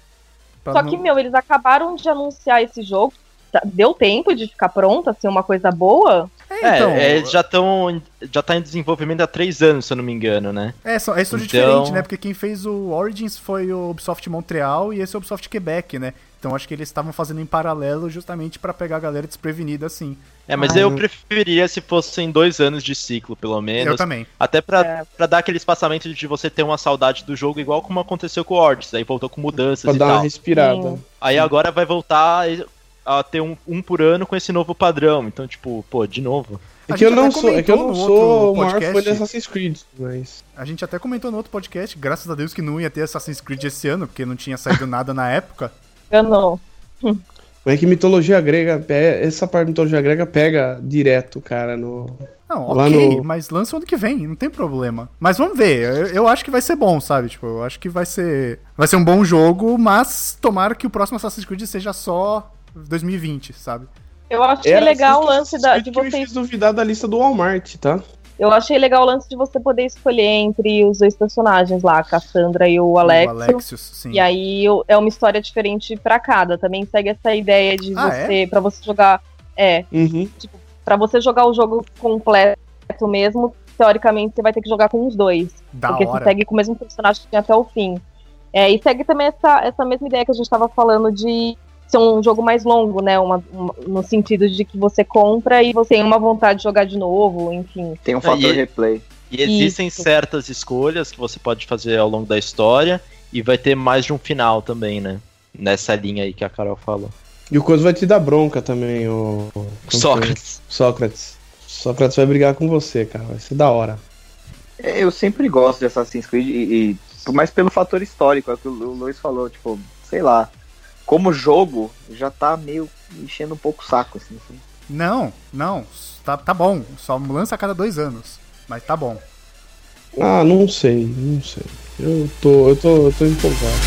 [SPEAKER 3] Pra
[SPEAKER 4] só
[SPEAKER 3] não-
[SPEAKER 4] que, meu, eles acabaram de anunciar esse jogo. tá- Deu tempo de ficar pronta, ser uma coisa boa?
[SPEAKER 3] É,
[SPEAKER 2] É,
[SPEAKER 3] então,
[SPEAKER 2] é, já estão. Já tá em desenvolvimento há três anos, se eu não me engano, né?
[SPEAKER 3] É, só, é estúdio
[SPEAKER 2] Então-
[SPEAKER 3] diferente, né? Porque quem fez o Origins foi o Ubisoft Montreal e esse é o Ubisoft Quebec, né? Então acho que eles estavam fazendo em paralelo justamente pra pegar a galera desprevenida assim.
[SPEAKER 2] É, mas
[SPEAKER 1] Ah,
[SPEAKER 2] eu
[SPEAKER 1] não.
[SPEAKER 2] preferia se fossem dois anos de ciclo, pelo
[SPEAKER 3] Eu
[SPEAKER 2] menos.
[SPEAKER 3] também.
[SPEAKER 2] Até pra,
[SPEAKER 4] É.
[SPEAKER 2] pra dar aquele espaçamento de você ter uma saudade do jogo, igual como aconteceu com o Orcs, aí voltou com
[SPEAKER 1] Pra
[SPEAKER 2] mudanças e
[SPEAKER 1] dar uma
[SPEAKER 2] tal.
[SPEAKER 1] respirada.
[SPEAKER 4] Sim.
[SPEAKER 2] Aí agora vai voltar a ter um, um por ano com esse novo padrão. Então, tipo, pô, de novo.
[SPEAKER 3] A
[SPEAKER 1] É que, eu
[SPEAKER 3] gente até
[SPEAKER 1] não sou, é que eu
[SPEAKER 3] comentou
[SPEAKER 1] não
[SPEAKER 3] no
[SPEAKER 1] sou
[SPEAKER 3] outro
[SPEAKER 1] o maior
[SPEAKER 3] podcast.
[SPEAKER 1] fã de Assassin's Creed, mas.
[SPEAKER 3] A gente até comentou no outro podcast, graças a Deus que não ia ter Assassin's Creed esse ano, porque não tinha saído *laughs* nada na época.
[SPEAKER 4] Eu não.
[SPEAKER 1] Mas é que mitologia grega, pe- essa parte da mitologia grega pega direto, cara, no.
[SPEAKER 3] Não,
[SPEAKER 1] Lá
[SPEAKER 3] ok,
[SPEAKER 1] no-
[SPEAKER 3] mas lança o ano que vem, não tem problema. Mas vamos ver, eu, eu acho que vai ser bom, sabe? Tipo, eu acho que vai ser vai ser um bom jogo, mas tomara que o próximo Assassin's Creed seja só 2020, sabe?
[SPEAKER 4] Eu achei é legal o lance da- de
[SPEAKER 1] assim que me
[SPEAKER 4] vocês
[SPEAKER 1] fez duvidar da lista do Walmart, tá?
[SPEAKER 4] Eu achei legal o lance de você poder escolher entre os dois personagens lá, a Cassandra e o Alex.
[SPEAKER 3] O Alexios, sim.
[SPEAKER 4] E aí eu- é uma história diferente pra cada. Também segue essa ideia de
[SPEAKER 3] Ah,
[SPEAKER 4] você pra você jogar, é,
[SPEAKER 1] Uhum.
[SPEAKER 4] para você jogar o jogo completo mesmo, teoricamente você vai ter que jogar com os dois,
[SPEAKER 3] da
[SPEAKER 4] porque você
[SPEAKER 3] hora.
[SPEAKER 4] segue com o mesmo personagem até o fim. É, e segue também essa, essa mesma ideia que a gente tava falando de ser um jogo mais longo, né? Uma- uma- no sentido de que você compra e você tem uma vontade de jogar de novo, enfim.
[SPEAKER 5] Tem um fator
[SPEAKER 2] e-
[SPEAKER 5] replay.
[SPEAKER 2] E existem certas escolhas que você pode fazer ao longo da história e vai ter mais de um final também, né? Nessa linha aí que a Carol falou.
[SPEAKER 1] E o Coisa vai te dar bronca também, o.
[SPEAKER 2] Sócrates.
[SPEAKER 1] Sócrates. Sócrates vai brigar com você, cara. Vai ser da hora.
[SPEAKER 5] É, Eu sempre gosto de Assassin's Creed, e, e, mas pelo fator histórico, é o que o Lu- o Luiz falou, tipo, sei lá. Como jogo, já tá meio enchendo um pouco o saco, assim. assim.
[SPEAKER 3] Não, não, tá, tá bom. Só lança a cada dois anos. Mas tá bom.
[SPEAKER 1] Ah, não sei, não sei. Eu tô, eu tô, eu tô empolgado.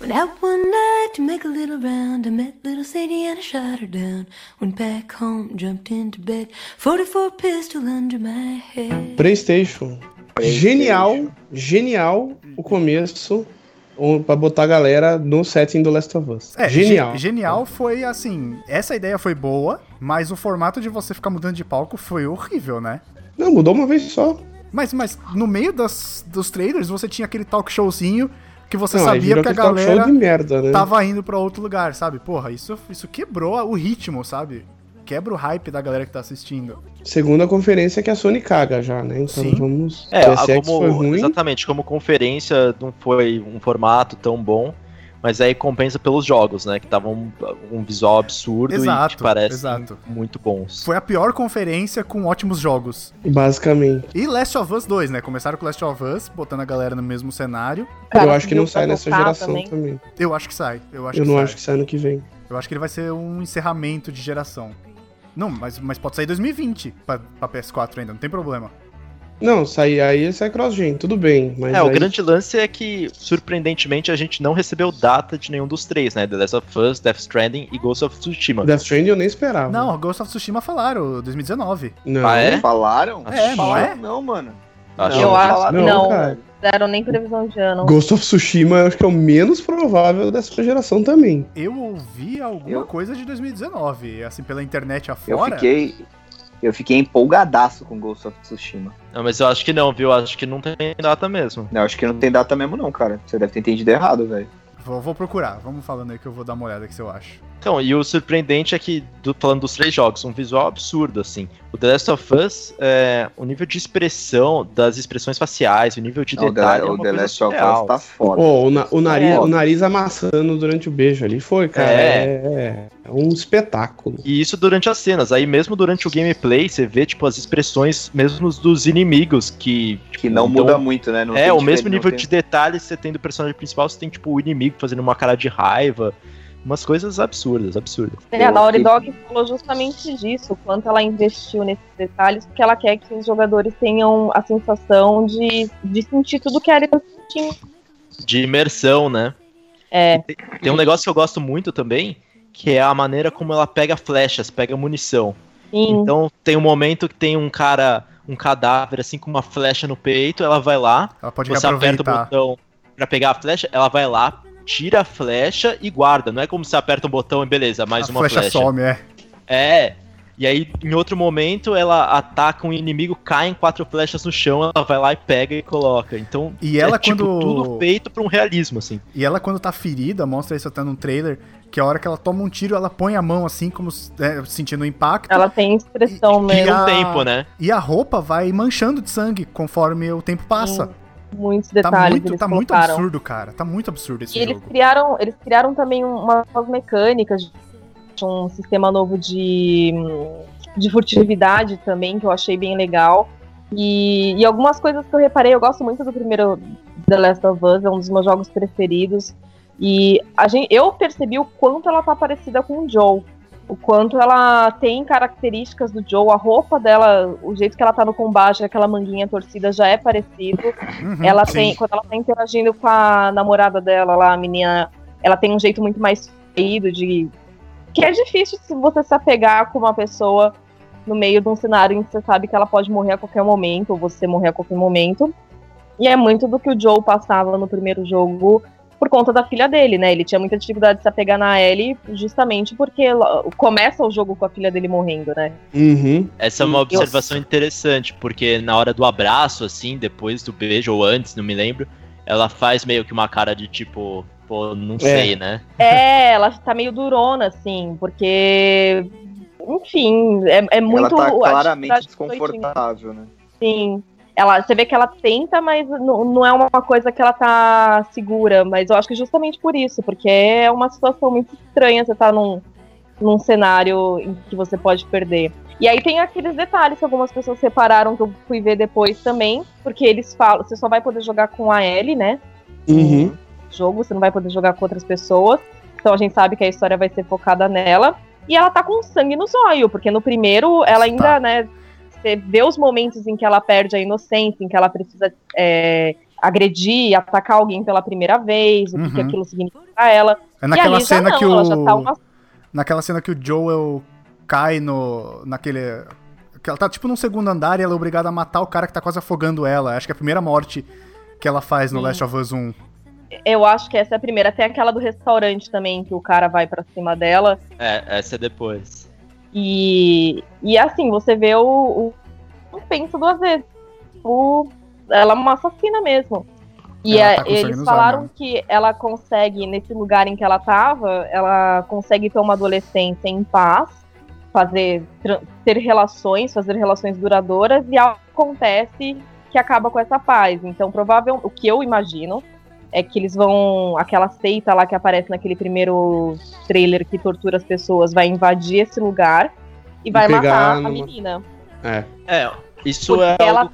[SPEAKER 6] Went out one night to make a little round. I met little Sadie and I shot her down. Went back home, jumped into bed. 44 pistol under my head.
[SPEAKER 1] PlayStation. Genial, genial o começo um, pra botar a galera no setting do Last of Us.
[SPEAKER 3] É,
[SPEAKER 1] genial.
[SPEAKER 3] ge- genial foi assim. Essa ideia foi boa, mas o formato de você ficar mudando de palco foi horrível, né?
[SPEAKER 1] Não, mudou uma vez só.
[SPEAKER 3] Mas, mas no meio das, dos trailers você tinha aquele talk showzinho que você
[SPEAKER 1] não, aí
[SPEAKER 3] sabia
[SPEAKER 1] virou
[SPEAKER 3] que a
[SPEAKER 1] aquele talk
[SPEAKER 3] galera
[SPEAKER 1] show de merda, né?
[SPEAKER 3] tava indo pra outro lugar, sabe? Porra, isso, isso quebrou o ritmo, sabe? Quebra o hype da galera que tá assistindo.
[SPEAKER 1] Segunda conferência que a Sony caga já, né? Então
[SPEAKER 3] Sim.
[SPEAKER 1] vamos.
[SPEAKER 2] É,
[SPEAKER 1] PSX
[SPEAKER 2] a-
[SPEAKER 1] foi
[SPEAKER 2] como,
[SPEAKER 1] ruim.
[SPEAKER 2] exatamente, como conferência não foi um formato tão bom, mas aí compensa pelos jogos, né? Que estavam um, um visual absurdo e
[SPEAKER 3] Exato,
[SPEAKER 2] que parecem
[SPEAKER 3] exato.
[SPEAKER 2] muito bons.
[SPEAKER 3] Foi a pior conferência com ótimos jogos.
[SPEAKER 1] Basicamente.
[SPEAKER 3] E Last of Us 2, né? Começaram com Last of Us, botando a galera no mesmo cenário.
[SPEAKER 4] Cara,
[SPEAKER 1] eu acho que não
[SPEAKER 4] pediu
[SPEAKER 1] sai
[SPEAKER 4] pra
[SPEAKER 1] nessa
[SPEAKER 4] voltar
[SPEAKER 1] geração tá? também.
[SPEAKER 4] também.
[SPEAKER 3] Eu acho que sai. Eu acho
[SPEAKER 1] eu
[SPEAKER 3] que
[SPEAKER 1] não
[SPEAKER 3] sai.
[SPEAKER 1] acho que sai ano que vem.
[SPEAKER 3] Eu acho que ele vai ser um encerramento de geração. Não, mas, mas pode sair 2020 pra, pra PS4 ainda, não tem problema.
[SPEAKER 1] Não, sai aí sai cross-gen, tudo bem. Mas
[SPEAKER 2] É, o
[SPEAKER 1] aí-
[SPEAKER 2] grande lance é que, surpreendentemente, a gente não recebeu data de nenhum dos três, né? The Last of Us, Death Stranding e Ghost of Tsushima.
[SPEAKER 1] Death Stranding eu nem esperava.
[SPEAKER 3] Não, Ghost of Tsushima falaram, 2019.
[SPEAKER 1] Não.
[SPEAKER 2] Ah, é?
[SPEAKER 5] Falaram?
[SPEAKER 2] É, não
[SPEAKER 5] falaram
[SPEAKER 3] é?
[SPEAKER 5] não, mano.
[SPEAKER 2] Acho
[SPEAKER 5] Não,
[SPEAKER 4] Eu acho-
[SPEAKER 5] falaram
[SPEAKER 4] não.
[SPEAKER 5] velho.
[SPEAKER 4] Deram nem previsão de ano.
[SPEAKER 1] Ghost of Tsushima eu acho que é o menos provável dessa geração também.
[SPEAKER 3] Eu ouvi alguma
[SPEAKER 5] Eu-
[SPEAKER 3] coisa de 2019, assim, pela internet
[SPEAKER 5] Eu
[SPEAKER 3] afora.
[SPEAKER 5] fiquei. Eu fiquei empolgadaço com Ghost of Tsushima.
[SPEAKER 2] Não, mas eu acho que não, viu? Acho que não tem data mesmo.
[SPEAKER 5] Não, acho que não tem data mesmo, não, cara. Você deve ter entendido errado, velho.
[SPEAKER 3] Vou, vou procurar, vamos falando aí que eu vou dar uma olhada que eu acho.
[SPEAKER 2] Então, e o surpreendente é que, do- falando dos três jogos, um visual absurdo, assim. O The Last of Us, é, o nível de expressão, das expressões faciais, o nível de
[SPEAKER 5] Não, o The,
[SPEAKER 2] detalhe. é
[SPEAKER 5] o
[SPEAKER 2] uma
[SPEAKER 5] The
[SPEAKER 2] coisa
[SPEAKER 5] Last of
[SPEAKER 2] surreal.
[SPEAKER 5] Us tá foda.
[SPEAKER 1] Ó, o, na- o nariz,
[SPEAKER 5] É.
[SPEAKER 1] o nariz amassando durante o beijo ali foi, cara.
[SPEAKER 2] É.
[SPEAKER 1] É, é um espetáculo.
[SPEAKER 2] E isso durante as cenas. Aí mesmo durante o gameplay, você vê, tipo, as expressões mesmo dos inimigos que.
[SPEAKER 5] que não
[SPEAKER 2] então-
[SPEAKER 5] muda muito, né? Não
[SPEAKER 2] é,
[SPEAKER 5] tem
[SPEAKER 2] o
[SPEAKER 5] diferen-
[SPEAKER 2] mesmo
[SPEAKER 5] não
[SPEAKER 2] nível
[SPEAKER 5] tem-
[SPEAKER 2] de detalhes que você tem do personagem principal, você tem, tipo, o inimigo fazendo uma cara de raiva. Umas coisas absurdas, absurdas.
[SPEAKER 4] É, a
[SPEAKER 5] Eu
[SPEAKER 4] Naughty
[SPEAKER 5] fiquei-
[SPEAKER 4] Dog falou justamente disso, o quanto ela investiu nesses detalhes, porque ela quer que os jogadores tenham a sensação de, de sentir tudo que a Ellie tá sentindo.
[SPEAKER 2] De imersão, né?
[SPEAKER 4] É,
[SPEAKER 2] Tem um negócio que eu gosto muito também, que é a maneira como ela pega flechas, pega munição.
[SPEAKER 4] sim.
[SPEAKER 2] Então tem um momento que tem um cara, um cadáver assim com uma flecha no peito, ela vai lá,
[SPEAKER 3] Ela pode
[SPEAKER 2] você aperta o
[SPEAKER 3] reaproveitar.
[SPEAKER 2] botão pra pegar a flecha, ela vai lá, tira a flecha e guarda. Não é como você aperta um botão e beleza, mais
[SPEAKER 3] a
[SPEAKER 2] uma
[SPEAKER 3] flecha,
[SPEAKER 2] flecha.
[SPEAKER 3] some, é.
[SPEAKER 2] É. E aí, em outro momento, ela ataca um inimigo, cai em quatro flechas no chão, ela vai lá e pega e coloca. Então,
[SPEAKER 3] E ela
[SPEAKER 2] é, tipo,
[SPEAKER 3] quando-
[SPEAKER 2] tudo feito pra um realismo, assim.
[SPEAKER 3] E ela, quando tá ferida, mostra isso até num trailer, que a hora que ela toma um tiro, ela põe a mão assim, como se- é, sentindo o impacto.
[SPEAKER 4] Ela tem expressão
[SPEAKER 3] E- e-
[SPEAKER 2] Tem
[SPEAKER 4] mesmo,
[SPEAKER 2] um
[SPEAKER 3] Então, a-
[SPEAKER 2] tempo, né?
[SPEAKER 3] E a roupa vai manchando de sangue conforme o tempo passa.
[SPEAKER 4] muitos
[SPEAKER 3] tá
[SPEAKER 4] detalhes
[SPEAKER 3] muito,
[SPEAKER 4] eles
[SPEAKER 3] tá muito
[SPEAKER 4] colocaram.
[SPEAKER 3] absurdo, cara. Tá muito absurdo esse
[SPEAKER 4] E eles
[SPEAKER 3] jogo.
[SPEAKER 4] criaram, eles criaram também um, umas mecânicas, de um sistema novo de, de furtividade também, que eu achei bem legal. E, e algumas coisas que eu reparei, eu gosto muito do primeiro The Last of Us, é um dos meus jogos preferidos. E a gente, eu percebi o quanto ela tá parecida com o Joel. O quanto ela tem características do Joe, a roupa dela, o jeito que ela tá no combate, aquela manguinha torcida já é parecido.
[SPEAKER 3] Uhum,
[SPEAKER 4] Ela
[SPEAKER 3] sim.
[SPEAKER 4] tem, quando ela tá interagindo com a namorada dela lá, a menina, ela tem um jeito muito mais fluido de. Que é difícil se você se apegar com uma pessoa no meio de um cenário em que você sabe que ela pode morrer a qualquer momento, ou você morrer a qualquer momento. E é muito do que o Joe passava no primeiro jogo por conta da filha dele, né? Ele tinha muita dificuldade de se apegar na Ellie, justamente porque lo- começa o jogo com a filha dele morrendo, né?
[SPEAKER 1] Uhum.
[SPEAKER 2] Essa é
[SPEAKER 4] Sim,
[SPEAKER 2] uma
[SPEAKER 4] eu-
[SPEAKER 2] observação interessante, porque na hora do abraço, assim, depois do beijo ou antes, não me lembro, ela faz meio que uma cara de tipo, pô, não sei, né?
[SPEAKER 4] É, ela tá meio durona, assim, porque. Enfim, é, é muito.
[SPEAKER 5] Ela tá
[SPEAKER 4] a
[SPEAKER 5] claramente
[SPEAKER 4] dificuldade foi de-
[SPEAKER 5] desconfortável, né?
[SPEAKER 4] Sim. Ela, você vê que ela tenta, mas não, não é uma coisa que ela tá segura. Mas eu acho que justamente por isso, porque é uma situação muito estranha você tá num, num cenário em que você pode perder. E aí tem aqueles detalhes que algumas pessoas repararam que eu fui ver depois também, porque eles falam, você só vai poder jogar com a Ellie, né?
[SPEAKER 1] Uhum.
[SPEAKER 4] jogo, você não vai poder jogar com outras pessoas. Então a gente sabe que a história vai ser focada nela. E ela tá com sangue no zóio, porque no primeiro ela ainda,
[SPEAKER 3] Tá.
[SPEAKER 4] né? Você vê os momentos em que ela perde a inocência, em que ela precisa é, agredir, atacar alguém pela primeira vez, o que que
[SPEAKER 3] Uhum.
[SPEAKER 4] aquilo significa pra ela.
[SPEAKER 3] É
[SPEAKER 4] e
[SPEAKER 3] naquela
[SPEAKER 4] ali já
[SPEAKER 3] cena
[SPEAKER 4] não,
[SPEAKER 3] que
[SPEAKER 4] ela já
[SPEAKER 3] o.
[SPEAKER 4] tá uma
[SPEAKER 3] Naquela cena que o Joel cai no. naquele. Que ela tá tipo num segundo andar e ela é obrigada a matar o cara que tá quase afogando ela. Acho que é a primeira morte que ela faz no
[SPEAKER 4] Sim.
[SPEAKER 3] Last of Us 1.
[SPEAKER 4] Eu acho que essa é a primeira. Tem aquela do restaurante também, que o cara vai pra cima dela.
[SPEAKER 2] É, essa é depois.
[SPEAKER 4] E, e assim, você vê o. o não pensa duas vezes. O, ela é uma assassina mesmo. E
[SPEAKER 3] Ela
[SPEAKER 4] a-
[SPEAKER 3] tá conseguindo
[SPEAKER 4] eles
[SPEAKER 3] usar,
[SPEAKER 4] falaram
[SPEAKER 3] né?
[SPEAKER 4] que ela consegue, nesse lugar em que ela tava, ela consegue ter uma adolescência em paz, fazer tra- ter relações, fazer relações duradouras, e algo acontece que acaba com essa paz. Então, provável, o que eu imagino é que eles vão. Aquela seita lá que aparece naquele primeiro trailer que tortura as pessoas vai invadir esse lugar e vai
[SPEAKER 1] pegar
[SPEAKER 4] matar
[SPEAKER 1] numa-
[SPEAKER 4] a menina.
[SPEAKER 1] É.
[SPEAKER 2] É, isso
[SPEAKER 4] Porque
[SPEAKER 2] é.
[SPEAKER 4] ela,
[SPEAKER 2] algo-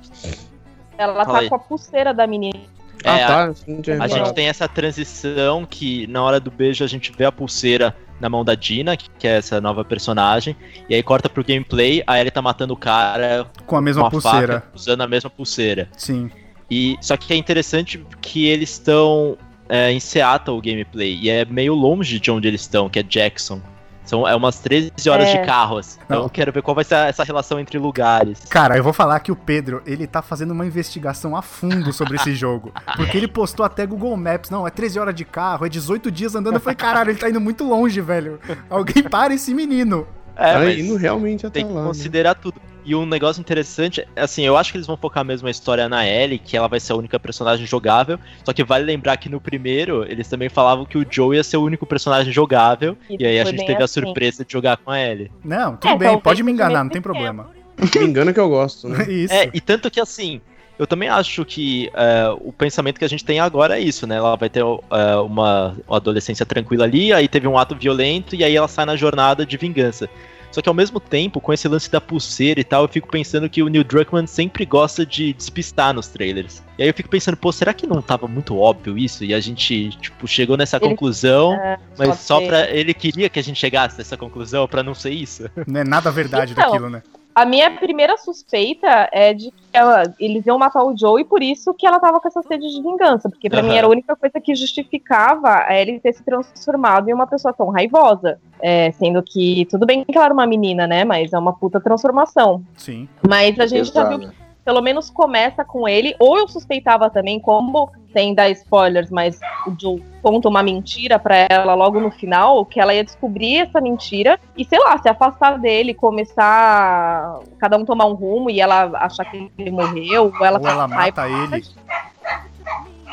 [SPEAKER 4] ela
[SPEAKER 2] Fala
[SPEAKER 4] tá
[SPEAKER 2] aí.
[SPEAKER 4] com a pulseira da menina.
[SPEAKER 2] é,
[SPEAKER 1] ah, tá. isso não tinha
[SPEAKER 2] A
[SPEAKER 1] reparado.
[SPEAKER 2] gente tem essa transição que na hora do beijo a gente vê a pulseira na mão da Dina, que que é essa nova personagem, e aí corta pro gameplay, aí ele tá matando o cara
[SPEAKER 3] Com a
[SPEAKER 2] com
[SPEAKER 3] mesma
[SPEAKER 2] uma
[SPEAKER 3] pulseira.
[SPEAKER 2] faca, usando a mesma pulseira.
[SPEAKER 3] Sim.
[SPEAKER 2] E só que é interessante que eles estão é, em Seattle o gameplay e é meio longe de onde eles estão, que é Jackson. São é umas 13 horas
[SPEAKER 4] É.
[SPEAKER 2] de carro. assim. Então
[SPEAKER 3] Não.
[SPEAKER 2] eu quero ver qual vai ser a- essa relação entre lugares.
[SPEAKER 3] Cara, eu vou falar que o Pedro, ele tá fazendo uma investigação a fundo sobre esse jogo. Porque ele postou até Google Maps. Não, é 13 horas de carro, é 18 dias andando. Eu falei, caralho, ele tá indo muito longe, velho. Alguém para esse menino.
[SPEAKER 2] É,
[SPEAKER 1] tá
[SPEAKER 2] mas-
[SPEAKER 1] indo realmente até
[SPEAKER 2] tem que
[SPEAKER 1] lá. né?
[SPEAKER 2] considerar tudo. E um negócio interessante, assim, eu acho que eles vão focar mesmo a história na Ellie, que ela vai ser a única personagem jogável. Só que vale lembrar que no primeiro, eles também falavam que o Joe ia ser o único personagem jogável.
[SPEAKER 4] E
[SPEAKER 2] E, aí a
[SPEAKER 4] foi
[SPEAKER 2] gente
[SPEAKER 4] bem
[SPEAKER 2] teve a
[SPEAKER 4] assim.
[SPEAKER 2] surpresa de jogar com a Ellie.
[SPEAKER 3] Não, tudo
[SPEAKER 4] É,
[SPEAKER 3] bem,
[SPEAKER 4] talvez
[SPEAKER 3] pode me enganar,
[SPEAKER 4] seja
[SPEAKER 3] não tem problema. *laughs*
[SPEAKER 1] Me engana que eu gosto, né?
[SPEAKER 3] Isso.
[SPEAKER 2] É, e tanto que assim, eu também acho que é, o pensamento que a gente tem agora é isso, né? Ela vai ter é, uma adolescência tranquila ali, aí teve um ato violento e aí ela sai na jornada de vingança. Só que ao mesmo tempo, com esse lance da pulseira e tal, eu fico pensando que o Neil Druckmann sempre gosta de despistar nos trailers. E aí eu fico pensando, pô, será que não tava muito óbvio isso? E a gente, tipo, chegou nessa
[SPEAKER 4] Ele-
[SPEAKER 2] conclusão,
[SPEAKER 4] É,
[SPEAKER 2] mas só
[SPEAKER 4] que-
[SPEAKER 2] pra. Ele queria que a gente chegasse nessa conclusão pra não ser isso.
[SPEAKER 3] Não é nada verdade
[SPEAKER 4] Então,
[SPEAKER 3] daquilo, né?
[SPEAKER 4] A minha primeira suspeita é de que ela- eles iam matar o Joe e por isso que ela tava com essa sede de vingança. Porque pra
[SPEAKER 2] Aham.
[SPEAKER 4] mim era a única coisa que justificava a Ellie ter se transformado em uma pessoa tão raivosa. É, sendo que, tudo bem que ela era uma menina, né? Mas é uma puta transformação.
[SPEAKER 3] Sim.
[SPEAKER 4] Mas a gente já viu
[SPEAKER 5] Pesada.
[SPEAKER 4] pelo menos começa com ele, ou eu suspeitava também, como sem dar spoilers, mas o Joe conta uma mentira pra ela logo no final, que ela ia descobrir essa mentira e, sei lá, se afastar dele, começar cada um tomar um rumo e ela achar que ele morreu, ou ela
[SPEAKER 3] Ou ela
[SPEAKER 4] com raiva.
[SPEAKER 3] mata ele.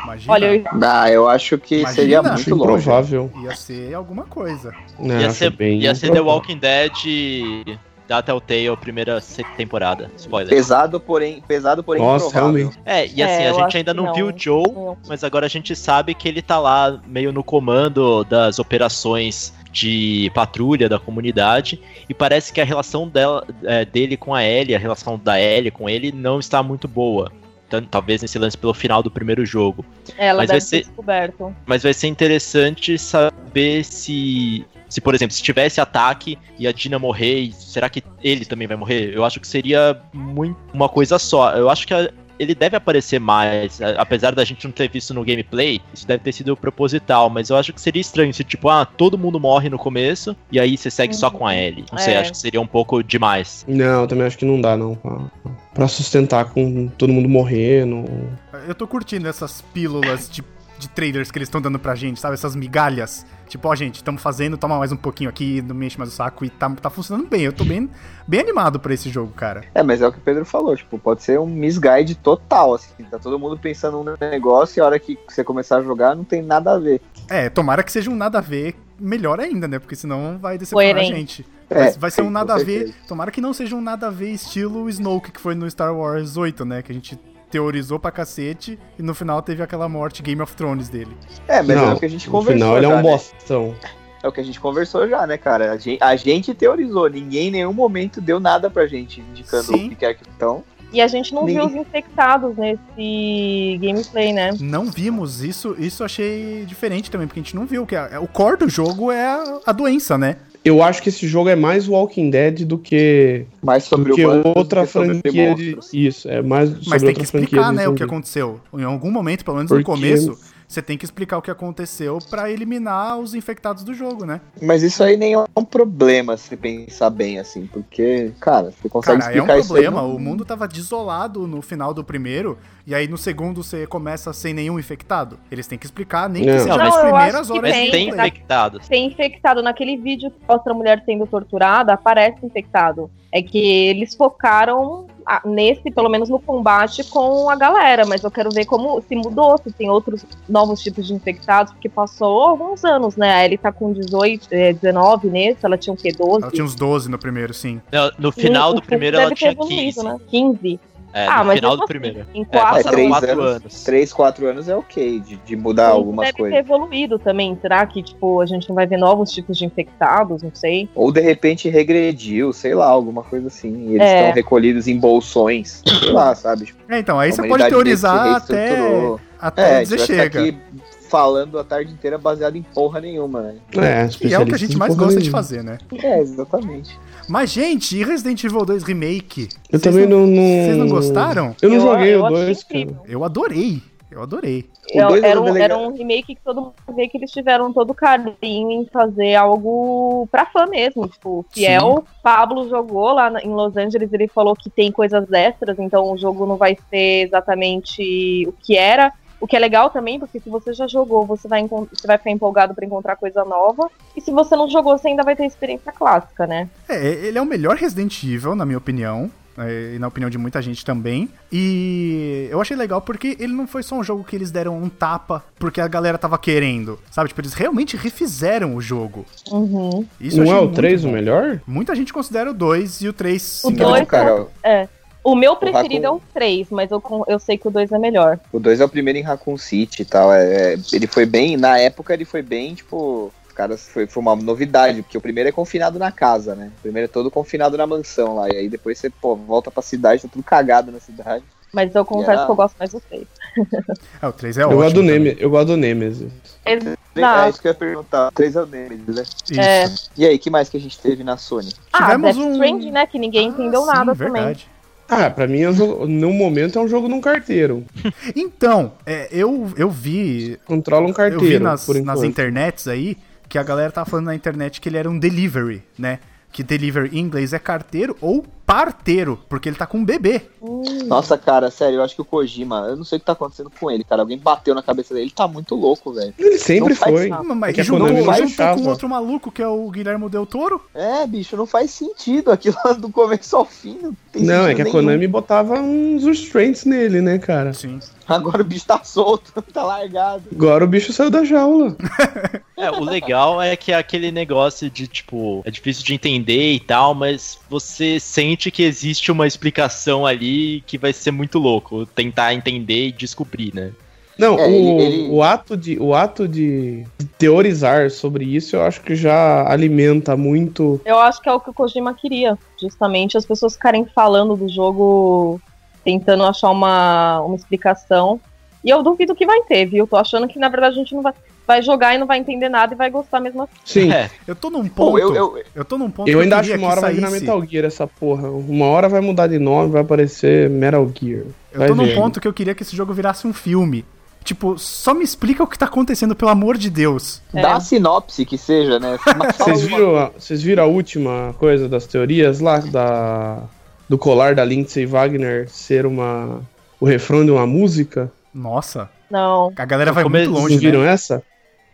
[SPEAKER 3] Imagina.
[SPEAKER 4] Olha, eu
[SPEAKER 5] Ah, eu acho que
[SPEAKER 3] Imagina.
[SPEAKER 5] seria
[SPEAKER 1] Acho
[SPEAKER 5] *laughs* muito longe.
[SPEAKER 1] improvável.
[SPEAKER 3] Ia ser alguma coisa.
[SPEAKER 1] Né?
[SPEAKER 2] ia
[SPEAKER 1] acho
[SPEAKER 2] ser,
[SPEAKER 1] bem
[SPEAKER 2] ia ser The
[SPEAKER 1] improvável.
[SPEAKER 2] Walking Dead da Telltale, primeira se- temporada. Spoiler.
[SPEAKER 5] Pesado, porém, pesado, porém
[SPEAKER 1] Nossa,
[SPEAKER 5] improvável.
[SPEAKER 1] realmente.
[SPEAKER 2] É, e assim, a
[SPEAKER 4] É, eu
[SPEAKER 2] gente
[SPEAKER 4] acho
[SPEAKER 2] ainda
[SPEAKER 4] que
[SPEAKER 2] não,
[SPEAKER 4] não.
[SPEAKER 2] viu o Joe, mas agora a gente sabe que ele tá lá meio no comando das operações de patrulha da comunidade. E parece que a relação dela, é, dele com a Ellie, a relação da Ellie com ele, não está muito boa. Tan- Talvez nesse lance pelo final do primeiro jogo.
[SPEAKER 4] ela
[SPEAKER 2] Mas vai
[SPEAKER 4] deve ter
[SPEAKER 2] ser-
[SPEAKER 4] descoberto.
[SPEAKER 2] Mas vai ser interessante saber se. Se, por exemplo, se tivesse ataque e a Dina morrer, e será que ele também vai morrer? Eu acho que seria muito uma coisa só. Eu acho que a- ele deve aparecer mais. a- Apesar da gente não ter visto no gameplay, isso deve ter sido proposital. Mas eu acho que seria estranho se, tipo, ah, todo mundo morre no começo e aí você segue só com a Ellie. Não sei,
[SPEAKER 4] É.
[SPEAKER 2] acho que seria um pouco demais.
[SPEAKER 1] Não, eu também acho que não dá, não. Pra, pra sustentar com todo mundo morrendo.
[SPEAKER 3] Eu tô curtindo essas pílulas de, de trailers que eles estão dando pra gente, sabe? Essas migalhas. Tipo, ó, gente, estamos fazendo, toma mais um pouquinho aqui, não me enche mais o saco. E tá, tá funcionando bem. Eu tô bem, bem animado pra esse jogo, cara.
[SPEAKER 5] É, mas é o que o Pedro falou, tipo, pode ser um misguide total, assim, tá todo mundo pensando num negócio e a hora que você começar a jogar não tem nada a ver.
[SPEAKER 3] É, tomara que seja um nada a ver melhor ainda, né? Porque senão vai decepcionar a
[SPEAKER 4] Coerente.
[SPEAKER 3] gente.
[SPEAKER 5] É,
[SPEAKER 3] Vai- vai ser um
[SPEAKER 5] sim,
[SPEAKER 3] nada a
[SPEAKER 5] com
[SPEAKER 3] ver.
[SPEAKER 5] certeza.
[SPEAKER 3] Tomara que não seja um nada a ver estilo Snoke, que foi no Star Wars 8, né? Que a gente teorizou pra cacete e no final teve aquela morte Game of Thrones dele.
[SPEAKER 5] É, mas
[SPEAKER 1] Não,
[SPEAKER 5] é o que a gente
[SPEAKER 1] No
[SPEAKER 5] conversou.
[SPEAKER 1] final, ele é
[SPEAKER 5] já,
[SPEAKER 1] um
[SPEAKER 5] né?
[SPEAKER 1] bostão.
[SPEAKER 5] É o que a gente conversou já, né, cara? A gen- a gente, teorizou, ninguém em nenhum momento deu nada pra gente indicando
[SPEAKER 3] Sim.
[SPEAKER 5] o que quer que. Então,
[SPEAKER 4] E a gente não viu os infectados nesse gameplay, né?
[SPEAKER 3] Não vimos isso, isso eu achei diferente também, porque a gente não viu que a- o core do jogo é a, a doença, né?
[SPEAKER 1] Eu acho que esse jogo é mais Walking Dead do que,
[SPEAKER 5] Mais sobre
[SPEAKER 1] do que
[SPEAKER 5] o Banner
[SPEAKER 1] outra
[SPEAKER 5] do que sobre
[SPEAKER 1] franquia de.
[SPEAKER 5] monstros.
[SPEAKER 1] Isso, é mais sobre
[SPEAKER 3] Mas tem
[SPEAKER 1] outra
[SPEAKER 3] que
[SPEAKER 1] franquia
[SPEAKER 3] explicar,
[SPEAKER 1] de
[SPEAKER 3] né, o
[SPEAKER 1] zumbi.
[SPEAKER 3] que aconteceu. Em algum momento, pelo menos no
[SPEAKER 1] Porque-
[SPEAKER 3] começo, você tem que explicar o que aconteceu pra eliminar os infectados do jogo, né?
[SPEAKER 5] Mas isso aí nem é um problema se pensar bem assim, porque, cara, você consegue
[SPEAKER 3] Cara, é um
[SPEAKER 5] explicar isso. aí,
[SPEAKER 3] problema.
[SPEAKER 5] não-
[SPEAKER 3] O mundo tava desolado no final do primeiro, e aí no segundo você começa sem nenhum infectado. Eles têm que explicar, nem que
[SPEAKER 5] É.
[SPEAKER 1] Não.
[SPEAKER 3] seja
[SPEAKER 2] Não,
[SPEAKER 3] nas
[SPEAKER 2] mas-
[SPEAKER 3] primeiras
[SPEAKER 4] eu acho que
[SPEAKER 3] horas.
[SPEAKER 2] Mas
[SPEAKER 3] de
[SPEAKER 4] Tem,
[SPEAKER 2] tem
[SPEAKER 3] gameplay.
[SPEAKER 2] infectados.
[SPEAKER 4] Ser infectado naquele vídeo que mostra a mulher sendo torturada, aparece infectado. É que eles focaram a- nesse, pelo menos no combate com a galera, mas eu quero ver como se mudou, se tem outros novos tipos de infectados, porque passou alguns anos, né? A Ellie tá com 18, é, 19 nesse, ela tinha o quê? 12?
[SPEAKER 3] Ela tinha uns 12 no primeiro, sim.
[SPEAKER 2] No, no
[SPEAKER 4] E
[SPEAKER 2] um final
[SPEAKER 4] o
[SPEAKER 2] do
[SPEAKER 4] povo
[SPEAKER 2] primeiro
[SPEAKER 4] deve
[SPEAKER 2] ela
[SPEAKER 4] ter
[SPEAKER 2] tinha
[SPEAKER 4] evoluído,
[SPEAKER 2] 15.
[SPEAKER 4] Né? 15.
[SPEAKER 2] É,
[SPEAKER 4] ah,
[SPEAKER 2] no
[SPEAKER 4] mas
[SPEAKER 2] final
[SPEAKER 4] mesmo
[SPEAKER 2] do
[SPEAKER 4] assim,
[SPEAKER 2] primeiro.
[SPEAKER 4] Em
[SPEAKER 2] É,
[SPEAKER 4] quatro
[SPEAKER 2] passaram
[SPEAKER 5] três
[SPEAKER 4] anos,
[SPEAKER 2] quatro
[SPEAKER 5] anos.
[SPEAKER 2] anos.
[SPEAKER 5] Três, quatro anos é ok de, de mudar
[SPEAKER 4] o povo
[SPEAKER 5] algumas
[SPEAKER 4] deve
[SPEAKER 5] coisas.
[SPEAKER 4] ter evoluído também. Será que, tipo, a gente não vai ver novos tipos de infectados? Não sei.
[SPEAKER 5] Ou de repente regrediu, sei lá, alguma coisa assim. E eles
[SPEAKER 4] É.
[SPEAKER 5] estão recolhidos em bolsões. Sei lá, sabe? Tipo,
[SPEAKER 3] É, então, aí
[SPEAKER 5] a
[SPEAKER 3] você pode
[SPEAKER 5] humanidade
[SPEAKER 3] teorizar
[SPEAKER 5] se
[SPEAKER 3] até,
[SPEAKER 5] reestruturou.
[SPEAKER 3] até
[SPEAKER 5] É, a gente
[SPEAKER 3] dizer
[SPEAKER 5] vai ficar
[SPEAKER 3] chega.
[SPEAKER 5] aqui falando a tarde inteira baseado em porra nenhuma, né?
[SPEAKER 1] É,
[SPEAKER 3] E é o que a gente mais gosta de
[SPEAKER 1] fazer.
[SPEAKER 3] fazer, né?
[SPEAKER 5] É, exatamente.
[SPEAKER 3] Mas, gente, e Resident Evil 2 Remake?
[SPEAKER 1] Eu
[SPEAKER 3] Vocês
[SPEAKER 1] também não. não-
[SPEAKER 3] Vocês não gostaram?
[SPEAKER 1] Eu não
[SPEAKER 4] Eu-
[SPEAKER 1] joguei
[SPEAKER 4] eu
[SPEAKER 1] o
[SPEAKER 4] achei
[SPEAKER 1] 2, cara.
[SPEAKER 4] incrível.
[SPEAKER 3] Eu adorei. Eu adorei.
[SPEAKER 5] O dois
[SPEAKER 4] era,
[SPEAKER 5] é era
[SPEAKER 4] um,
[SPEAKER 5] legal.
[SPEAKER 4] era um remake que todo mundo vê que eles tiveram todo carinho em fazer algo pra fã mesmo. Tipo, fiel. Pablo jogou lá na- em Los Angeles, ele falou que tem coisas extras, então o jogo não vai ser exatamente o que era. O que é legal também, porque se você já jogou, você vai, encon- você vai ficar empolgado pra encontrar coisa nova. E se você não jogou, você ainda vai ter a experiência clássica, né?
[SPEAKER 3] É, ele é o melhor Resident Evil, na minha opinião. é, E na opinião de muita gente também. E eu achei legal porque ele não foi só um jogo que eles deram um tapa porque a galera tava querendo. Sabe? Tipo, eles realmente refizeram o jogo.
[SPEAKER 4] Uhum.
[SPEAKER 3] Isso eu
[SPEAKER 1] Não
[SPEAKER 3] achei
[SPEAKER 1] é o
[SPEAKER 3] muito
[SPEAKER 1] 3 o
[SPEAKER 3] bom. É
[SPEAKER 1] melhor?
[SPEAKER 3] Muita gente considera o 2 e o 3.
[SPEAKER 4] O
[SPEAKER 5] Então,
[SPEAKER 4] dois- né?
[SPEAKER 5] cara,
[SPEAKER 4] O meu
[SPEAKER 5] Raccoon-
[SPEAKER 4] preferido é o 3, mas eu, con- eu sei que o 2 é melhor.
[SPEAKER 5] o 2 é o primeiro em Raccoon City e tal. É, é, ele foi bem, na época ele foi bem, tipo. os Caras, foi, foi uma novidade, porque o primeiro é confinado na casa, né? O primeiro é todo confinado na mansão lá. E aí depois você, pô, volta pra cidade, tá tudo cagado na cidade.
[SPEAKER 4] Mas eu confesso
[SPEAKER 5] Yeah.
[SPEAKER 4] que eu gosto mais do 3.
[SPEAKER 3] É, o 3 é
[SPEAKER 1] eu,
[SPEAKER 3] ótimo.
[SPEAKER 1] gosto do
[SPEAKER 3] também.
[SPEAKER 1] Neme- eu gosto do Nemesis.
[SPEAKER 4] Não.
[SPEAKER 5] É isso que eu ia perguntar. Três é o Nemesis, né?
[SPEAKER 3] Isso.
[SPEAKER 4] É.
[SPEAKER 5] E aí, que mais que a gente teve na Sony?
[SPEAKER 4] Ah,
[SPEAKER 3] Tivemos
[SPEAKER 4] Death
[SPEAKER 3] um-
[SPEAKER 4] Stranding, né? Que ninguém entendeu
[SPEAKER 3] Ah,
[SPEAKER 4] nada
[SPEAKER 3] sim, verdade.
[SPEAKER 1] Ah, pra mim, é um jogo- no momento, é um jogo num carteiro.
[SPEAKER 3] Então, é, eu, eu vi
[SPEAKER 1] Controla um
[SPEAKER 3] Eu vi
[SPEAKER 1] carteiro,
[SPEAKER 3] nas,
[SPEAKER 1] por
[SPEAKER 3] nas
[SPEAKER 1] enquanto.
[SPEAKER 3] internets aí que a galera tava falando na internet que ele era um delivery, né? Que delivery em inglês é carteiro ou parteiro, porque ele tá com um bebê.
[SPEAKER 4] também.
[SPEAKER 5] Nossa, cara, sério, eu acho que o Kojima, eu não sei o que tá acontecendo com ele, cara. Alguém bateu na cabeça dele, ele tá muito louco, velho.
[SPEAKER 1] Ele sempre
[SPEAKER 5] Não faz
[SPEAKER 1] foi.
[SPEAKER 4] nada.
[SPEAKER 3] Mas- Mas
[SPEAKER 1] É que a
[SPEAKER 3] juntou,
[SPEAKER 1] Konami
[SPEAKER 5] não
[SPEAKER 3] juntou
[SPEAKER 1] deixava.
[SPEAKER 3] com outro maluco que é o Guilherme Del Toro.
[SPEAKER 5] É, bicho, não faz sentido aquilo *laughs* lá do começo ao fim. Não, tem
[SPEAKER 1] Não, é
[SPEAKER 5] sentido
[SPEAKER 1] que a
[SPEAKER 5] nenhum.
[SPEAKER 1] Konami botava uns restraints nele, né, cara?
[SPEAKER 3] Sim.
[SPEAKER 5] Agora o bicho tá solto, *laughs* tá largado.
[SPEAKER 1] Agora o bicho saiu da jaula.
[SPEAKER 2] É, o legal é que é aquele negócio de, tipo, é difícil de entender e tal, mas você sente que existe uma explicação ali que vai ser muito louco tentar entender e descobrir, né?
[SPEAKER 1] Não,
[SPEAKER 5] É,
[SPEAKER 1] o,
[SPEAKER 5] ele- ele-
[SPEAKER 1] o ato, de, o ato de teorizar sobre isso, eu acho que já alimenta muito
[SPEAKER 4] Eu acho que é o que o Kojima queria, justamente. As pessoas ficarem falando do jogo, tentando achar uma, uma explicação. E eu duvido que vai ter, viu? Tô achando que, na verdade, a gente não vai, vai jogar e não vai entender nada e vai gostar mesmo assim.
[SPEAKER 1] Sim,
[SPEAKER 2] *laughs* É,
[SPEAKER 3] Eu tô num ponto.
[SPEAKER 5] Pô,
[SPEAKER 3] eu,
[SPEAKER 5] eu, eu,
[SPEAKER 3] tô num ponto.
[SPEAKER 1] eu
[SPEAKER 3] que
[SPEAKER 1] ainda acho um
[SPEAKER 3] queria
[SPEAKER 1] que uma hora vai virar
[SPEAKER 3] saísse-
[SPEAKER 1] Metal Gear essa porra. Uma hora vai mudar de nome, vai aparecer Metal Gear.
[SPEAKER 3] Eu
[SPEAKER 1] Vai
[SPEAKER 3] tô num
[SPEAKER 1] ver.
[SPEAKER 3] ponto que eu queria que esse jogo virasse um filme. Tipo, só me explica o que tá acontecendo, pelo amor de Deus.
[SPEAKER 4] É.
[SPEAKER 5] dá a sinopse que seja, né? Mas
[SPEAKER 1] *laughs*
[SPEAKER 5] fala
[SPEAKER 1] Vocês
[SPEAKER 5] alguma-
[SPEAKER 1] viram, a- vocês viram a última coisa das teorias lá da do colar da Lindsay Wagner ser uma o refrão de uma música?
[SPEAKER 3] Nossa,
[SPEAKER 4] Não.
[SPEAKER 3] a galera vai
[SPEAKER 2] Como
[SPEAKER 3] muito
[SPEAKER 2] eles
[SPEAKER 3] longe,
[SPEAKER 1] Vocês
[SPEAKER 3] né?
[SPEAKER 1] viram essa?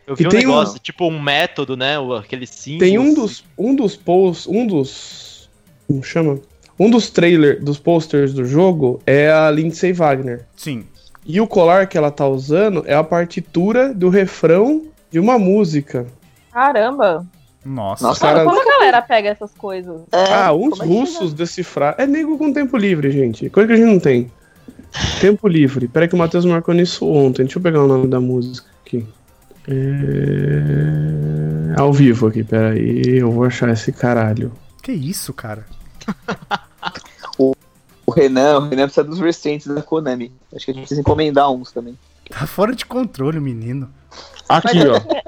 [SPEAKER 2] eu vi
[SPEAKER 1] Que
[SPEAKER 2] um
[SPEAKER 1] tem um-
[SPEAKER 2] negócio, tipo um método, né? o- Aquele sim.
[SPEAKER 1] Tem um dos um dos posts, um dos como chama? Um dos trailer dos posters do jogo é a Lindsay Wagner.
[SPEAKER 3] né? Sim.
[SPEAKER 1] E o colar que ela tá usando é a partitura do refrão de uma música.
[SPEAKER 4] Caramba.
[SPEAKER 3] Nossa.
[SPEAKER 5] Nossa,
[SPEAKER 1] Cara,
[SPEAKER 4] Como a galera pega essas coisas?
[SPEAKER 5] É,
[SPEAKER 1] Ah, uns
[SPEAKER 5] como é que
[SPEAKER 1] russos decifrar. É nego com tempo livre, gente. Coisa que a gente não tem. Tempo livre. Peraí que o Matheus marcou nisso ontem. Deixa eu pegar o nome da música aqui. É... Ao vivo aqui, peraí. Eu vou achar esse caralho.
[SPEAKER 3] Que isso, cara?
[SPEAKER 5] O Renan, o Renan precisa dos recentes da Konami. Acho que a gente precisa encomendar uns também.
[SPEAKER 3] Tá fora de controle, o menino.
[SPEAKER 4] Mas
[SPEAKER 7] Aqui,
[SPEAKER 4] eu,
[SPEAKER 7] ó.
[SPEAKER 5] tá
[SPEAKER 4] tinha,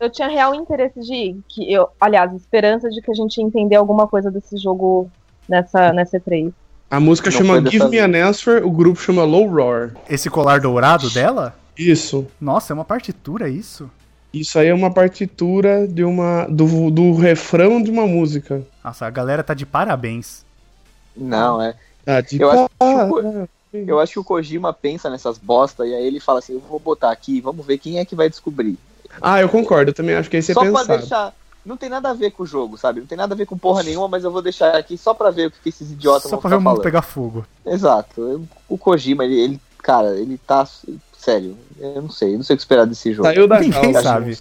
[SPEAKER 4] eu tinha real interesse de. Que eu, aliás, esperança de que a gente ia entender alguma coisa desse jogo nessa, nessa E3.
[SPEAKER 1] A música
[SPEAKER 5] Não
[SPEAKER 1] chama
[SPEAKER 5] foi
[SPEAKER 1] Give
[SPEAKER 5] dessa
[SPEAKER 1] Me an Answer, o grupo chama Low Roar.
[SPEAKER 3] Esse colar dourado dela?
[SPEAKER 1] Isso.
[SPEAKER 3] Nossa, é uma partitura isso?
[SPEAKER 1] Isso aí é uma partitura de uma do, do refrão de uma música.
[SPEAKER 3] Nossa, a galera tá de parabéns.
[SPEAKER 5] Não, é.
[SPEAKER 1] Ah, de
[SPEAKER 5] Eu acho
[SPEAKER 1] Ah,
[SPEAKER 5] Eu acho que o Kojima pensa nessas bosta e aí ele fala assim: eu vou botar aqui, vamos ver quem é que vai descobrir.
[SPEAKER 1] ah, eu concordo, eu também acho que aí você
[SPEAKER 5] só
[SPEAKER 1] pensado.
[SPEAKER 5] pra deixar. Não tem nada a ver com o jogo, sabe? Não tem nada a ver com porra nenhuma, mas eu vou deixar aqui só pra ver o que que esses idiotas
[SPEAKER 3] Só
[SPEAKER 5] vão
[SPEAKER 3] pra ver o
[SPEAKER 5] ficar
[SPEAKER 3] mundo
[SPEAKER 5] falando.
[SPEAKER 3] pegar fogo.
[SPEAKER 5] Exato. Eu- O Kojima, ele, ele- cara, ele tá. Sério, eu não sei, eu não sei o que esperar desse jogo.
[SPEAKER 1] Saiu da
[SPEAKER 3] Ninguém
[SPEAKER 1] calça.
[SPEAKER 3] sabe.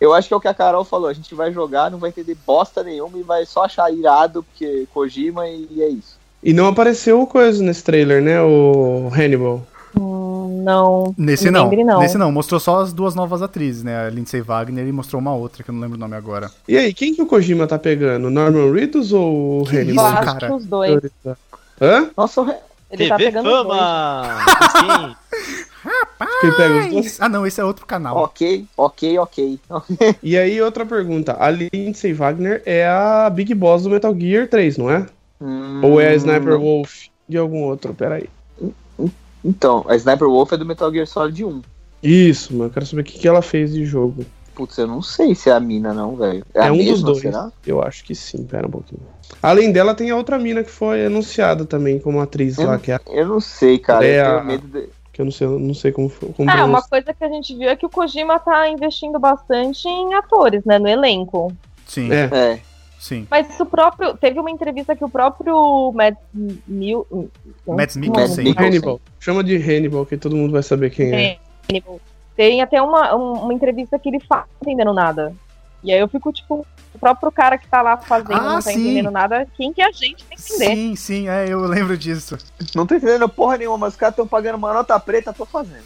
[SPEAKER 5] Eu acho que é o que a Carol falou, a gente vai jogar, não vai entender bosta nenhuma e vai só achar irado, porque Kojima e é isso.
[SPEAKER 1] E não apareceu coisa nesse trailer, né? O Hannibal.
[SPEAKER 4] Hum, não.
[SPEAKER 3] Nesse
[SPEAKER 4] Me
[SPEAKER 3] não.
[SPEAKER 4] lembre, não.
[SPEAKER 3] Nesse não. Mostrou só as duas novas atrizes, né? A Lindsay Wagner e mostrou uma outra que eu não lembro o nome agora.
[SPEAKER 1] E aí, quem que o Kojima tá pegando? Norman Reedus ou o
[SPEAKER 3] Que
[SPEAKER 4] Eu
[SPEAKER 1] Hannibal?
[SPEAKER 3] isso,
[SPEAKER 4] acho
[SPEAKER 3] cara.
[SPEAKER 4] que os dois.
[SPEAKER 1] Hã?
[SPEAKER 5] Nossa, o Re-
[SPEAKER 4] Ele
[SPEAKER 2] TV
[SPEAKER 4] tá pegando os dois.
[SPEAKER 2] Fama! Sim.
[SPEAKER 1] Quem pega os dois?
[SPEAKER 3] Ah, não, esse é outro canal.
[SPEAKER 5] ok, ok, ok.
[SPEAKER 1] E aí, outra pergunta. A Lindsay Wagner é a Big Boss do Metal Gear 3, não é?
[SPEAKER 5] hum,
[SPEAKER 1] Ou é a Sniper Wolf de algum outro? Peraí.
[SPEAKER 5] Então, a Sniper Wolf é do Metal Gear Solid 1.
[SPEAKER 1] Isso, mano. eu Quero saber o que, que ela fez de jogo.
[SPEAKER 5] Putz, eu não sei se é a mina, não, velho. É,
[SPEAKER 1] É
[SPEAKER 5] a
[SPEAKER 1] um dos
[SPEAKER 5] mesma,
[SPEAKER 1] dois.
[SPEAKER 5] será?
[SPEAKER 1] Eu acho que sim, pera um pouquinho. Além dela, tem a outra mina que foi anunciada também como atriz
[SPEAKER 5] Eu
[SPEAKER 1] lá,
[SPEAKER 5] não-
[SPEAKER 1] que, é, a-
[SPEAKER 5] Eu não sei, cara.
[SPEAKER 1] É
[SPEAKER 5] eu tenho
[SPEAKER 1] a-
[SPEAKER 5] medo de...
[SPEAKER 1] que eu não sei, eu não sei como foi.
[SPEAKER 3] um
[SPEAKER 1] Como
[SPEAKER 4] Ah, uma
[SPEAKER 1] pronuncia.
[SPEAKER 4] coisa que a gente viu é que o Kojima tá investindo bastante em atores, né? No elenco.
[SPEAKER 3] Sim,
[SPEAKER 1] É.
[SPEAKER 5] É.
[SPEAKER 3] sim.
[SPEAKER 4] Mas o próprio. Teve uma entrevista que o próprio Matt Mil.
[SPEAKER 3] Mads
[SPEAKER 4] não,
[SPEAKER 3] Mikkelsen.
[SPEAKER 5] Mikkelsen.
[SPEAKER 1] Hannibal. Chama de Hannibal, que todo mundo vai saber quem é.
[SPEAKER 4] Hannibal. Tem até uma, um- uma entrevista que ele fala não entendendo nada. E aí eu fico, tipo, o próprio cara que tá lá fazendo,
[SPEAKER 3] Ah,
[SPEAKER 4] não tá
[SPEAKER 3] sim.
[SPEAKER 4] entendendo nada, quem que a gente tem que entender?
[SPEAKER 3] Sim, sim, é, eu lembro disso. *laughs*
[SPEAKER 5] Não tô entendendo porra nenhuma, mas os caras tão pagando uma nota preta, tô fazendo.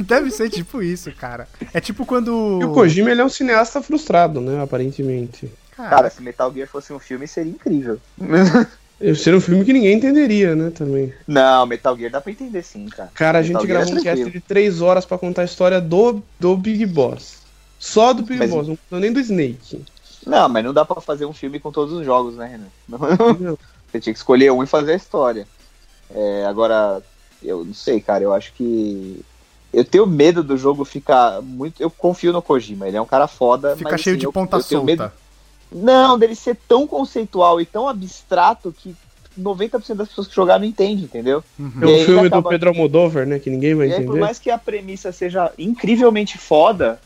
[SPEAKER 3] Deve ser tipo isso, cara. É tipo quando.
[SPEAKER 1] E o Kojima, ele é um cineasta frustrado, né? Aparentemente.
[SPEAKER 5] Cara,
[SPEAKER 3] Cara,
[SPEAKER 5] se Metal Gear fosse um filme, seria incrível.
[SPEAKER 1] Eu seria um filme que ninguém entenderia, né? Também.
[SPEAKER 5] Não, Metal Gear dá pra entender sim, cara.
[SPEAKER 1] Cara, a
[SPEAKER 5] Metal
[SPEAKER 1] gente
[SPEAKER 5] Gear é
[SPEAKER 1] gravou um cast
[SPEAKER 5] tranquilo.
[SPEAKER 1] de 3 horas pra contar a história do, do Big Boss. Só do Big
[SPEAKER 5] Mas-
[SPEAKER 1] Boss, não contou nem do
[SPEAKER 5] *laughs*
[SPEAKER 1] Snake.
[SPEAKER 5] Não, mas não dá pra fazer um filme com todos os jogos, né, Renan? *laughs* Não.
[SPEAKER 1] Não.
[SPEAKER 5] Você tinha que escolher um e fazer a história. É, agora, eu não sei, cara. Eu acho que. Eu tenho medo do jogo ficar muito. Eu confio no Kojima, ele é um cara foda.
[SPEAKER 3] fica
[SPEAKER 5] mas,
[SPEAKER 3] cheio
[SPEAKER 5] assim,
[SPEAKER 3] de
[SPEAKER 5] eu-
[SPEAKER 3] ponta
[SPEAKER 5] eu tenho
[SPEAKER 3] solta.
[SPEAKER 5] medo- Não, dele ser tão conceitual e tão abstrato que 90% das pessoas que jogar não entende, entendeu?
[SPEAKER 3] Uhum.
[SPEAKER 1] É
[SPEAKER 5] E
[SPEAKER 1] um
[SPEAKER 5] aí
[SPEAKER 1] filme do
[SPEAKER 5] acaba-
[SPEAKER 1] Pedro Almodóvar, né? Que ninguém vai
[SPEAKER 5] E aí, por
[SPEAKER 1] entender.
[SPEAKER 5] mais que a premissa seja incrivelmente foda,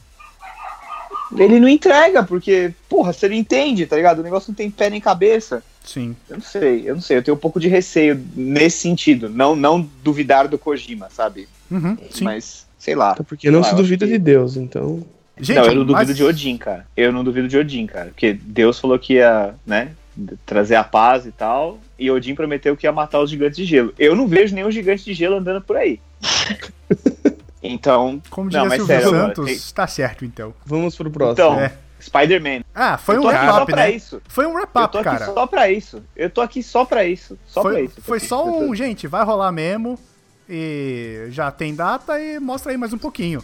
[SPEAKER 5] ele não entrega, porque, porra, você não entende, tá ligado? O negócio não tem pé nem cabeça.
[SPEAKER 3] Sim.
[SPEAKER 5] Eu não sei, eu não sei. Eu tenho um pouco de receio nesse sentido. Não, não duvidar do Kojima, sabe?
[SPEAKER 3] Uhum, sim.
[SPEAKER 5] Mas, sei lá.
[SPEAKER 1] Até Porque não
[SPEAKER 5] Ah,
[SPEAKER 1] se
[SPEAKER 5] eu
[SPEAKER 1] duvida
[SPEAKER 5] acho
[SPEAKER 1] de
[SPEAKER 5] que-
[SPEAKER 1] Deus, então.
[SPEAKER 3] Gente,
[SPEAKER 5] não, eu não duvido
[SPEAKER 3] mas-
[SPEAKER 5] de Odin, cara. Eu não duvido de Odin, cara. Porque Deus falou que ia, né, trazer a paz e tal. E Odin prometeu que ia matar os gigantes de gelo. Eu não vejo nenhum gigante de gelo andando por
[SPEAKER 3] *laughs*
[SPEAKER 5] aí. então,
[SPEAKER 3] Como
[SPEAKER 5] Não,
[SPEAKER 3] diria
[SPEAKER 5] mas
[SPEAKER 3] Silvio
[SPEAKER 5] sério agora,
[SPEAKER 3] Santos,
[SPEAKER 5] tem-
[SPEAKER 3] tá certo então.
[SPEAKER 1] Vamos pro próximo.
[SPEAKER 5] então,
[SPEAKER 3] É.
[SPEAKER 5] Spider-Man.
[SPEAKER 3] Ah, foi
[SPEAKER 5] eu
[SPEAKER 3] um
[SPEAKER 5] tô aqui só
[SPEAKER 3] wrap-up,
[SPEAKER 5] pra
[SPEAKER 3] né?
[SPEAKER 5] isso.
[SPEAKER 3] Foi um
[SPEAKER 5] Eu tô
[SPEAKER 3] wrap-up,
[SPEAKER 5] aqui
[SPEAKER 3] cara.
[SPEAKER 5] só pra isso. Eu tô aqui só pra isso. Só pra
[SPEAKER 3] foi,
[SPEAKER 5] isso.
[SPEAKER 3] foi só um, gente, vai rolar mesmo. E já tem data e mostra aí mais um pouquinho.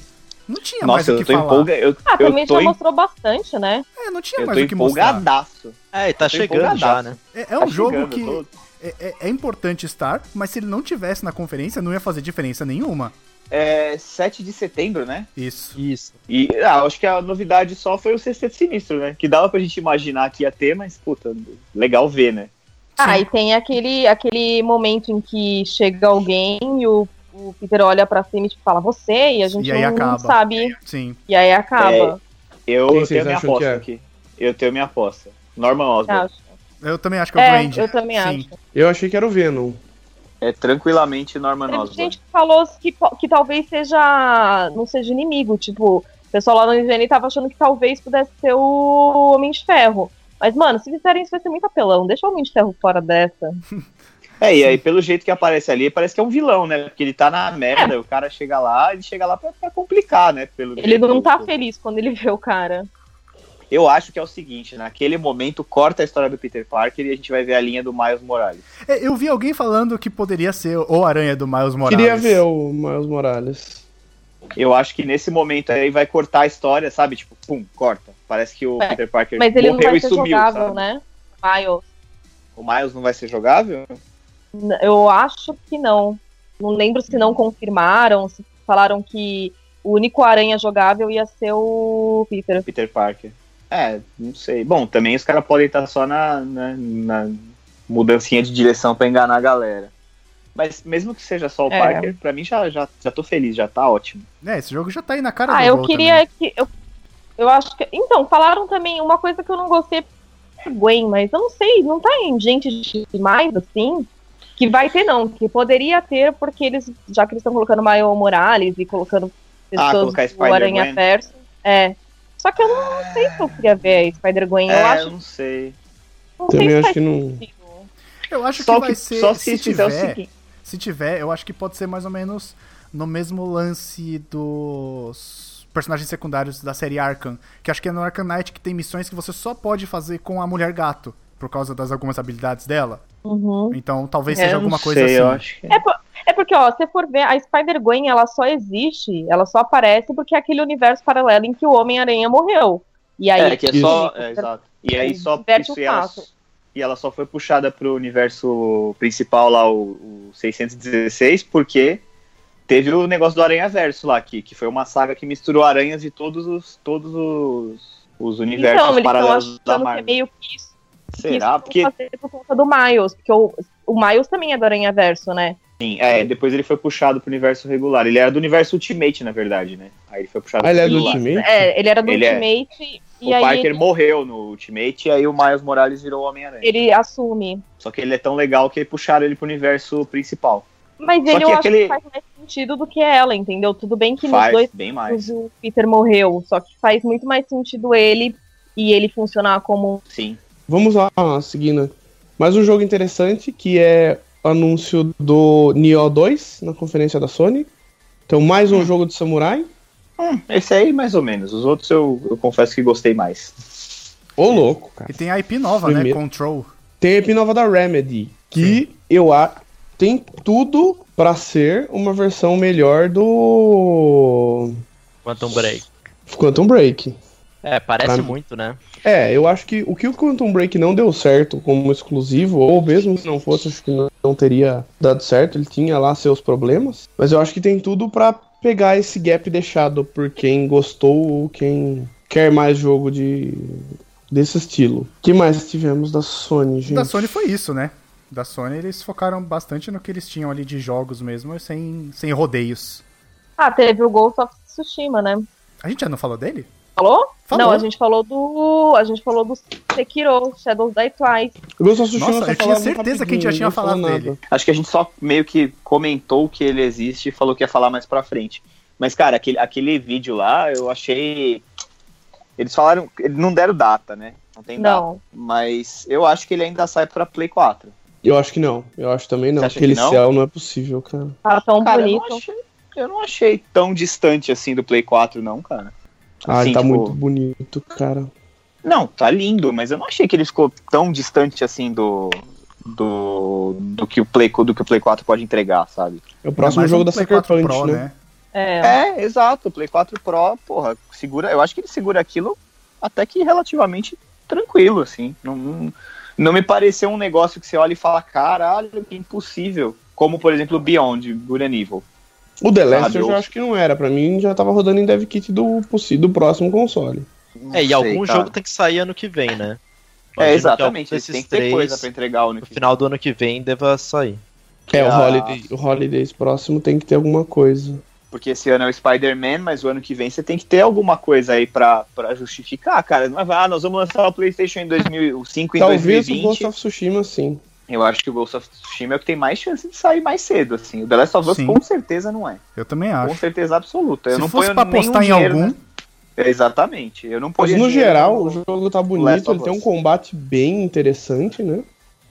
[SPEAKER 3] Não tinha mais
[SPEAKER 5] Nossa,
[SPEAKER 3] o que
[SPEAKER 5] eu tô
[SPEAKER 3] falar.
[SPEAKER 5] empolgado. Eu,
[SPEAKER 4] Ah, também
[SPEAKER 5] eu tô,
[SPEAKER 4] já
[SPEAKER 5] em-
[SPEAKER 4] mostrou bastante, né?
[SPEAKER 3] É, não tinha
[SPEAKER 5] eu
[SPEAKER 3] mais
[SPEAKER 5] tô
[SPEAKER 3] o que mostrar.
[SPEAKER 5] empolgadaço.
[SPEAKER 2] É, e tá
[SPEAKER 5] Tô
[SPEAKER 2] chegando já,
[SPEAKER 5] empolgadaço.
[SPEAKER 2] né?
[SPEAKER 3] É, é um
[SPEAKER 5] Tá
[SPEAKER 3] jogo
[SPEAKER 5] chegando,
[SPEAKER 3] que
[SPEAKER 5] tô-
[SPEAKER 3] é, é- é importante estar, mas se ele não tivesse na conferência, não ia fazer diferença nenhuma.
[SPEAKER 5] É 7 de setembro, né?
[SPEAKER 3] Isso.
[SPEAKER 2] Isso.
[SPEAKER 5] E ah, acho que a novidade só foi o Sexteto Sinistro, né? Que dava pra gente imaginar que ia ter, mas, puta, legal ver, né?
[SPEAKER 4] Ah,
[SPEAKER 3] Sim.
[SPEAKER 4] e tem aquele, aquele momento em que chega alguém e o, o Peter olha pra cima e tipo, fala você, e a gente
[SPEAKER 3] E aí
[SPEAKER 4] não
[SPEAKER 3] acaba.
[SPEAKER 4] sabe.
[SPEAKER 3] Sim.
[SPEAKER 4] E aí
[SPEAKER 5] É,
[SPEAKER 4] acaba.
[SPEAKER 5] Eu
[SPEAKER 1] Quem vocês
[SPEAKER 5] tenho minha
[SPEAKER 1] acham que
[SPEAKER 5] aposta
[SPEAKER 1] é?
[SPEAKER 5] aqui. Eu tenho minha aposta. Norman Osborn.
[SPEAKER 4] acho.
[SPEAKER 3] Eu também acho que é o
[SPEAKER 4] É,
[SPEAKER 3] Duende.
[SPEAKER 4] eu também
[SPEAKER 3] Sim.
[SPEAKER 4] acho.
[SPEAKER 1] Eu achei que era o Venom.
[SPEAKER 5] É tranquilamente Norman
[SPEAKER 4] Teve
[SPEAKER 5] Osborn.
[SPEAKER 4] gente que falou que, po- que talvez seja. não seja inimigo, tipo, o pessoal lá no IGN tava achando que talvez pudesse ser o Homem de Ferro. Mas, mano, se fizerem isso vai ser muito apelão. Deixa o Homem de Ferro fora dessa.
[SPEAKER 5] É, e aí, pelo jeito que aparece ali, parece que é um vilão, né? Porque ele tá
[SPEAKER 4] É.
[SPEAKER 5] na merda, o cara chega lá, ele chega lá pra, pra complicar, né? Pelo
[SPEAKER 4] Ele não
[SPEAKER 5] jeito.
[SPEAKER 4] tá feliz quando ele vê o cara.
[SPEAKER 5] Eu acho que é o seguinte, naquele momento corta a história do Peter Parker e a gente vai ver a linha do Miles Morales.
[SPEAKER 3] É, eu vi alguém falando que poderia ser o Aranha do Miles Morales.
[SPEAKER 1] Queria ver o Miles Morales.
[SPEAKER 5] Eu acho que nesse momento aí vai cortar a história, sabe? Tipo, pum, corta. Parece que o
[SPEAKER 4] É,
[SPEAKER 5] Peter Parker
[SPEAKER 4] Mas ele não
[SPEAKER 5] morreu
[SPEAKER 4] vai
[SPEAKER 5] e
[SPEAKER 4] ser
[SPEAKER 5] sumiu,
[SPEAKER 4] jogável,
[SPEAKER 5] sabe?
[SPEAKER 4] né? Miles.
[SPEAKER 5] O Miles não vai ser jogável?
[SPEAKER 4] N- Eu acho que não. Não lembro se não confirmaram, se falaram que o único aranha jogável ia ser o Peter.
[SPEAKER 5] Peter Parker. É, não sei. Bom, também os caras podem estar só na, na, na mudancinha de direção pra enganar a galera. Mas mesmo que seja só o
[SPEAKER 4] É.
[SPEAKER 5] Parker, pra mim já, já, já tô feliz, já tá ótimo.
[SPEAKER 3] É, esse jogo já tá aí na cara
[SPEAKER 4] Ah,
[SPEAKER 3] do
[SPEAKER 4] eu
[SPEAKER 3] gol também.
[SPEAKER 4] queria que. Eu, eu acho que. Então, falaram também uma coisa que eu não gostei do Gwen, mas eu não sei, não tá em gente demais assim. Que vai ter, não, que poderia ter, porque eles, já que eles estão colocando Maio Morales e colocando
[SPEAKER 5] Ah,
[SPEAKER 4] pessoas
[SPEAKER 5] colocar
[SPEAKER 4] do Aranha
[SPEAKER 5] Spider-Gwen.
[SPEAKER 4] Verso. É. Só que eu não, não sei se eu queria ver a Spider-Gwen. eu
[SPEAKER 5] é,
[SPEAKER 4] acho
[SPEAKER 5] eu não sei.
[SPEAKER 4] não
[SPEAKER 1] Também
[SPEAKER 4] sei se
[SPEAKER 1] acho
[SPEAKER 4] faz
[SPEAKER 1] que não-
[SPEAKER 4] sentido.
[SPEAKER 3] Eu acho
[SPEAKER 5] só
[SPEAKER 3] que vai
[SPEAKER 5] que,
[SPEAKER 3] ser.
[SPEAKER 5] só
[SPEAKER 3] se,
[SPEAKER 5] se, fizer o
[SPEAKER 3] tiver,
[SPEAKER 5] seguinte.
[SPEAKER 3] se tiver, eu acho que pode ser mais ou menos no mesmo lance dos personagens secundários da série Arkham. Que acho que é no Arkham Knight que tem missões que você só pode fazer com a mulher gato. Por causa das algumas habilidades dela.
[SPEAKER 4] Uhum.
[SPEAKER 3] Então talvez
[SPEAKER 4] É,
[SPEAKER 3] seja
[SPEAKER 5] Eu
[SPEAKER 3] alguma
[SPEAKER 5] não
[SPEAKER 3] coisa
[SPEAKER 5] sei, eu
[SPEAKER 3] assim.
[SPEAKER 5] acho que-
[SPEAKER 4] É, po- é porque, ó, se for ver, a Spider-Gwen, ela só existe, ela só aparece porque é aquele universo paralelo em que o Homem-Aranha morreu. E aí, Então,
[SPEAKER 5] É, que é
[SPEAKER 1] Isso.
[SPEAKER 5] só. é, exato. E aí só.
[SPEAKER 4] Diverte um
[SPEAKER 5] Isso,
[SPEAKER 4] o
[SPEAKER 5] e, ela,
[SPEAKER 4] fato.
[SPEAKER 5] e ela só foi puxada pro universo principal lá, o, o 616, porque teve o negócio do Aranha Verso lá, que, que foi uma saga que misturou aranhas de todos os. todos os, os universos
[SPEAKER 4] então, eles estão
[SPEAKER 5] paralelos da
[SPEAKER 4] achando que é
[SPEAKER 5] Marvel.
[SPEAKER 4] meio que isso, que isso
[SPEAKER 5] Será?
[SPEAKER 4] vão
[SPEAKER 5] Porque
[SPEAKER 4] fazer por conta do Miles, porque o, o Miles também é do Aranha Verso, né?
[SPEAKER 5] sim, é, depois ele foi puxado pro universo regular. Ele era do universo Ultimate, na verdade, né? Aí ele foi puxado
[SPEAKER 1] Ah, ele é do
[SPEAKER 5] regular.
[SPEAKER 1] Ultimate?
[SPEAKER 4] É, ele era do
[SPEAKER 5] Ele é.
[SPEAKER 4] Ultimate e
[SPEAKER 5] O
[SPEAKER 4] aí
[SPEAKER 5] Parker
[SPEAKER 4] ele,
[SPEAKER 5] morreu no Ultimate e aí o Miles Morales virou o Homem-Aranha.
[SPEAKER 4] ele assume.
[SPEAKER 5] Só que ele é tão legal que puxaram ele pro universo principal.
[SPEAKER 4] Mas
[SPEAKER 5] Só
[SPEAKER 4] ele
[SPEAKER 5] que
[SPEAKER 4] eu acho
[SPEAKER 5] aquele-
[SPEAKER 4] que faz mais sentido do que ela, entendeu? Tudo bem que nos
[SPEAKER 5] Faz
[SPEAKER 4] dois
[SPEAKER 5] bem
[SPEAKER 4] anos
[SPEAKER 5] mais.
[SPEAKER 4] o Peter morreu, só que faz muito mais sentido ele e ele funcionar como
[SPEAKER 5] Sim.
[SPEAKER 1] Vamos lá, seguindo. Mais um jogo interessante que é o anúncio do Nioh 2 na conferência da Sony. Então, mais um jogo de samurai.
[SPEAKER 5] É, Esse aí, mais ou menos. Os outros eu, eu confesso que gostei mais.
[SPEAKER 1] Ô, louco, cara.
[SPEAKER 3] E tem a IP nova, né?
[SPEAKER 1] Primeiro.
[SPEAKER 3] Control.
[SPEAKER 1] Tem a IP nova da Remedy, que eu acho tem tudo pra ser uma versão melhor do
[SPEAKER 2] Quantum Break.
[SPEAKER 1] Quantum Break.
[SPEAKER 2] É, parece
[SPEAKER 1] Pra mim.
[SPEAKER 2] muito, né?
[SPEAKER 1] É, eu acho que o que o Quantum Break não deu certo como exclusivo, ou mesmo se não fosse, acho que não- não teria dado certo, ele tinha lá seus problemas, mas eu acho que tem tudo pra pegar esse gap deixado por quem gostou ou quem quer mais jogo de desse estilo. O que mais tivemos da Sony, gente?
[SPEAKER 3] Da Sony foi isso, né? Da Sony eles focaram bastante no que eles tinham ali de jogos mesmo, sem, sem rodeios.
[SPEAKER 4] Ah, teve o Ghost of Tsushima, né?
[SPEAKER 3] A gente já não falou dele?
[SPEAKER 4] Falou?
[SPEAKER 3] Falou.
[SPEAKER 4] Não, a gente falou do. A gente falou do Sekiro, Shadows Die Twice.
[SPEAKER 1] Eu gosto de assistir,
[SPEAKER 3] Nossa,
[SPEAKER 1] só
[SPEAKER 3] eu tinha
[SPEAKER 1] falava
[SPEAKER 3] certeza que a gente já
[SPEAKER 1] rapidinho,
[SPEAKER 3] tinha
[SPEAKER 1] ninguém falou
[SPEAKER 3] falado dele.
[SPEAKER 1] nada.
[SPEAKER 5] Acho que a gente só meio que comentou que ele existe e falou que ia falar mais pra frente. Mas, cara, aquele, aquele vídeo lá, eu achei. Eles falaram. Eles não deram data, né? Não tem data.
[SPEAKER 4] Não.
[SPEAKER 5] Mas eu acho que ele ainda sai pra Play 4.
[SPEAKER 1] Eu acho que não. Eu acho também não.
[SPEAKER 5] Você acha
[SPEAKER 1] Aquele
[SPEAKER 5] que não?
[SPEAKER 1] céu não é possível, cara.
[SPEAKER 4] Tá tão
[SPEAKER 5] Cara, eu
[SPEAKER 4] bonito.
[SPEAKER 5] não, achei, eu não achei tão distante assim do Play 4, não, cara.
[SPEAKER 1] Ah,
[SPEAKER 5] Sim,
[SPEAKER 1] ele tá
[SPEAKER 5] tipo-
[SPEAKER 1] muito bonito, cara.
[SPEAKER 5] Não, tá lindo, mas eu não achei que ele ficou tão distante assim do. Do, do, que o Play, do que o Play 4 pode entregar, sabe?
[SPEAKER 1] É o próximo
[SPEAKER 3] Ainda mais
[SPEAKER 1] jogo
[SPEAKER 3] um
[SPEAKER 1] da
[SPEAKER 3] Play
[SPEAKER 1] Sucker
[SPEAKER 3] 4
[SPEAKER 1] Punch,
[SPEAKER 3] Pro,
[SPEAKER 1] né?
[SPEAKER 4] É.
[SPEAKER 5] É, exato. O Play 4 Pro, porra, segura. Eu acho que ele segura aquilo até que relativamente tranquilo, assim. Não, não, não me pareceu um negócio que você olha e fala, caralho, que impossível. Como, por exemplo, o Beyond, Good and Evil.
[SPEAKER 1] O The Last eu
[SPEAKER 5] Sabe,
[SPEAKER 1] já
[SPEAKER 5] eu-
[SPEAKER 1] acho que não era. Pra mim já tava rodando em dev kit do, possi- do próximo console.
[SPEAKER 5] Não
[SPEAKER 2] É, e
[SPEAKER 5] sei,
[SPEAKER 2] algum
[SPEAKER 5] cara.
[SPEAKER 2] jogo tem que sair ano que vem, né?
[SPEAKER 5] É,
[SPEAKER 2] Imagino
[SPEAKER 5] exatamente.
[SPEAKER 2] que algum
[SPEAKER 5] Ele tem
[SPEAKER 2] desses
[SPEAKER 5] que ter
[SPEAKER 2] três,
[SPEAKER 5] coisa pra entregar o ano
[SPEAKER 2] no
[SPEAKER 5] que vem.
[SPEAKER 2] final do ano que vem, deva sair.
[SPEAKER 1] É, o,
[SPEAKER 5] Ah.
[SPEAKER 1] Holiday, o Holidays próximo tem que ter alguma coisa.
[SPEAKER 5] Porque esse ano é o Spider-Man, mas o ano que vem você tem que ter alguma coisa aí pra, pra justificar, cara. Não vai, ah, nós vamos lançar o PlayStation em 2005 em
[SPEAKER 1] Talvez o
[SPEAKER 5] 2020.
[SPEAKER 1] Ghost of Tsushima, sim.
[SPEAKER 5] Eu acho que o Ghost of Tsushima é o que tem mais chance de sair mais cedo, assim. O The Last of Us
[SPEAKER 3] Sim.
[SPEAKER 5] com certeza não é.
[SPEAKER 3] Eu também
[SPEAKER 5] Com
[SPEAKER 3] acho.
[SPEAKER 5] certeza absoluta. Eu
[SPEAKER 3] Se
[SPEAKER 5] não
[SPEAKER 3] fosse
[SPEAKER 5] ponho
[SPEAKER 3] pra
[SPEAKER 5] nenhum
[SPEAKER 3] apostar em
[SPEAKER 5] dinheiro,
[SPEAKER 3] algum,
[SPEAKER 5] né? Exatamente. Eu não
[SPEAKER 1] Mas
[SPEAKER 5] ponho
[SPEAKER 1] no
[SPEAKER 5] dinheiro
[SPEAKER 1] geral,
[SPEAKER 5] no-
[SPEAKER 1] o jogo tá
[SPEAKER 5] Last
[SPEAKER 1] bonito,
[SPEAKER 5] of
[SPEAKER 1] ele tem um
[SPEAKER 5] Us.
[SPEAKER 1] combate bem interessante, né?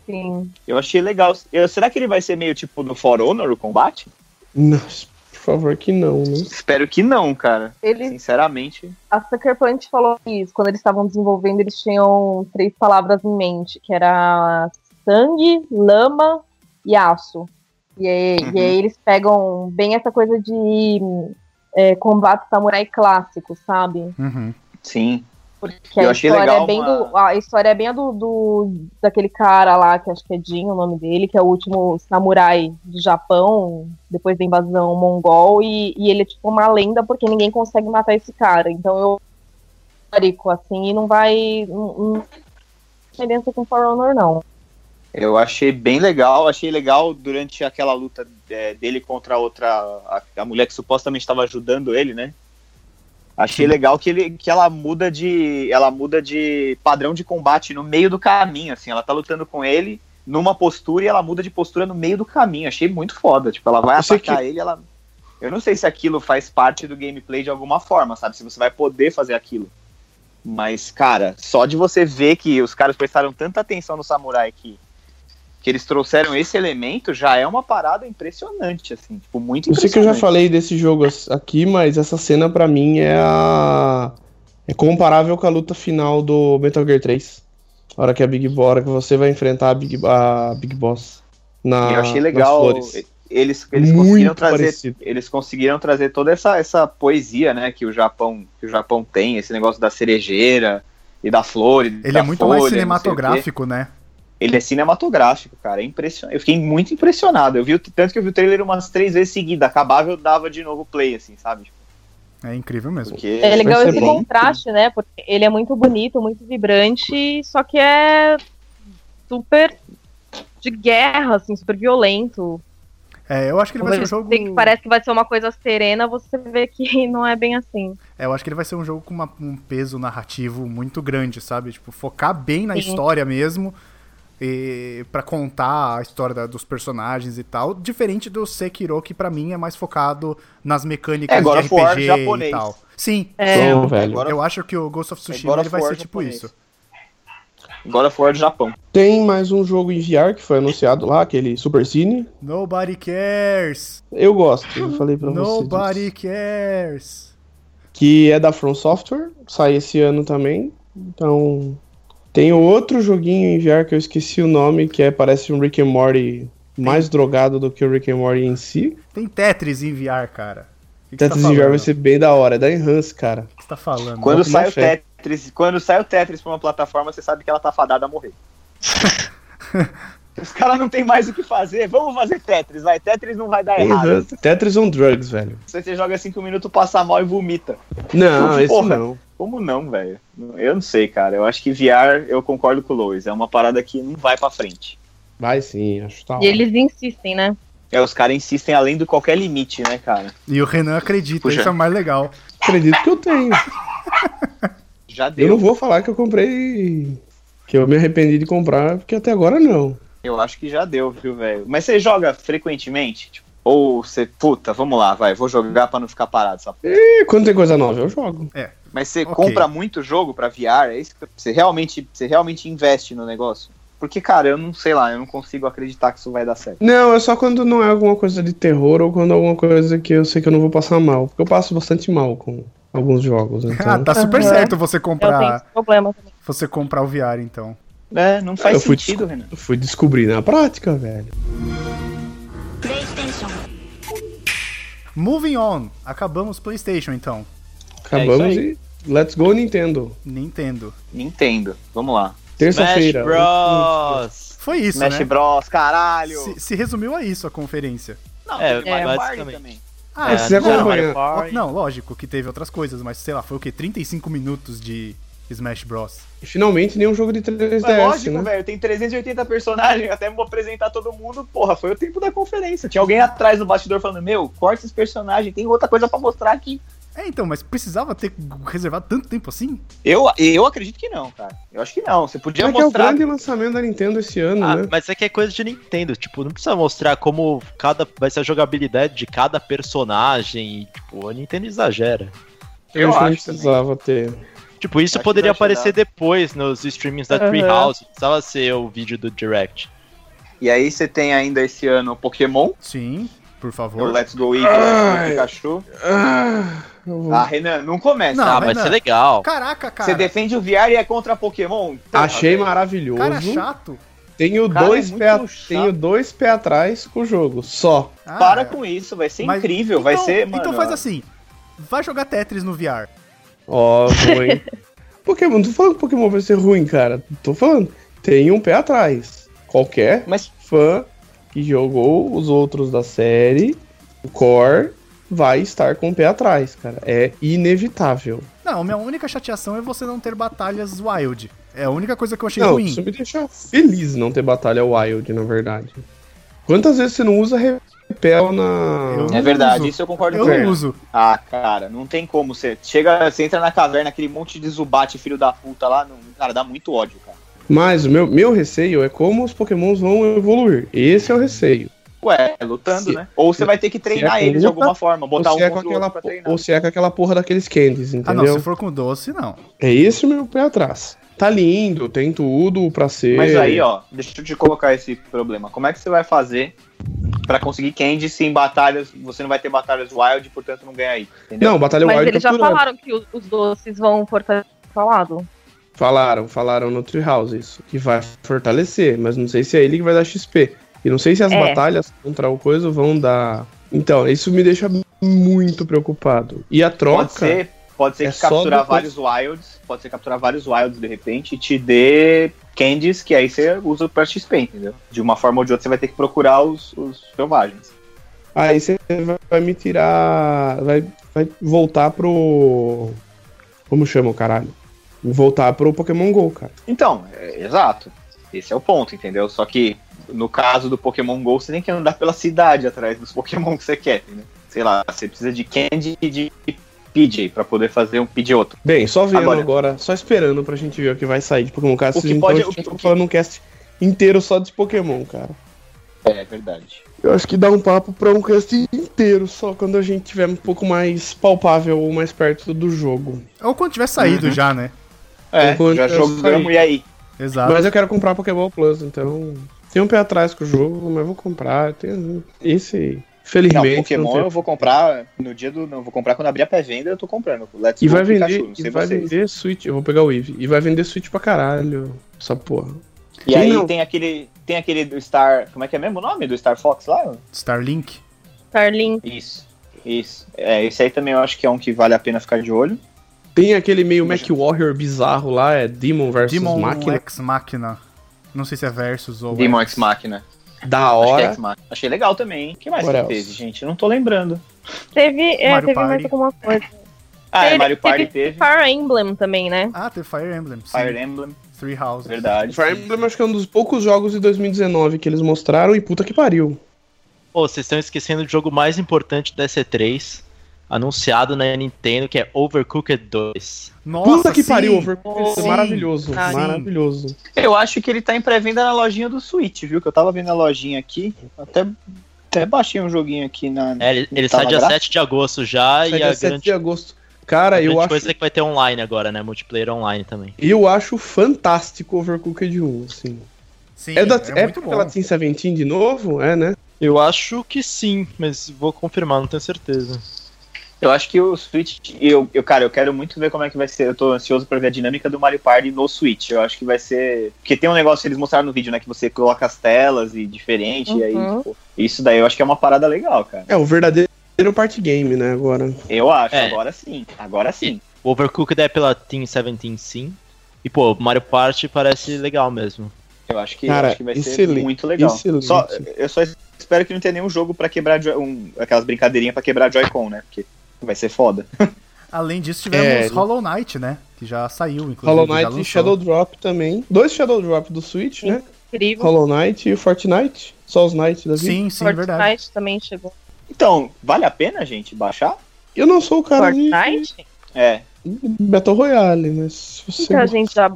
[SPEAKER 4] Sim.
[SPEAKER 5] Eu achei legal. Eu- será que ele vai ser meio tipo do For Honor, o combate?
[SPEAKER 1] Não, favor, que não, né?
[SPEAKER 5] Espero que não, cara.
[SPEAKER 4] Eles,
[SPEAKER 5] Sinceramente.
[SPEAKER 4] a Sucker Punch falou isso. Quando eles estavam desenvolvendo, eles tinham três palavras em mente, que era sangue, lama e aço. E aí, e aí eles pegam bem essa coisa de é, combate samurai clássico, sabe?
[SPEAKER 3] Uhum.
[SPEAKER 5] Sim.
[SPEAKER 4] Porque
[SPEAKER 5] Eu
[SPEAKER 4] a
[SPEAKER 5] achei
[SPEAKER 4] história,
[SPEAKER 5] legal
[SPEAKER 4] é bem
[SPEAKER 5] uma-
[SPEAKER 4] do, a história é bem do, do- daquele cara lá, que acho que é Jin o nome dele, que é o último samurai do Japão, depois da invasão mongol, e, e ele é tipo uma lenda porque ninguém consegue matar esse cara. Então eu histórico, assim, e não vai. Não, não tem diferença com For Honor, não.
[SPEAKER 5] Eu achei bem legal, achei legal durante aquela luta é, dele contra a outra, a, a mulher que supostamente estava ajudando ele, né? Achei legal que, ele, que ela muda de, ela muda de padrão de combate no meio do caminho, assim, ela tá lutando com ele numa postura e ela muda de postura no meio do caminho. Achei muito foda, tipo, ela vai
[SPEAKER 1] Eu sei
[SPEAKER 5] atacar ele, ela Eu não sei se aquilo faz parte do gameplay de alguma forma, sabe? Se você vai poder fazer aquilo. Mas, cara, só de você ver que os caras prestaram tanta atenção no samurai que que eles trouxeram esse elemento já é uma parada impressionante, assim, tipo, muito
[SPEAKER 1] Eu sei que eu
[SPEAKER 5] impressionante.
[SPEAKER 1] já falei desse jogo as- aqui, mas essa cena pra mim é a. É comparável com a luta final do Metal Gear 3. A hora que a Big Bo- a hora que você vai enfrentar a Big, a Big Boss. Na,
[SPEAKER 5] eu achei
[SPEAKER 1] nas
[SPEAKER 5] legal.
[SPEAKER 1] flores.
[SPEAKER 5] Eles, eles
[SPEAKER 1] Muito
[SPEAKER 5] conseguiram trazer,
[SPEAKER 1] parecido.
[SPEAKER 5] eles conseguiram trazer toda essa, essa poesia, né, que o Japão, que o Japão tem, esse negócio da cerejeira e da flor. e
[SPEAKER 3] Ele
[SPEAKER 5] da
[SPEAKER 3] é muito
[SPEAKER 5] folha,
[SPEAKER 3] mais
[SPEAKER 5] não sei o quê.
[SPEAKER 3] cinematográfico, né?
[SPEAKER 5] Ele é cinematográfico, cara. É impressionante. Eu fiquei muito impressionado. Eu vi o- tanto que eu vi o trailer umas três vezes seguida. Acabava eu dava de novo play, assim, sabe? Tipo,
[SPEAKER 3] É incrível mesmo.
[SPEAKER 5] Porque
[SPEAKER 4] É legal
[SPEAKER 1] vai ser
[SPEAKER 4] esse
[SPEAKER 1] bom.
[SPEAKER 4] contraste, né? Porque ele é muito bonito, muito vibrante, só que é super de guerra, assim, super violento.
[SPEAKER 3] É, eu acho que ele vai ser um jogo.
[SPEAKER 4] Tem que- Parece que vai ser uma coisa serena, você vê que *laughs* não é bem assim.
[SPEAKER 3] É, eu acho que ele vai ser um jogo com uma- um peso narrativo muito grande, sabe? Tipo, focar bem na
[SPEAKER 4] Sim.
[SPEAKER 3] história mesmo. E para contar a história da- dos personagens e tal, diferente do Sekiro, que pra mim é mais focado nas mecânicas
[SPEAKER 5] É, God
[SPEAKER 3] de
[SPEAKER 5] of War
[SPEAKER 3] RPG e
[SPEAKER 5] japonês.
[SPEAKER 3] tal. Sim,
[SPEAKER 4] É.
[SPEAKER 1] Ô, Então, velho.
[SPEAKER 5] Agora-
[SPEAKER 3] eu acho que o Ghost of Tsushima
[SPEAKER 5] God of
[SPEAKER 3] ele vai
[SPEAKER 5] War
[SPEAKER 3] ser tipo
[SPEAKER 5] japonês.
[SPEAKER 3] isso.
[SPEAKER 5] agora fora do Japão.
[SPEAKER 1] Tem mais um jogo em VR que foi anunciado lá, aquele Super Cine.
[SPEAKER 3] Nobody cares.
[SPEAKER 1] Eu gosto, eu falei pra vocês.
[SPEAKER 3] Nobody cares.
[SPEAKER 1] que é da From Software, sai esse ano também. Então, tem outro joguinho em VR que eu esqueci o nome, que é parece um Rick and Morty mais drogado do que o Rick and Morty em si.
[SPEAKER 3] Tem Tetris em VR, cara. O que que
[SPEAKER 1] Tetris
[SPEAKER 3] você tá
[SPEAKER 1] em VR vai
[SPEAKER 3] falando?
[SPEAKER 1] ser bem da hora, é da Enhance, cara.
[SPEAKER 3] O que você tá falando?
[SPEAKER 5] Quando
[SPEAKER 1] Bota
[SPEAKER 5] sai,
[SPEAKER 1] uma
[SPEAKER 5] o
[SPEAKER 1] fé.
[SPEAKER 5] Tetris, quando sai o Tetris pra uma plataforma, você sabe que ela tá fadada a morrer. Os caras não tem mais o que fazer, vamos fazer Tetris, vai. Tetris não vai dar
[SPEAKER 3] É
[SPEAKER 1] Uhum.
[SPEAKER 5] errado.
[SPEAKER 1] Enhance- Tetris on Drugs, velho.
[SPEAKER 5] Se você joga 5 minutos, passa mal e vomita.
[SPEAKER 1] Não, esse
[SPEAKER 5] Porra.
[SPEAKER 1] não.
[SPEAKER 5] Como não, velho? Eu não sei, cara. Eu acho que VR, eu concordo com o Lois, é uma parada que não vai pra frente.
[SPEAKER 1] Vai sim, acho
[SPEAKER 3] Ah.
[SPEAKER 1] que tá
[SPEAKER 4] E
[SPEAKER 1] ótimo.
[SPEAKER 4] eles insistem, né?
[SPEAKER 5] É, os caras insistem além de qualquer limite, né, cara?
[SPEAKER 3] E o Renan acredita,
[SPEAKER 5] Puxa.
[SPEAKER 3] isso é o mais legal.
[SPEAKER 1] Acredito que eu tenho.
[SPEAKER 3] Ah,
[SPEAKER 5] Já
[SPEAKER 1] Eu
[SPEAKER 5] deu.
[SPEAKER 1] não vou falar que eu comprei. Que eu me arrependi de comprar, porque até agora não.
[SPEAKER 5] Eu acho que já deu, viu, velho? Mas você joga frequentemente? Tipo, ou você, puta, vamos lá, vai, vou jogar pra não ficar parado, sabe?
[SPEAKER 1] E quando tem coisa nova, eu jogo.
[SPEAKER 5] Mas você
[SPEAKER 3] Ok.
[SPEAKER 5] compra muito jogo pra VR, é isso que eu- você realmente, você realmente investe no negócio? Porque, cara, eu não sei lá, eu não consigo acreditar que isso vai dar certo.
[SPEAKER 1] Não, é só quando não é alguma coisa de terror ou quando é alguma coisa que eu sei que eu não vou passar mal. Porque eu passo bastante mal com alguns jogos, então.
[SPEAKER 3] Ah, tá super
[SPEAKER 4] Aham.
[SPEAKER 3] certo você
[SPEAKER 4] Eu tenho
[SPEAKER 3] comprar
[SPEAKER 4] esse problema também.
[SPEAKER 3] você comprar o VR, então.
[SPEAKER 5] É, não faz
[SPEAKER 1] Eu fui
[SPEAKER 5] sentido, Renan.
[SPEAKER 1] Eu fui descobrir na prática, velho.
[SPEAKER 3] Moving on. Acabamos PlayStation, então.
[SPEAKER 1] Acabamos
[SPEAKER 5] isso
[SPEAKER 1] e. Let's go, Nintendo.
[SPEAKER 3] Nintendo.
[SPEAKER 5] Nintendo, vamos lá.
[SPEAKER 1] Terça-feira.
[SPEAKER 2] Smash Bros.
[SPEAKER 3] Foi isso,
[SPEAKER 5] Smash
[SPEAKER 3] né?
[SPEAKER 5] Bros, caralho!
[SPEAKER 3] Se, se resumiu a isso a conferência.
[SPEAKER 5] Não,
[SPEAKER 2] É,
[SPEAKER 5] tem Mario
[SPEAKER 2] mas
[SPEAKER 5] Party
[SPEAKER 2] basicamente.
[SPEAKER 3] Ah,
[SPEAKER 1] É, se
[SPEAKER 3] não,
[SPEAKER 1] acompanhar.
[SPEAKER 2] Mario Party.
[SPEAKER 3] não, lógico que teve outras coisas, mas sei lá, foi o quê? 35 minutos de Smash Bros.
[SPEAKER 1] E finalmente nenhum jogo de 3DS,
[SPEAKER 5] Mas É lógico,
[SPEAKER 1] né?
[SPEAKER 5] velho, tem 380 personagens, até vou apresentar todo mundo, porra, foi o tempo da conferência. Tinha alguém atrás do bastidor falando, meu, corta esses personagens, tem outra coisa pra mostrar aqui.
[SPEAKER 3] É, então, mas precisava ter reservado tanto tempo assim?
[SPEAKER 5] Eu, eu acredito que não, cara. Eu acho que não. Você podia
[SPEAKER 1] É que é o
[SPEAKER 5] mostrar
[SPEAKER 1] grande lançamento da Nintendo esse ano,
[SPEAKER 2] Ah,
[SPEAKER 1] né?
[SPEAKER 2] mas é que é coisa de Nintendo, tipo, não precisa mostrar como cada vai ser a jogabilidade de cada personagem, e, tipo, a Nintendo exagera.
[SPEAKER 5] eu
[SPEAKER 1] acho que não
[SPEAKER 5] acho também.
[SPEAKER 1] precisava ter.
[SPEAKER 2] Tipo, isso
[SPEAKER 5] Acho que
[SPEAKER 2] poderia
[SPEAKER 5] vai chegar.
[SPEAKER 2] aparecer depois nos streamings da
[SPEAKER 4] Aham.
[SPEAKER 2] Treehouse, não precisava ser o vídeo do Direct.
[SPEAKER 5] E aí você tem ainda esse ano o Pokémon,
[SPEAKER 3] Sim. por
[SPEAKER 5] O
[SPEAKER 3] favor.
[SPEAKER 5] Let's Go Eagle,
[SPEAKER 1] Ai.
[SPEAKER 5] o Pikachu.
[SPEAKER 1] Ah, eu vou-
[SPEAKER 5] Ah, Renan, não começa.
[SPEAKER 3] Não,
[SPEAKER 2] Ah,
[SPEAKER 3] mas
[SPEAKER 2] vai
[SPEAKER 3] não.
[SPEAKER 2] ser legal.
[SPEAKER 3] Caraca, cara.
[SPEAKER 5] Você defende o Viar e é contra Pokémon? Porra,
[SPEAKER 1] Achei
[SPEAKER 5] velho.
[SPEAKER 1] maravilhoso.
[SPEAKER 3] Cara chato.
[SPEAKER 1] tenho,
[SPEAKER 5] cara é
[SPEAKER 1] dois
[SPEAKER 5] muito
[SPEAKER 1] pé a-
[SPEAKER 5] chato.
[SPEAKER 1] tenho dois pé atrás com o jogo, só.
[SPEAKER 3] Ah,
[SPEAKER 5] Para com isso, vai ser
[SPEAKER 3] mas-
[SPEAKER 5] incrível, vai
[SPEAKER 3] então-
[SPEAKER 5] ser,
[SPEAKER 3] Então
[SPEAKER 5] mano,
[SPEAKER 3] faz assim. Vai jogar Tetris no VR.
[SPEAKER 1] Ó, vou, hein? *laughs* Pokémon, não tô falando que Pokémon vai ser ruim, cara. Tô falando, tem um pé atrás. Qualquer
[SPEAKER 5] Mas
[SPEAKER 1] fã que jogou os outros da série, o Core, vai estar com o pé atrás, cara. É inevitável.
[SPEAKER 3] Não, minha única chateação é você não ter batalhas wild. É a única coisa que eu achei
[SPEAKER 1] não,
[SPEAKER 3] ruim.
[SPEAKER 1] isso me deixa feliz não ter batalha Wild, na verdade. Quantas vezes você não usa repel na.
[SPEAKER 3] Eu-
[SPEAKER 5] é verdade,
[SPEAKER 3] uso.
[SPEAKER 5] isso eu concordo
[SPEAKER 3] Eu
[SPEAKER 5] com ele.
[SPEAKER 3] não uso.
[SPEAKER 5] Ah, cara, não tem como. Você chega, você entra na caverna, aquele monte de Zubat, filho da puta lá, não- cara, dá muito ódio, cara.
[SPEAKER 1] Mas o meu, meu receio é como os Pokémons vão evoluir. Esse é o receio.
[SPEAKER 5] Ué, é lutando,
[SPEAKER 1] Se-
[SPEAKER 5] né? Ou você vai ter que
[SPEAKER 1] se
[SPEAKER 5] treinar
[SPEAKER 1] é com
[SPEAKER 5] eles de
[SPEAKER 1] luta,
[SPEAKER 5] alguma forma, botar
[SPEAKER 1] ou,
[SPEAKER 5] um
[SPEAKER 1] se é
[SPEAKER 5] contra
[SPEAKER 1] com
[SPEAKER 5] o outro
[SPEAKER 1] aquela,
[SPEAKER 5] pra
[SPEAKER 1] po-
[SPEAKER 5] treinar.
[SPEAKER 1] ou se é com aquela porra daqueles candies,
[SPEAKER 3] Ah, não,
[SPEAKER 1] entendeu?
[SPEAKER 3] se for com doce, não.
[SPEAKER 1] É esse o meu pé atrás. Tá lindo, tem tudo pra ser.
[SPEAKER 5] Mas aí, ó, deixa eu te colocar esse problema. Como é que você vai fazer pra conseguir Candy se em batalhas você não vai ter batalhas wild, portanto não ganha aí? Entendeu?
[SPEAKER 1] Não, Batalha
[SPEAKER 4] Mas
[SPEAKER 1] Wild
[SPEAKER 4] eles já
[SPEAKER 1] capturando.
[SPEAKER 4] falaram que os, os doces vão fortalecer. Falado.
[SPEAKER 1] Falaram, falaram no Treehouse isso. Que vai fortalecer, mas não sei se é ele que vai dar XP. E não sei se as
[SPEAKER 4] É.
[SPEAKER 1] batalhas contra o coisa vão dar. Então, isso me deixa muito preocupado. E a troca.
[SPEAKER 5] pode ser, pode ser
[SPEAKER 1] É
[SPEAKER 5] que
[SPEAKER 1] só
[SPEAKER 5] capturar
[SPEAKER 1] depois-
[SPEAKER 5] vários wilds, pode ser capturar vários wilds de repente e te dê candies que aí você usa pra XP, entendeu? De uma forma ou de outra você vai ter que procurar os, os selvagens.
[SPEAKER 1] Aí você vai- vai me tirar. Vai, vai voltar pro. Como chama o caralho? Voltar pro Pokémon GO, cara.
[SPEAKER 5] Então, é, exato. Esse é o ponto, entendeu? Só que no caso do Pokémon GO, você tem que andar pela cidade atrás dos *laughs* Pokémon que você quer, né? Sei lá, você precisa de Candy e de PJ pra poder fazer um Pidgeotto.
[SPEAKER 1] Bem, só vendo agora,
[SPEAKER 5] Agora-
[SPEAKER 1] só esperando pra gente ver o que vai sair de Pokémon Cast.
[SPEAKER 5] O que
[SPEAKER 1] então
[SPEAKER 5] pode-
[SPEAKER 1] a
[SPEAKER 5] o
[SPEAKER 1] gente
[SPEAKER 5] que-
[SPEAKER 1] tá falando um cast inteiro só de Pokémon, cara.
[SPEAKER 5] É, é verdade.
[SPEAKER 1] Eu acho que dá um papo pra um cast inteiro, só quando a gente tiver um pouco mais palpável ou mais perto do jogo.
[SPEAKER 3] Ou quando tiver
[SPEAKER 5] Uhum.
[SPEAKER 3] saído já, né?
[SPEAKER 5] É,
[SPEAKER 1] Enquanto
[SPEAKER 5] já
[SPEAKER 1] eu
[SPEAKER 5] jogamos
[SPEAKER 1] saí.
[SPEAKER 5] e aí?
[SPEAKER 3] Exato.
[SPEAKER 1] Mas eu quero comprar Pokémon Plus, então. Tem um pé atrás com o jogo, mas vou comprar. eu Tenho... Esse,
[SPEAKER 5] Não,
[SPEAKER 1] felizmente.
[SPEAKER 5] Pokémon
[SPEAKER 1] tem.
[SPEAKER 5] eu vou comprar no dia do. Não, vou comprar quando abrir a pré-venda, eu tô comprando. Let's
[SPEAKER 1] E
[SPEAKER 5] Go
[SPEAKER 1] vai
[SPEAKER 5] Pikachu,
[SPEAKER 1] vender,
[SPEAKER 5] não sei
[SPEAKER 1] e vai
[SPEAKER 5] vocês.
[SPEAKER 1] vender Switch. Eu vou pegar o Eve. E vai vender Switch pra caralho. Essa porra.
[SPEAKER 5] E
[SPEAKER 1] Quem
[SPEAKER 5] aí
[SPEAKER 1] não?
[SPEAKER 5] tem aquele. Tem aquele do Star. Como é que é mesmo o nome? Do Star Fox lá?
[SPEAKER 3] Starlink.
[SPEAKER 4] Starlink.
[SPEAKER 5] Isso. Isso. É, esse aí também eu acho que é um que vale a pena ficar de olho.
[SPEAKER 1] Tem aquele meio Mac Warrior bizarro lá, é Demon versus
[SPEAKER 3] Demon um
[SPEAKER 1] Máquina.
[SPEAKER 3] X Machina. Não sei se é Versus ou.
[SPEAKER 5] Demon X Machina.
[SPEAKER 1] Da
[SPEAKER 5] Acho que é
[SPEAKER 1] hora.
[SPEAKER 5] X Machina. Achei legal também, hein? O que mais
[SPEAKER 1] What
[SPEAKER 5] que
[SPEAKER 1] else?
[SPEAKER 5] teve, gente? Eu não tô lembrando.
[SPEAKER 4] Teve, é,
[SPEAKER 3] Mario
[SPEAKER 4] teve
[SPEAKER 3] Party.
[SPEAKER 4] mais alguma coisa.
[SPEAKER 5] Ah, é
[SPEAKER 4] Teve-
[SPEAKER 5] Mario Party
[SPEAKER 4] teve
[SPEAKER 5] teve.
[SPEAKER 4] Fire Emblem também, né?
[SPEAKER 3] Ah, teve Fire Emblem. Sim.
[SPEAKER 5] Fire Emblem, É
[SPEAKER 3] Three Houses.
[SPEAKER 5] verdade.
[SPEAKER 1] Fire Emblem acho que é um dos poucos jogos de 2019 que eles mostraram e puta que pariu.
[SPEAKER 2] Pô, vocês estão esquecendo do jogo mais importante da E3 anunciado na Nintendo, que é Overcooked 2.
[SPEAKER 3] Nossa,
[SPEAKER 1] puta que
[SPEAKER 3] sim.
[SPEAKER 1] pariu, Overcooked.
[SPEAKER 3] Sim.
[SPEAKER 1] Maravilhoso,
[SPEAKER 4] Ah, sim.
[SPEAKER 1] maravilhoso.
[SPEAKER 5] Eu acho que ele tá em pré-venda na lojinha do Switch, viu? Que eu tava vendo a lojinha aqui. Até, até baixei um joguinho aqui na.
[SPEAKER 2] É, ele ele
[SPEAKER 5] Tá
[SPEAKER 2] sai dia
[SPEAKER 5] grátis?
[SPEAKER 2] 7 de agosto já,
[SPEAKER 1] Sai
[SPEAKER 2] e a
[SPEAKER 1] dia 7
[SPEAKER 2] grande,
[SPEAKER 1] de agosto. Cara,
[SPEAKER 2] a grande
[SPEAKER 1] eu acho,
[SPEAKER 2] coisa é que vai ter online agora, né? Multiplayer online também.
[SPEAKER 1] eu acho fantástico Overcooked 1, assim.
[SPEAKER 3] Sim,
[SPEAKER 1] É, da,
[SPEAKER 3] é,
[SPEAKER 1] é,
[SPEAKER 3] muito bom.
[SPEAKER 1] pela Team 17 de novo? É, né?
[SPEAKER 2] Eu acho que sim, mas vou confirmar, não tenho certeza.
[SPEAKER 5] Eu acho que o Switch. Eu, eu, cara, eu quero muito ver como é que vai ser. Eu tô ansioso pra ver a dinâmica do Mario Party no Switch. Eu acho que vai ser. Porque tem um negócio que eles mostraram no vídeo, né? Que você coloca as telas e diferente. E aí,
[SPEAKER 4] Uhum.
[SPEAKER 5] tipo, isso daí eu acho que é uma parada legal, cara.
[SPEAKER 1] É o verdadeiro party game, né, agora.
[SPEAKER 5] Eu acho,
[SPEAKER 2] É.
[SPEAKER 5] agora sim. Agora sim.
[SPEAKER 2] O Overcooked é pela Team 17, sim. E, pô, Mario Party parece legal mesmo.
[SPEAKER 5] Eu acho que,
[SPEAKER 1] Cara,
[SPEAKER 5] eu acho que vai ser
[SPEAKER 1] excelente,
[SPEAKER 5] muito legal.
[SPEAKER 1] excelente.
[SPEAKER 5] Só, eu só espero que não tenha nenhum jogo pra quebrar Joy- um, aquelas brincadeirinhas pra quebrar Joy-Con, né? Porque vai ser foda.
[SPEAKER 3] Além disso, tivemos
[SPEAKER 1] É.
[SPEAKER 3] Hollow Knight, né? Que já saiu, inclusive.
[SPEAKER 1] Hollow
[SPEAKER 3] já
[SPEAKER 1] Knight e
[SPEAKER 3] lançou.
[SPEAKER 1] Shadow Drop também. Dois Shadow Drop do Switch, né?
[SPEAKER 4] Incrível.
[SPEAKER 1] Hollow Knight e o Fortnite. Só os Knight da vida.
[SPEAKER 3] Sim, sim, é
[SPEAKER 4] Fortnite
[SPEAKER 3] verdade.
[SPEAKER 4] também chegou.
[SPEAKER 5] Então, vale a pena, gente, baixar?
[SPEAKER 1] Eu não sou o
[SPEAKER 3] Tá
[SPEAKER 1] cara de
[SPEAKER 4] Fortnite?
[SPEAKER 5] É.
[SPEAKER 1] Battle Royale, mas se você...
[SPEAKER 2] Então,
[SPEAKER 4] Muita gente já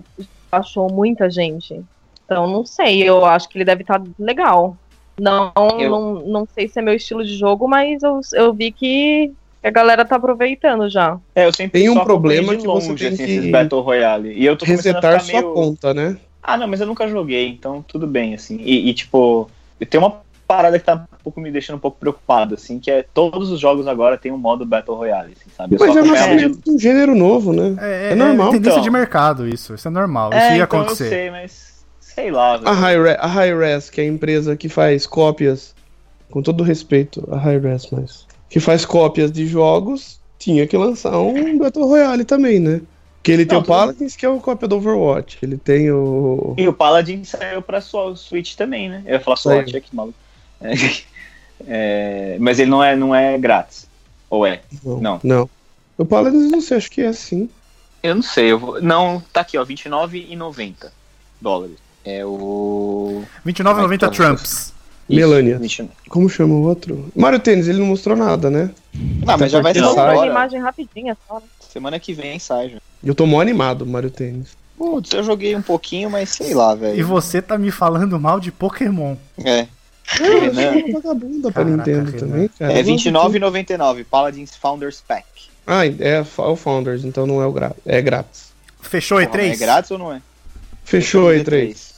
[SPEAKER 4] achou muita gente. Então não sei, eu acho que ele deve estar legal. Não,
[SPEAKER 5] Eu-
[SPEAKER 4] não, não sei se é meu estilo de jogo, mas eu, eu vi que a galera tá aproveitando já.
[SPEAKER 5] É, eu sempre
[SPEAKER 1] Tem um
[SPEAKER 5] só acompanho
[SPEAKER 1] problema
[SPEAKER 5] de assim,
[SPEAKER 1] que você tem que
[SPEAKER 5] esses Battle Royale. E eu tô começando a
[SPEAKER 1] resetar
[SPEAKER 5] ficar
[SPEAKER 1] sua
[SPEAKER 5] meio...
[SPEAKER 1] conta, né?
[SPEAKER 5] Ah, não, mas eu nunca joguei, então tudo bem, assim. E, e, tipo, tem uma parada que tá um pouco me deixando um pouco preocupado, assim, que é todos os jogos agora tem um modo Battle Royale, assim, sabe? Eu
[SPEAKER 1] Mas
[SPEAKER 5] só
[SPEAKER 1] é uma
[SPEAKER 5] acompanhava
[SPEAKER 1] série de um gênero novo, né?
[SPEAKER 3] É,
[SPEAKER 1] É normal,
[SPEAKER 3] tendência
[SPEAKER 5] então.
[SPEAKER 3] de mercado isso. Isso é normal.
[SPEAKER 5] É,
[SPEAKER 3] isso ia
[SPEAKER 5] então eu
[SPEAKER 3] acontecer.
[SPEAKER 5] sei, mas sei lá, velho.
[SPEAKER 1] A Hi-Res, a Hi-Res, que é a empresa que faz cópias, com todo respeito, a Hi-Res, mas. Que faz cópias de jogos, tinha que lançar um Battle Royale também, né? Que ele tem
[SPEAKER 5] Não,
[SPEAKER 1] o
[SPEAKER 5] tudo bem.
[SPEAKER 1] Paladins, que é o cópia do Overwatch. Ele tem o.
[SPEAKER 5] E o Paladin saiu pra sua Switch também, né? Eu ia falar
[SPEAKER 1] Saiu.
[SPEAKER 5] SWAT, é que maluco. *laughs* É, é, mas ele não é, não é grátis. Ou é? Não.
[SPEAKER 1] Não. O Paladins, não sei, acho que é sim.
[SPEAKER 5] Eu não sei, eu vou. Não, tá aqui, ó, 29,90 dólares. É o.
[SPEAKER 3] 29,90
[SPEAKER 5] Então.
[SPEAKER 3] Trumps.
[SPEAKER 5] Isso,
[SPEAKER 1] Melania.
[SPEAKER 5] 29.
[SPEAKER 1] Como chama o outro? Mario Tênis, ele não mostrou nada, né?
[SPEAKER 5] Não, Ah, mas já vai
[SPEAKER 1] porque
[SPEAKER 5] ser
[SPEAKER 1] não.
[SPEAKER 4] Uma
[SPEAKER 5] agora.
[SPEAKER 4] imagem rapidinha só. né?
[SPEAKER 5] Semana que vem sai, já.
[SPEAKER 1] Eu tô mó animado, Mario Tênis.
[SPEAKER 5] *laughs* Putz, eu joguei um pouquinho, mas sei lá,
[SPEAKER 3] E
[SPEAKER 5] velho.
[SPEAKER 3] você tá me falando mal de Pokémon.
[SPEAKER 5] É.
[SPEAKER 1] Ah, Eu
[SPEAKER 5] Renan.
[SPEAKER 1] achei uma vagabunda pra
[SPEAKER 3] Caraca,
[SPEAKER 1] Nintendo
[SPEAKER 3] Renan.
[SPEAKER 1] também, cara.
[SPEAKER 5] É 29,99, Paladins Founders Pack.
[SPEAKER 1] Ah, é fa- o Founders, então não é o grátis. É grátis.
[SPEAKER 3] Fechou
[SPEAKER 5] Porra,
[SPEAKER 3] E3?
[SPEAKER 5] mas É grátis ou não é?
[SPEAKER 1] Fechou o E3.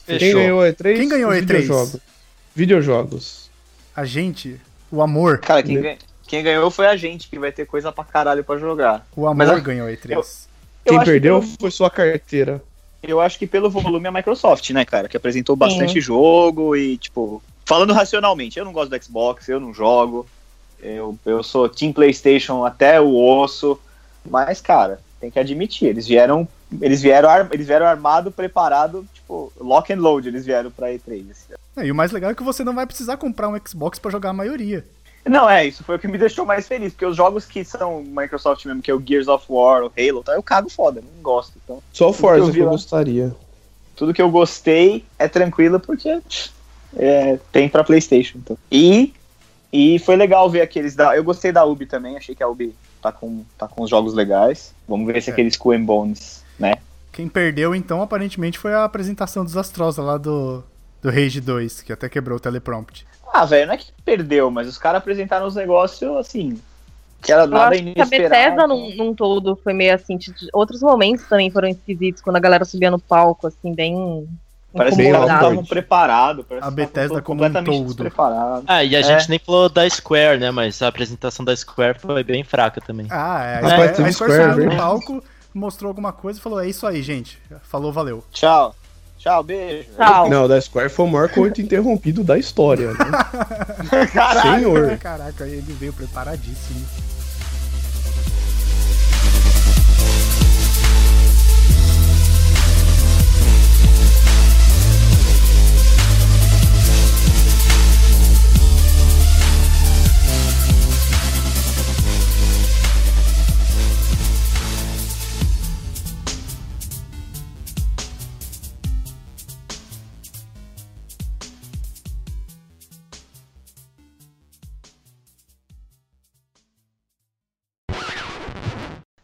[SPEAKER 1] Quem
[SPEAKER 2] Fechou.
[SPEAKER 1] ganhou o E3?
[SPEAKER 3] Quem ganhou o E3?
[SPEAKER 1] Videojogos. Videojogos.
[SPEAKER 3] A gente, o amor,
[SPEAKER 5] Cara, quem,
[SPEAKER 1] Né?
[SPEAKER 5] ganha- quem ganhou foi a gente, que vai ter coisa pra caralho pra jogar.
[SPEAKER 3] o amor
[SPEAKER 5] Mas a-
[SPEAKER 3] ganhou a E3.
[SPEAKER 5] eu- Eu
[SPEAKER 1] Quem
[SPEAKER 5] acho que
[SPEAKER 1] perdeu
[SPEAKER 5] pelo-
[SPEAKER 1] foi sua carteira.
[SPEAKER 5] eu acho que pelo volume é a Microsoft, né, cara? Que apresentou bastante jogo e, tipo, falando racionalmente, eu não gosto do Xbox, eu não jogo, eu, eu sou Team PlayStation até o osso, mas, cara, tem que admitir, eles vieram. Eles vieram, ar- eles vieram armado, preparado, tipo, lock and load, eles vieram pra E3. assim.
[SPEAKER 3] É, E o mais legal é que você não vai precisar comprar um Xbox pra jogar a maioria.
[SPEAKER 5] Não, é, isso foi o que me deixou mais feliz, porque os jogos que são Microsoft mesmo, que é o Gears of War, o Halo, tá, eu cago foda, não gosto. Então,
[SPEAKER 1] Só o
[SPEAKER 5] Eu
[SPEAKER 1] Forza
[SPEAKER 5] vi
[SPEAKER 1] que eu
[SPEAKER 5] lá.
[SPEAKER 1] gostaria.
[SPEAKER 5] tudo que eu gostei é tranquilo porque tch, é, tem pra PlayStation. então. E e foi legal ver aqueles da. Eu gostei da Ubi também, achei que a Ubi tá com tá com os jogos legais. Vamos ver se
[SPEAKER 3] É.
[SPEAKER 5] aqueles Cool and Bones, né?
[SPEAKER 3] Quem perdeu, então, aparentemente foi a apresentação desastrosa lá do, do Rage 2, que até quebrou o teleprompt.
[SPEAKER 5] Ah, velho, não é que perdeu, mas os caras apresentaram os negócios assim que era
[SPEAKER 4] Eu acho
[SPEAKER 5] nada
[SPEAKER 4] que a
[SPEAKER 5] inesperado.
[SPEAKER 4] Bethesda num, num todo foi meio assim. t- Outros momentos também foram esquisitos, quando a galera subia no palco, assim, bem.
[SPEAKER 5] Parece que um os caras não
[SPEAKER 4] incomodada.
[SPEAKER 1] incomodado.
[SPEAKER 5] estavam preparados. parece
[SPEAKER 3] A
[SPEAKER 5] que estavam
[SPEAKER 3] Bethesda como um
[SPEAKER 5] completamente
[SPEAKER 3] todo.
[SPEAKER 5] despreparados.
[SPEAKER 2] Ah, e a
[SPEAKER 5] É.
[SPEAKER 2] gente nem falou da Square, né? Mas a apresentação da Square foi bem fraca também.
[SPEAKER 3] Ah, é.
[SPEAKER 1] Mas
[SPEAKER 3] A,
[SPEAKER 1] pode ter
[SPEAKER 3] a, a
[SPEAKER 1] um
[SPEAKER 3] Square
[SPEAKER 1] Square,
[SPEAKER 3] subiu no
[SPEAKER 1] né?
[SPEAKER 3] palco, mostrou alguma coisa e falou, é isso aí, gente. Falou, valeu.
[SPEAKER 5] Tchau.
[SPEAKER 4] *laughs*
[SPEAKER 5] Tchau, beijo.
[SPEAKER 4] Tchau.
[SPEAKER 1] Não, Ah, o da Square foi o *laughs* maior coito interrompido da história. *laughs* né?
[SPEAKER 5] Caralho.
[SPEAKER 1] Senhor.
[SPEAKER 3] Caraca, ele veio preparadíssimo.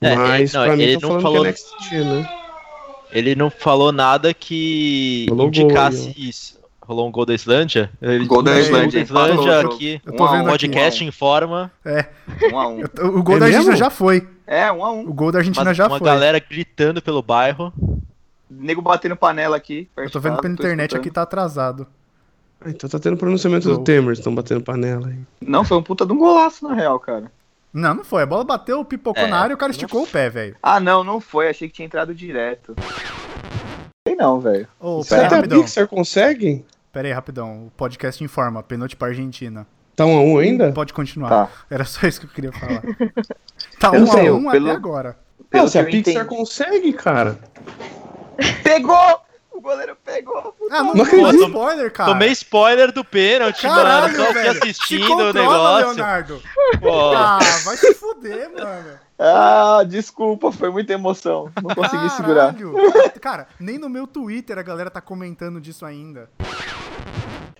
[SPEAKER 2] É,
[SPEAKER 1] Mas
[SPEAKER 2] ele- não,
[SPEAKER 1] pra mim
[SPEAKER 2] ele
[SPEAKER 1] tão falando
[SPEAKER 2] não falou-
[SPEAKER 1] que é Next Gen, né?
[SPEAKER 2] Ele não falou nada que
[SPEAKER 3] um
[SPEAKER 1] Rolou gol
[SPEAKER 2] indicasse
[SPEAKER 1] aí,
[SPEAKER 2] isso. Rolou um gol da Islândia? Ele- um
[SPEAKER 5] Gol da
[SPEAKER 2] Gol
[SPEAKER 5] Islândia, empatou o jogo.
[SPEAKER 2] aqui.
[SPEAKER 3] Eu tô
[SPEAKER 5] Um a
[SPEAKER 2] O
[SPEAKER 5] um,
[SPEAKER 3] vendo aqui.
[SPEAKER 2] podcast informa,
[SPEAKER 5] Um a um.
[SPEAKER 3] Eu tô- O gol
[SPEAKER 1] É
[SPEAKER 3] da Argentina
[SPEAKER 1] mesmo?
[SPEAKER 3] já foi.
[SPEAKER 5] É, um a um.
[SPEAKER 3] O gol da Argentina
[SPEAKER 2] mas
[SPEAKER 3] já
[SPEAKER 2] uma
[SPEAKER 3] foi.
[SPEAKER 2] galera gritando pelo bairro.
[SPEAKER 5] Nego batendo panela aqui.
[SPEAKER 3] Eu tô vendo pela internet aqui, tá atrasado.
[SPEAKER 1] Ah, Então tá tendo pronunciamento do
[SPEAKER 3] Não.
[SPEAKER 1] Temers, estão batendo panela aí.
[SPEAKER 5] Não, foi um puta de um golaço, na real, cara.
[SPEAKER 3] Não, não foi. A bola bateu, pipocou
[SPEAKER 2] É,
[SPEAKER 3] na área e o cara esticou o pé, velho.
[SPEAKER 5] Ah, não, não foi. Achei que tinha entrado direto. Sei não, velho.
[SPEAKER 3] Ô,
[SPEAKER 5] Isso
[SPEAKER 2] é
[SPEAKER 3] pera aí,
[SPEAKER 1] Será que a
[SPEAKER 3] rapidão.
[SPEAKER 1] Pixar consegue?
[SPEAKER 3] Pera aí, rapidão. O podcast informa. Pênalti pra Argentina.
[SPEAKER 1] Tá um a um ainda?
[SPEAKER 3] Pode continuar.
[SPEAKER 5] Tá.
[SPEAKER 3] Era só isso que eu queria falar. Tá
[SPEAKER 1] Eu
[SPEAKER 3] um
[SPEAKER 1] sei,
[SPEAKER 3] a
[SPEAKER 5] eu,
[SPEAKER 3] um
[SPEAKER 5] pelo-
[SPEAKER 3] até agora.
[SPEAKER 5] Pelo
[SPEAKER 1] Não, se a
[SPEAKER 5] que eu
[SPEAKER 1] Pixar
[SPEAKER 5] entendi.
[SPEAKER 1] consegue, cara.
[SPEAKER 5] Pegou! O goleiro pegou.
[SPEAKER 3] Ah, não,
[SPEAKER 1] Não
[SPEAKER 3] não pode
[SPEAKER 2] acredito.
[SPEAKER 3] spoiler, cara.
[SPEAKER 2] Tomei spoiler do pênalti,
[SPEAKER 3] Caralho,
[SPEAKER 2] mano. Tô aqui
[SPEAKER 3] velho. Se
[SPEAKER 2] assistindo
[SPEAKER 3] controla,
[SPEAKER 2] o negócio.
[SPEAKER 3] Leonardo.
[SPEAKER 2] Pô,
[SPEAKER 3] Ah, vai se fuder, mano.
[SPEAKER 5] Ah, desculpa, foi muita emoção. Não consegui segurar.
[SPEAKER 3] Caralho. Cara, nem no meu Twitter a galera tá comentando disso ainda.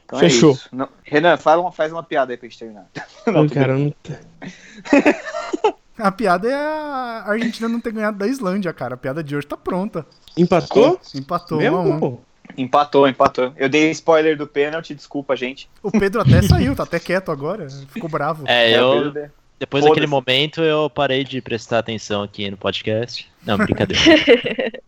[SPEAKER 5] Então
[SPEAKER 1] Fechou.
[SPEAKER 5] É isso. Não- Renan, fala uma- faz uma piada aí pra gente terminar.
[SPEAKER 1] Não, cara, eu não...
[SPEAKER 3] A piada é a Argentina não ter ganhado da Islândia, cara. A piada de hoje tá pronta.
[SPEAKER 1] Empatou?
[SPEAKER 3] Empatou um a
[SPEAKER 1] Mesmo?
[SPEAKER 3] um.
[SPEAKER 1] pô?
[SPEAKER 5] Empatou, empatou. Eu dei spoiler do pênalti, desculpa, gente.
[SPEAKER 3] O Pedro até saiu, tá até quieto agora. Ficou bravo.
[SPEAKER 2] é, eu. Depois *laughs*
[SPEAKER 5] Foda-se.
[SPEAKER 2] daquele momento eu parei de prestar atenção aqui no podcast. Não, brincadeira.